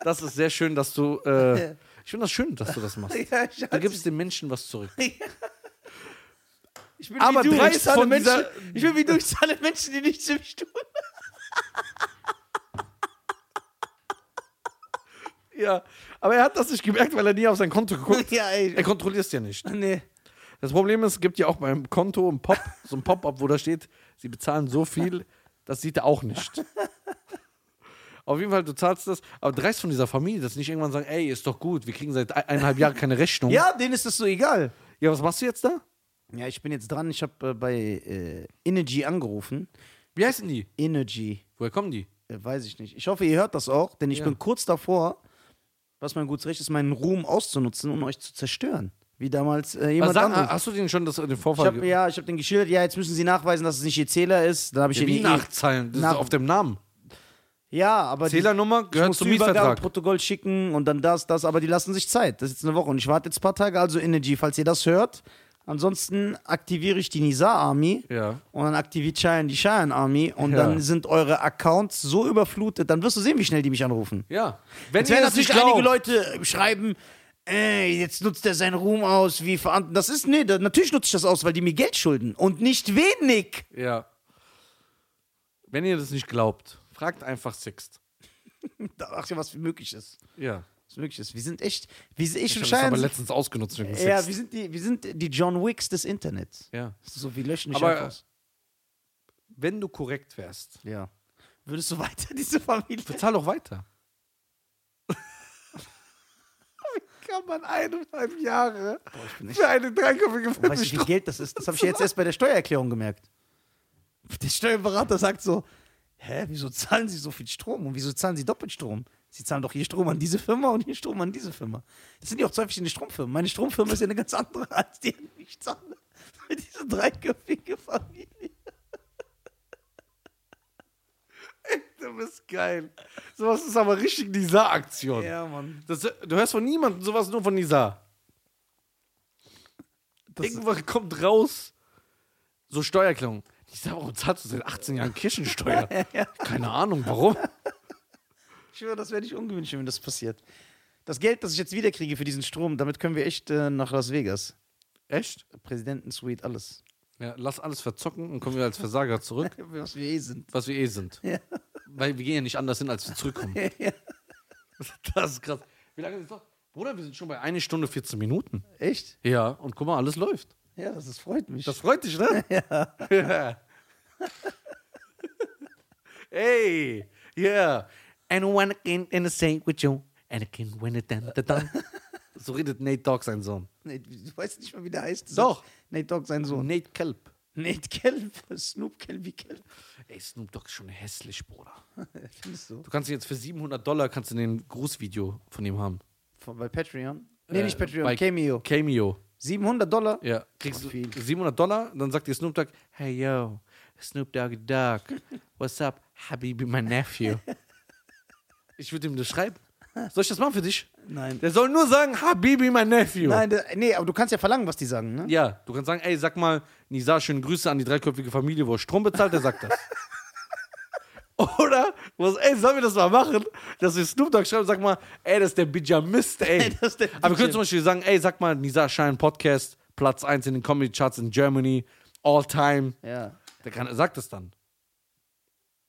S2: Das ist sehr schön, dass du. Äh, ich finde das schön, dass du das machst.
S1: ja, ich,
S2: Du gibst den Menschen was zurück.
S1: ich bin
S2: aber
S1: wie du,
S2: drei
S1: ich zahle
S2: von
S1: Menschen,
S2: dieser-
S1: ich bin wie du, ich zahle Menschen, die nichts für mich tun.
S2: Ja, aber er hat das nicht gemerkt, weil er nie auf sein Konto geguckt hat.
S1: Ja,
S2: Er
S1: ey.
S2: kontrolliert es ja nicht.
S1: Nee.
S2: Das Problem ist, es gibt ja auch beim Konto ein Pop, so ein Pop-up, wo da steht, sie bezahlen so viel, das sieht er auch nicht. Auf jeden Fall, du zahlst das, aber dreist von dieser Familie, dass sie nicht irgendwann sagen, ey, ist doch gut, wir kriegen seit ein- eineinhalb Jahren keine Rechnung.
S1: Ja, denen ist das so egal.
S2: ja, was machst du jetzt da?
S1: Ja, ich bin jetzt dran. Ich habe äh, bei äh, Energy angerufen.
S2: Wie heißen die?
S1: Energy,
S2: Woher kommen die?
S1: äh, weiß ich nicht. Ich hoffe, ihr hört das auch, denn ich
S2: Ja.
S1: bin kurz davor, was mein gutes Recht ist, meinen Ruhm auszunutzen und euch zu zerstören. Wie damals äh,
S2: Was
S1: jemand
S2: Ah, sag,
S1: anderes.
S2: hast du denen schon das, äh, den
S1: Ich
S2: Vorfall
S1: hab,
S2: ge-
S1: ja, ich habe den geschildert. Ja, jetzt müssen sie nachweisen, dass es nicht ihr Zähler ist. Dann habe ich ja,
S2: Wie nachzahlen? Das
S1: Nach-
S2: ist auf dem Namen. Also
S1: Ja, aber die-
S2: Zählernummer
S1: ich
S2: gehört
S1: muss
S2: zum Mietvertrag.
S1: Übergabeprotokoll schicken und dann das, das. Aber die lassen sich Zeit. Das ist jetzt eine Woche und ich warte jetzt ein paar Tage. Also Energy, falls ihr das hört. Ansonsten aktiviere ich die Nizar-Army.
S2: Ja.
S1: Und dann aktiviert Cheyenne die Cheyenne Army und
S2: Ja.
S1: dann sind eure Accounts so überflutet, dann wirst du sehen, wie schnell die mich anrufen.
S2: Ja. Wenn
S1: Jetzt
S2: ihr
S1: werden
S2: das nicht
S1: natürlich
S2: glaubt,
S1: einige Leute schreiben, äh, jetzt nutzt er seinen Ruhm aus, wie verant. Das ist, nee, da, natürlich nutze ich das aus, weil die mir Geld schulden. Und nicht wenig.
S2: Ja. Wenn ihr das nicht glaubt, fragt einfach Sixt.
S1: Da machst du was wie möglich ist.
S2: Ja.
S1: Was möglich ist. Wir sind echt, wir sind ich
S2: Ich
S1: und
S2: habe das aber
S1: Cheyenne.
S2: letztens ausgenutzt wegen
S1: Ja,
S2: Sixt.
S1: wir sind, die, wir sind die John Wicks des Internets.
S2: Ja.
S1: So, wir löschen nicht
S2: Aber-
S1: einfach aus.
S2: Wenn du korrekt wärst,
S1: Ja. Würdest du weiter diese Familie?
S2: bezahl doch weiter.
S1: Kann man
S2: Eineinhalb Jahre
S1: ich bin echt-
S2: für eine dreiköpfige
S1: Weißt du, wie viel Geld das ist? Das habe ich jetzt erst bei der Steuererklärung gemerkt. Der Steuerberater sagt so: Hä, wieso zahlen Sie so viel Strom und wieso zahlen Sie Doppelstrom? Sie zahlen doch hier Strom an diese Firma und hier Strom an diese Firma. Das sind ja auch zwei verschiedene Stromfirmen. Meine Stromfirma ist ja eine ganz andere als die, die ich zahle. Für diese dreiköpfige Familie.
S2: Du bist geil. Sowas ist aber richtig Nisa-Aktion.
S1: Mann.
S2: Das- Du hörst von niemandem sowas, nur von Nisa. Irgendwann kommt raus, so Steuererklärung. Nisa, warum zahlst du seit 18 Jahren Kirchensteuer? Keine Ahnung, warum?
S1: Ich schwöre, das wäre nicht ungewünscht, wenn das passiert. Das Geld, das ich jetzt wiederkriege für diesen Strom, damit können wir echt äh, nach Las Vegas.
S2: Echt?
S1: Präsidentensuite, alles.
S2: Ja, lass alles verzocken und kommen wir als Versager zurück,
S1: Was wir eh sind.
S2: was wir eh sind.
S1: Ja.
S2: Weil wir gehen ja nicht anders hin, als wir zurückkommen.
S1: ja.
S2: Das ist krass. Wie lange ist es noch? Bruder, wir sind schon bei 1 Stunde 14 Minuten.
S1: Echt?
S2: Ja, und guck mal, alles läuft.
S1: Ja, das ist, freut mich.
S2: Das freut dich, ne? Ja. hey, yeah. And when I can in the same with you, and I can win it then, the done. So redet Nate Dogg sein Sohn.
S1: Nate, du weißt nicht mal, wie der heißt.
S2: Doch.
S1: Nate Dogg, sein Sohn.
S2: Nate Kelp.
S1: Nate Kelp, Snoop Kelby Kelp.
S2: Ey, Snoop Dogg ist schon hässlich, Bruder.
S1: Findest du?
S2: Du kannst ihn jetzt für 700 Dollar kannst du den Grußvideo von ihm haben.
S1: Von, bei Patreon? Nee,
S2: Äh,
S1: nicht Patreon,
S2: bei-
S1: Cameo.
S2: Cameo.
S1: 700 Dollar?
S2: Ja, kriegst du
S1: Voll viel.
S2: 700 Dollar, dann sagt dir Snoop Dogg, hey yo, Snoop Doggy Dogg, what's up, Habibi, my nephew. Ich würde ihm das schreiben. Soll ich das machen für dich?
S1: Nein.
S2: Der soll nur sagen, Habibi, my nephew.
S1: Nein, der, nee, aber du kannst ja verlangen, was die sagen, ne?
S2: Ja, du kannst sagen, ey, sag mal, Nisa, schöne Grüße an die dreiköpfige Familie, wo er Strom bezahlt, der sagt das. Oder, was, ey, sollen wir das mal machen, dass wir Snoop Dogg schreiben, sag mal, ey, das ist der Bijamist, ey.
S1: Das ist der
S2: Aber wir können
S1: Bijam-
S2: zum Beispiel sagen, ey, sag mal, Nisa Schein Podcast, Platz 1 in den Comedy Charts in Germany, all time.
S1: Ja.
S2: Der kann, sagt es dann.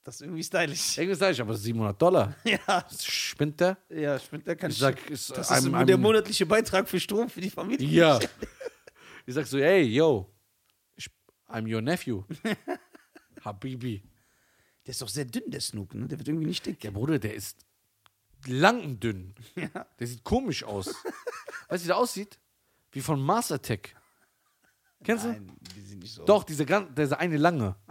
S1: Das ist irgendwie stylisch.
S2: Irgendwie sage ich, aber 700 Dollar.
S1: Ja,
S2: Spinnt der?
S1: ja, ich bin da kein
S2: Ich sag, ist
S1: Das ist
S2: einem-
S1: nur der
S2: einem-
S1: monatliche Beitrag für Strom für die Familie.
S2: Äh, Ja. Ich sag so, ey, yo, ich, I'm your nephew. Habibi.
S1: Der ist doch sehr dünn, der Snoop, ne? Der wird irgendwie nicht dick.
S2: Der Bruder, der ist lang und dünn.
S1: Ja.
S2: Der sieht komisch aus. weißt du, wie der aussieht? Wie von Mars Attack. Kennst du?
S1: Nein, die sind nicht so.
S2: Doch, diese, gan- diese eine lange.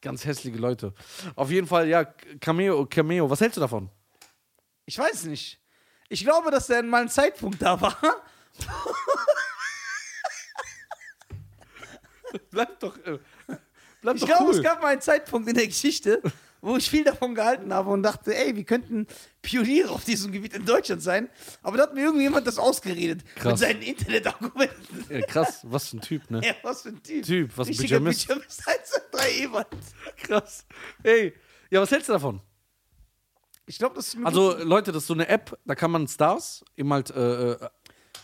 S2: Ganz hässliche Leute. Auf jeden Fall, ja, Cameo, Cameo. Was hältst du davon?
S1: Ich weiß nicht. Ich glaube, dass der mal ein Zeitpunkt da war.
S2: Bleib doch, äh, bleib
S1: Ich
S2: doch
S1: glaube,
S2: cool.
S1: es gab mal einen Zeitpunkt in der Geschichte, wo ich viel davon gehalten habe und dachte, ey, wir könnten Pioniere auf diesem Gebiet in Deutschland sein. Aber da hat mir irgendjemand das ausgeredet. Mit
S2: Krass.
S1: seinen Internetargumenten.
S2: ja, krass, was für ein Typ, ne?
S1: Ja, was für ein Typ.
S2: Typ, was ein
S1: Richtiger
S2: Pyjamist.
S1: Pyjamist 1, 2, 3 Ebert.
S2: Krass. Ey, ja, was hältst du davon?
S1: Ich glaube, das ist mir
S2: Also, Leute, das ist so eine App, da kann man Stars, eben halt äh, äh,
S1: gut.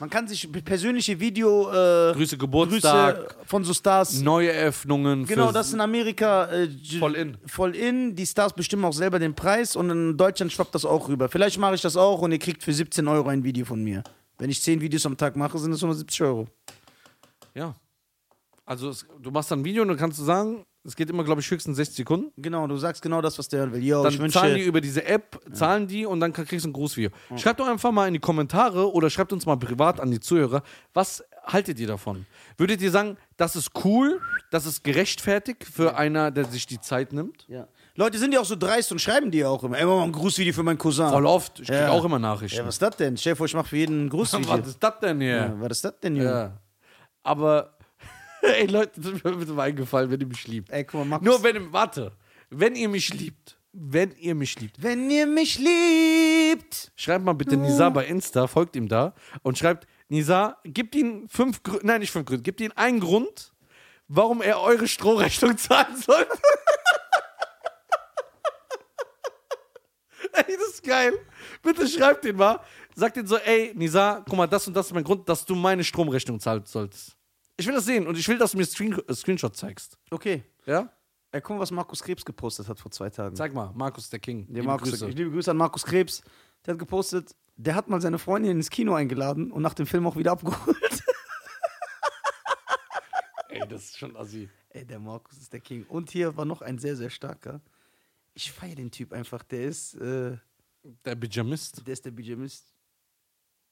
S1: man kann sich persönliche Video äh,
S2: Grüße,
S1: Grüße
S2: Geburtstag,
S1: von so Stars.
S2: neue Eröffnungen.
S1: Genau,
S2: für-
S1: das in Amerika äh, j-
S2: Voll in.
S1: voll in. Die Stars bestimmen auch selber den Preis und in Deutschland schwappt das auch rüber. Vielleicht mache ich das auch und ihr kriegt für 17 Euro ein Video von mir. Wenn ich 10 Videos am Tag mache, sind das 170 Euro.
S2: Ja. Also, es, du machst dann ein Video und dann kannst du sagen, es geht immer, glaube ich, höchstens 60 Sekunden.
S1: Genau, du sagst genau das, was der hören will. Yo, ich
S2: Dann zahlen die
S1: wünsche.
S2: über diese App, zahlen die und dann kriegst du ein Grußvideo. Schreibt doch einfach mal in die Kommentare oder schreibt uns mal privat an die Zuhörer, was haltet ihr davon? Würdet ihr sagen, das ist cool, das ist gerechtfertigt für einer, der sich die Zeit nimmt?
S1: Ja. Leute sind ja auch so dreist und schreiben dir auch immer. Ey, mach mal ein Grußvideo für meinen Cousin.
S2: Voll oft. Ich krieg
S1: Ja.
S2: auch immer Nachrichten.
S1: ja, was ist das denn? Stell dir vor, ich mache für jeden ein Grußvideo.
S2: was ist das denn hier?
S1: ja, was ist das denn, Junge?
S2: Ja. Aber, ey Leute, das ist mir bitte mal eingefallen, wenn ihr mich liebt.
S1: Ey, guck mal, Markus.
S2: Nur wenn, ihr- warte, wenn ihr mich liebt, wenn ihr mich liebt,
S1: Wenn ihr mich liebt.
S2: schreibt mal bitte Nisa bei Insta, folgt ihm da und schreibt, Nisa, gebt ihm fünf Gründe, nein, nicht fünf Gründe, gebt ihm einen Grund, warum er eure Strohrechnung zahlen soll. Ey, das ist geil. Bitte schreibt den mal. Sagt den so, ey, Nisa, guck mal, das und das ist mein Grund, dass du meine Stromrechnung zahlen solltest. Ich will das sehen und ich will, dass du mir Screen äh, Screenshot zeigst.
S1: Okay.
S2: Ja?
S1: Ey, guck mal, was Markus Krebs gepostet hat vor zwei Tagen.
S2: Sag mal, Markus der King.
S1: Der
S2: Liebe
S1: Markus,
S2: Grüße.
S1: Ich liebe Grüße an Markus Krebs. Der hat gepostet, der hat mal seine Freundin ins Kino eingeladen und nach dem Film auch wieder abgeholt.
S2: Ey, das ist schon assi.
S1: Ey, der Markus ist der King. Und hier war noch ein sehr, sehr starker. Ich feiere den Typ einfach. Der ist, äh,
S2: Der Pyjamist.
S1: der ist der Pyjamist.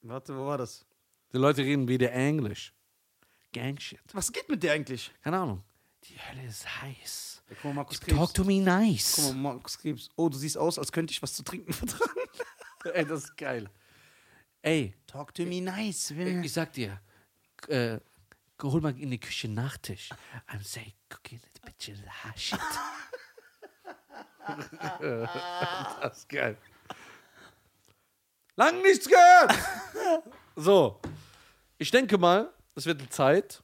S1: Warte, wo war das?
S2: Die Leute reden wieder Englisch. Gangshit.
S1: Was geht mit dir eigentlich?
S2: Keine Ahnung. Die Hölle ist heiß.
S1: Ey, guck mal, Markus
S2: Talk to me
S1: Guck
S2: nice.
S1: mal, Markus Krebs. Oh, du siehst aus, als könnte ich was zu trinken vertragen.
S2: Ey, das ist geil. Ey,
S1: Talk to me nice.
S2: ich ich sag dir, äh, hol mal in die Küche Nachtisch. I'm say cooking it, bitch, ah, shit. das ist geil. Lang nichts gehört! so, ich denke mal, es wird Zeit.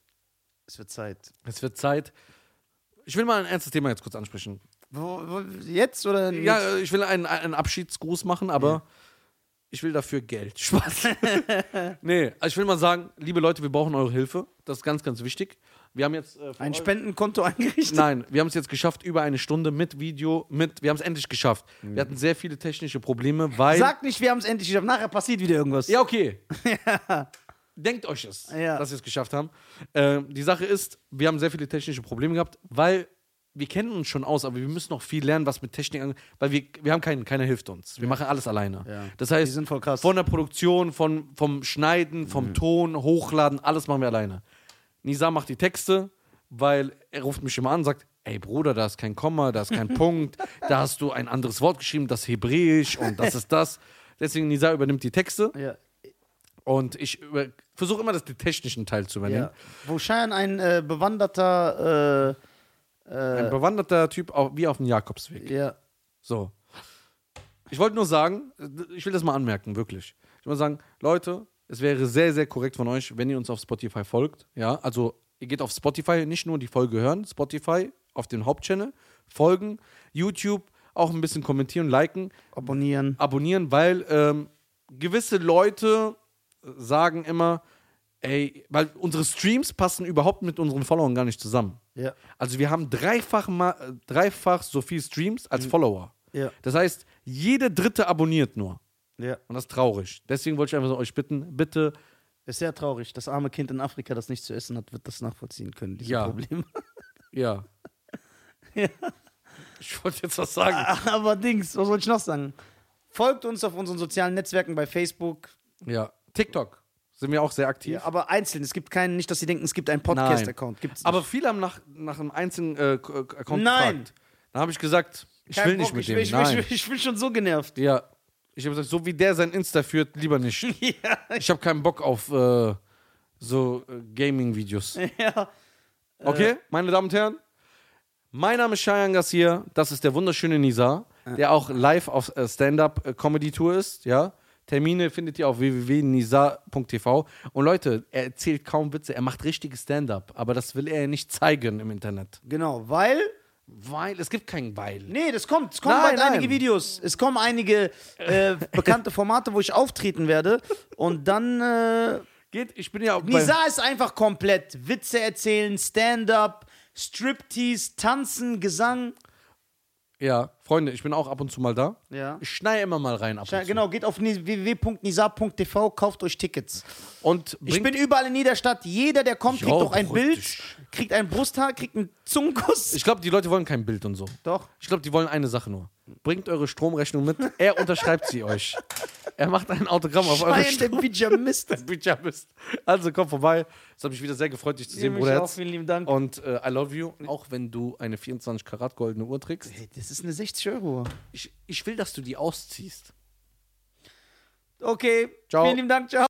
S1: Es wird Zeit.
S2: Es wird Zeit. Ich will mal ein ernstes Thema jetzt kurz ansprechen.
S1: Wo, wo, jetzt oder?
S2: Ja, äh, ich will einen, einen Abschiedsgruß machen, aber ich will dafür Geld. Spaß. nee, also ich will mal sagen, liebe Leute, wir brauchen eure Hilfe. Das ist ganz, ganz wichtig. Wir haben jetzt. Äh, für
S1: Ein
S2: eu-
S1: Spendenkonto eingerichtet.
S2: Nein, wir haben es jetzt geschafft, über eine Stunde mit Video, mit. Wir haben es endlich geschafft. Wir hatten sehr viele technische Probleme, weil.
S1: Sag nicht, wir haben es endlich geschafft. Nachher passiert wieder irgendwas.
S2: Ja, okay. Denkt euch es,
S1: Ja.
S2: dass wir es geschafft haben. Ähm, die Sache ist, wir haben sehr viele technische Probleme gehabt, weil wir kennen uns schon aus, aber wir müssen noch viel lernen, was mit Technik angeht, weil wir, wir haben keinen, keiner hilft uns. Wir machen alles alleine.
S1: Ja.
S2: Das
S1: Die
S2: heißt,
S1: sind voll krass. Mhm.
S2: von der Produktion, von, vom Schneiden, vom Ton, Hochladen, alles machen wir alleine. Nisa macht die Texte, weil er ruft mich immer an und sagt, ey Bruder, da ist kein Komma, da ist kein Punkt, da hast du ein anderes Wort geschrieben, das ist hebräisch und das ist das. Deswegen Nisa übernimmt die Texte
S1: Ja,
S2: und ich über- versuche immer, das den technischen Teil zu übernehmen.
S1: ja. Wo Cheyenne ein äh, bewanderter,
S2: Ein bewanderter Typ, au- wie auf dem Jakobsweg.
S1: äh, ja,
S2: So. Ich wollte nur sagen, ich will das mal anmerken, wirklich. Ich will mal sagen, Leute, es wäre sehr, sehr korrekt von euch, wenn ihr uns auf Spotify folgt. Ja, also ihr geht auf Spotify, nicht nur die Folge hören, Spotify auf den Hauptchannel, folgen, YouTube, auch ein bisschen kommentieren, liken. Ah.
S1: abonnieren.
S2: abonnieren, weil ähm, gewisse Leute sagen immer, Ey, weil unsere Streams passen überhaupt mit unseren Followern gar nicht zusammen.
S1: Ja.
S2: Also wir haben dreifach, ma äh, dreifach so viel Streams als Follower.
S1: Mhm. Ja.
S2: Das heißt, jede dritte abonniert nur.
S1: Ja.
S2: Und das ist traurig. Deswegen wollte ich einfach so euch bitten, bitte.
S1: Ist sehr traurig. Das arme Kind in Afrika, das nichts zu essen hat, wird das nachvollziehen können, diese
S2: Ja.
S1: Probleme.
S2: Ja.
S1: Ja.
S2: Ich wollte jetzt was sagen.
S1: Aber Dings, was soll ich noch sagen? Folgt uns auf unseren sozialen Netzwerken bei Facebook.
S2: Ja. TikTok sind wir auch sehr aktiv.
S1: Aber einzeln, es gibt keinen, nicht, dass sie denken, es gibt einen
S2: Nein.
S1: Podcast-Account. Gibt's nicht.
S2: Aber viele haben nach, nach einem einzelnen äh, K- äh, Account
S1: Nein.
S2: gefragt. Dann habe ich gesagt, ich
S1: Kein
S2: will nicht
S1: Bock,
S2: mit
S1: ich,
S2: dem.
S1: Ich,
S2: Nein.
S1: Ich, ich, ich bin schon so genervt.
S2: Ja. Ich habe gesagt, so wie der sein Insta führt, lieber nicht.
S1: ja,
S2: Ich habe keinen Bock auf äh, so äh, Gaming-Videos.
S1: ja.
S2: Okay, meine Damen und Herren. Mein Name ist Cheyenne Garcia. Das ist der wunderschöne Nizar, der auch live auf äh, Stand-Up-Comedy-Tour ist. Ja. Termine findet ihr auf www.nizar.tv. Und Leute, er erzählt kaum Witze. Er macht richtiges Stand-Up. Aber das will er nicht zeigen im Internet.
S1: Genau, weil.
S2: Weil, es gibt kein Weil.
S1: Nee, das kommt. Es kommen
S2: Nein,
S1: bald
S2: nein.
S1: einige Videos. Es kommen einige äh, bekannte Formate, wo ich auftreten werde. Und dann. Äh,
S2: Geht, ich bin ja auch bei,
S1: Nisa ist einfach komplett. Witze erzählen, Stand-up, Striptease, Tanzen, Gesang.
S2: Ja, Freunde, ich bin auch ab und zu mal da.
S1: Ja.
S2: Ich schneide immer mal rein ab und zu.
S1: Genau, geht auf ni- www.nisa.tv, kauft euch Tickets.
S2: Und
S1: Ich bin
S2: bringt,
S1: überall in Niederstadt. Jeder, der kommt,
S2: Ich
S1: kriegt
S2: auch,
S1: doch ein Bild,
S2: richtig.
S1: kriegt ein Brusthaar, kriegt einen Zungenkuss.
S2: ich glaube, die Leute wollen kein Bild und so.
S1: doch.
S2: Ich glaube, die wollen eine Sache nur. Bringt eure Stromrechnung mit. Er unterschreibt sie euch. Er macht ein Autogramm auf eure
S1: Schreien der Pyjamist.
S2: Stromrechnung. Also komm vorbei. Es hat mich wieder sehr gefreut, dich zu sehen, Bruder. Herz.
S1: vielen lieben Dank.
S2: Und äh, I love you. Auch wenn du eine 24 Karat goldene Uhr trägst.
S1: Hey, das ist eine 60 Euro.
S2: Ich, ich will, dass du die ausziehst.
S1: Okay,
S2: Ciao.
S1: vielen lieben Dank, ciao.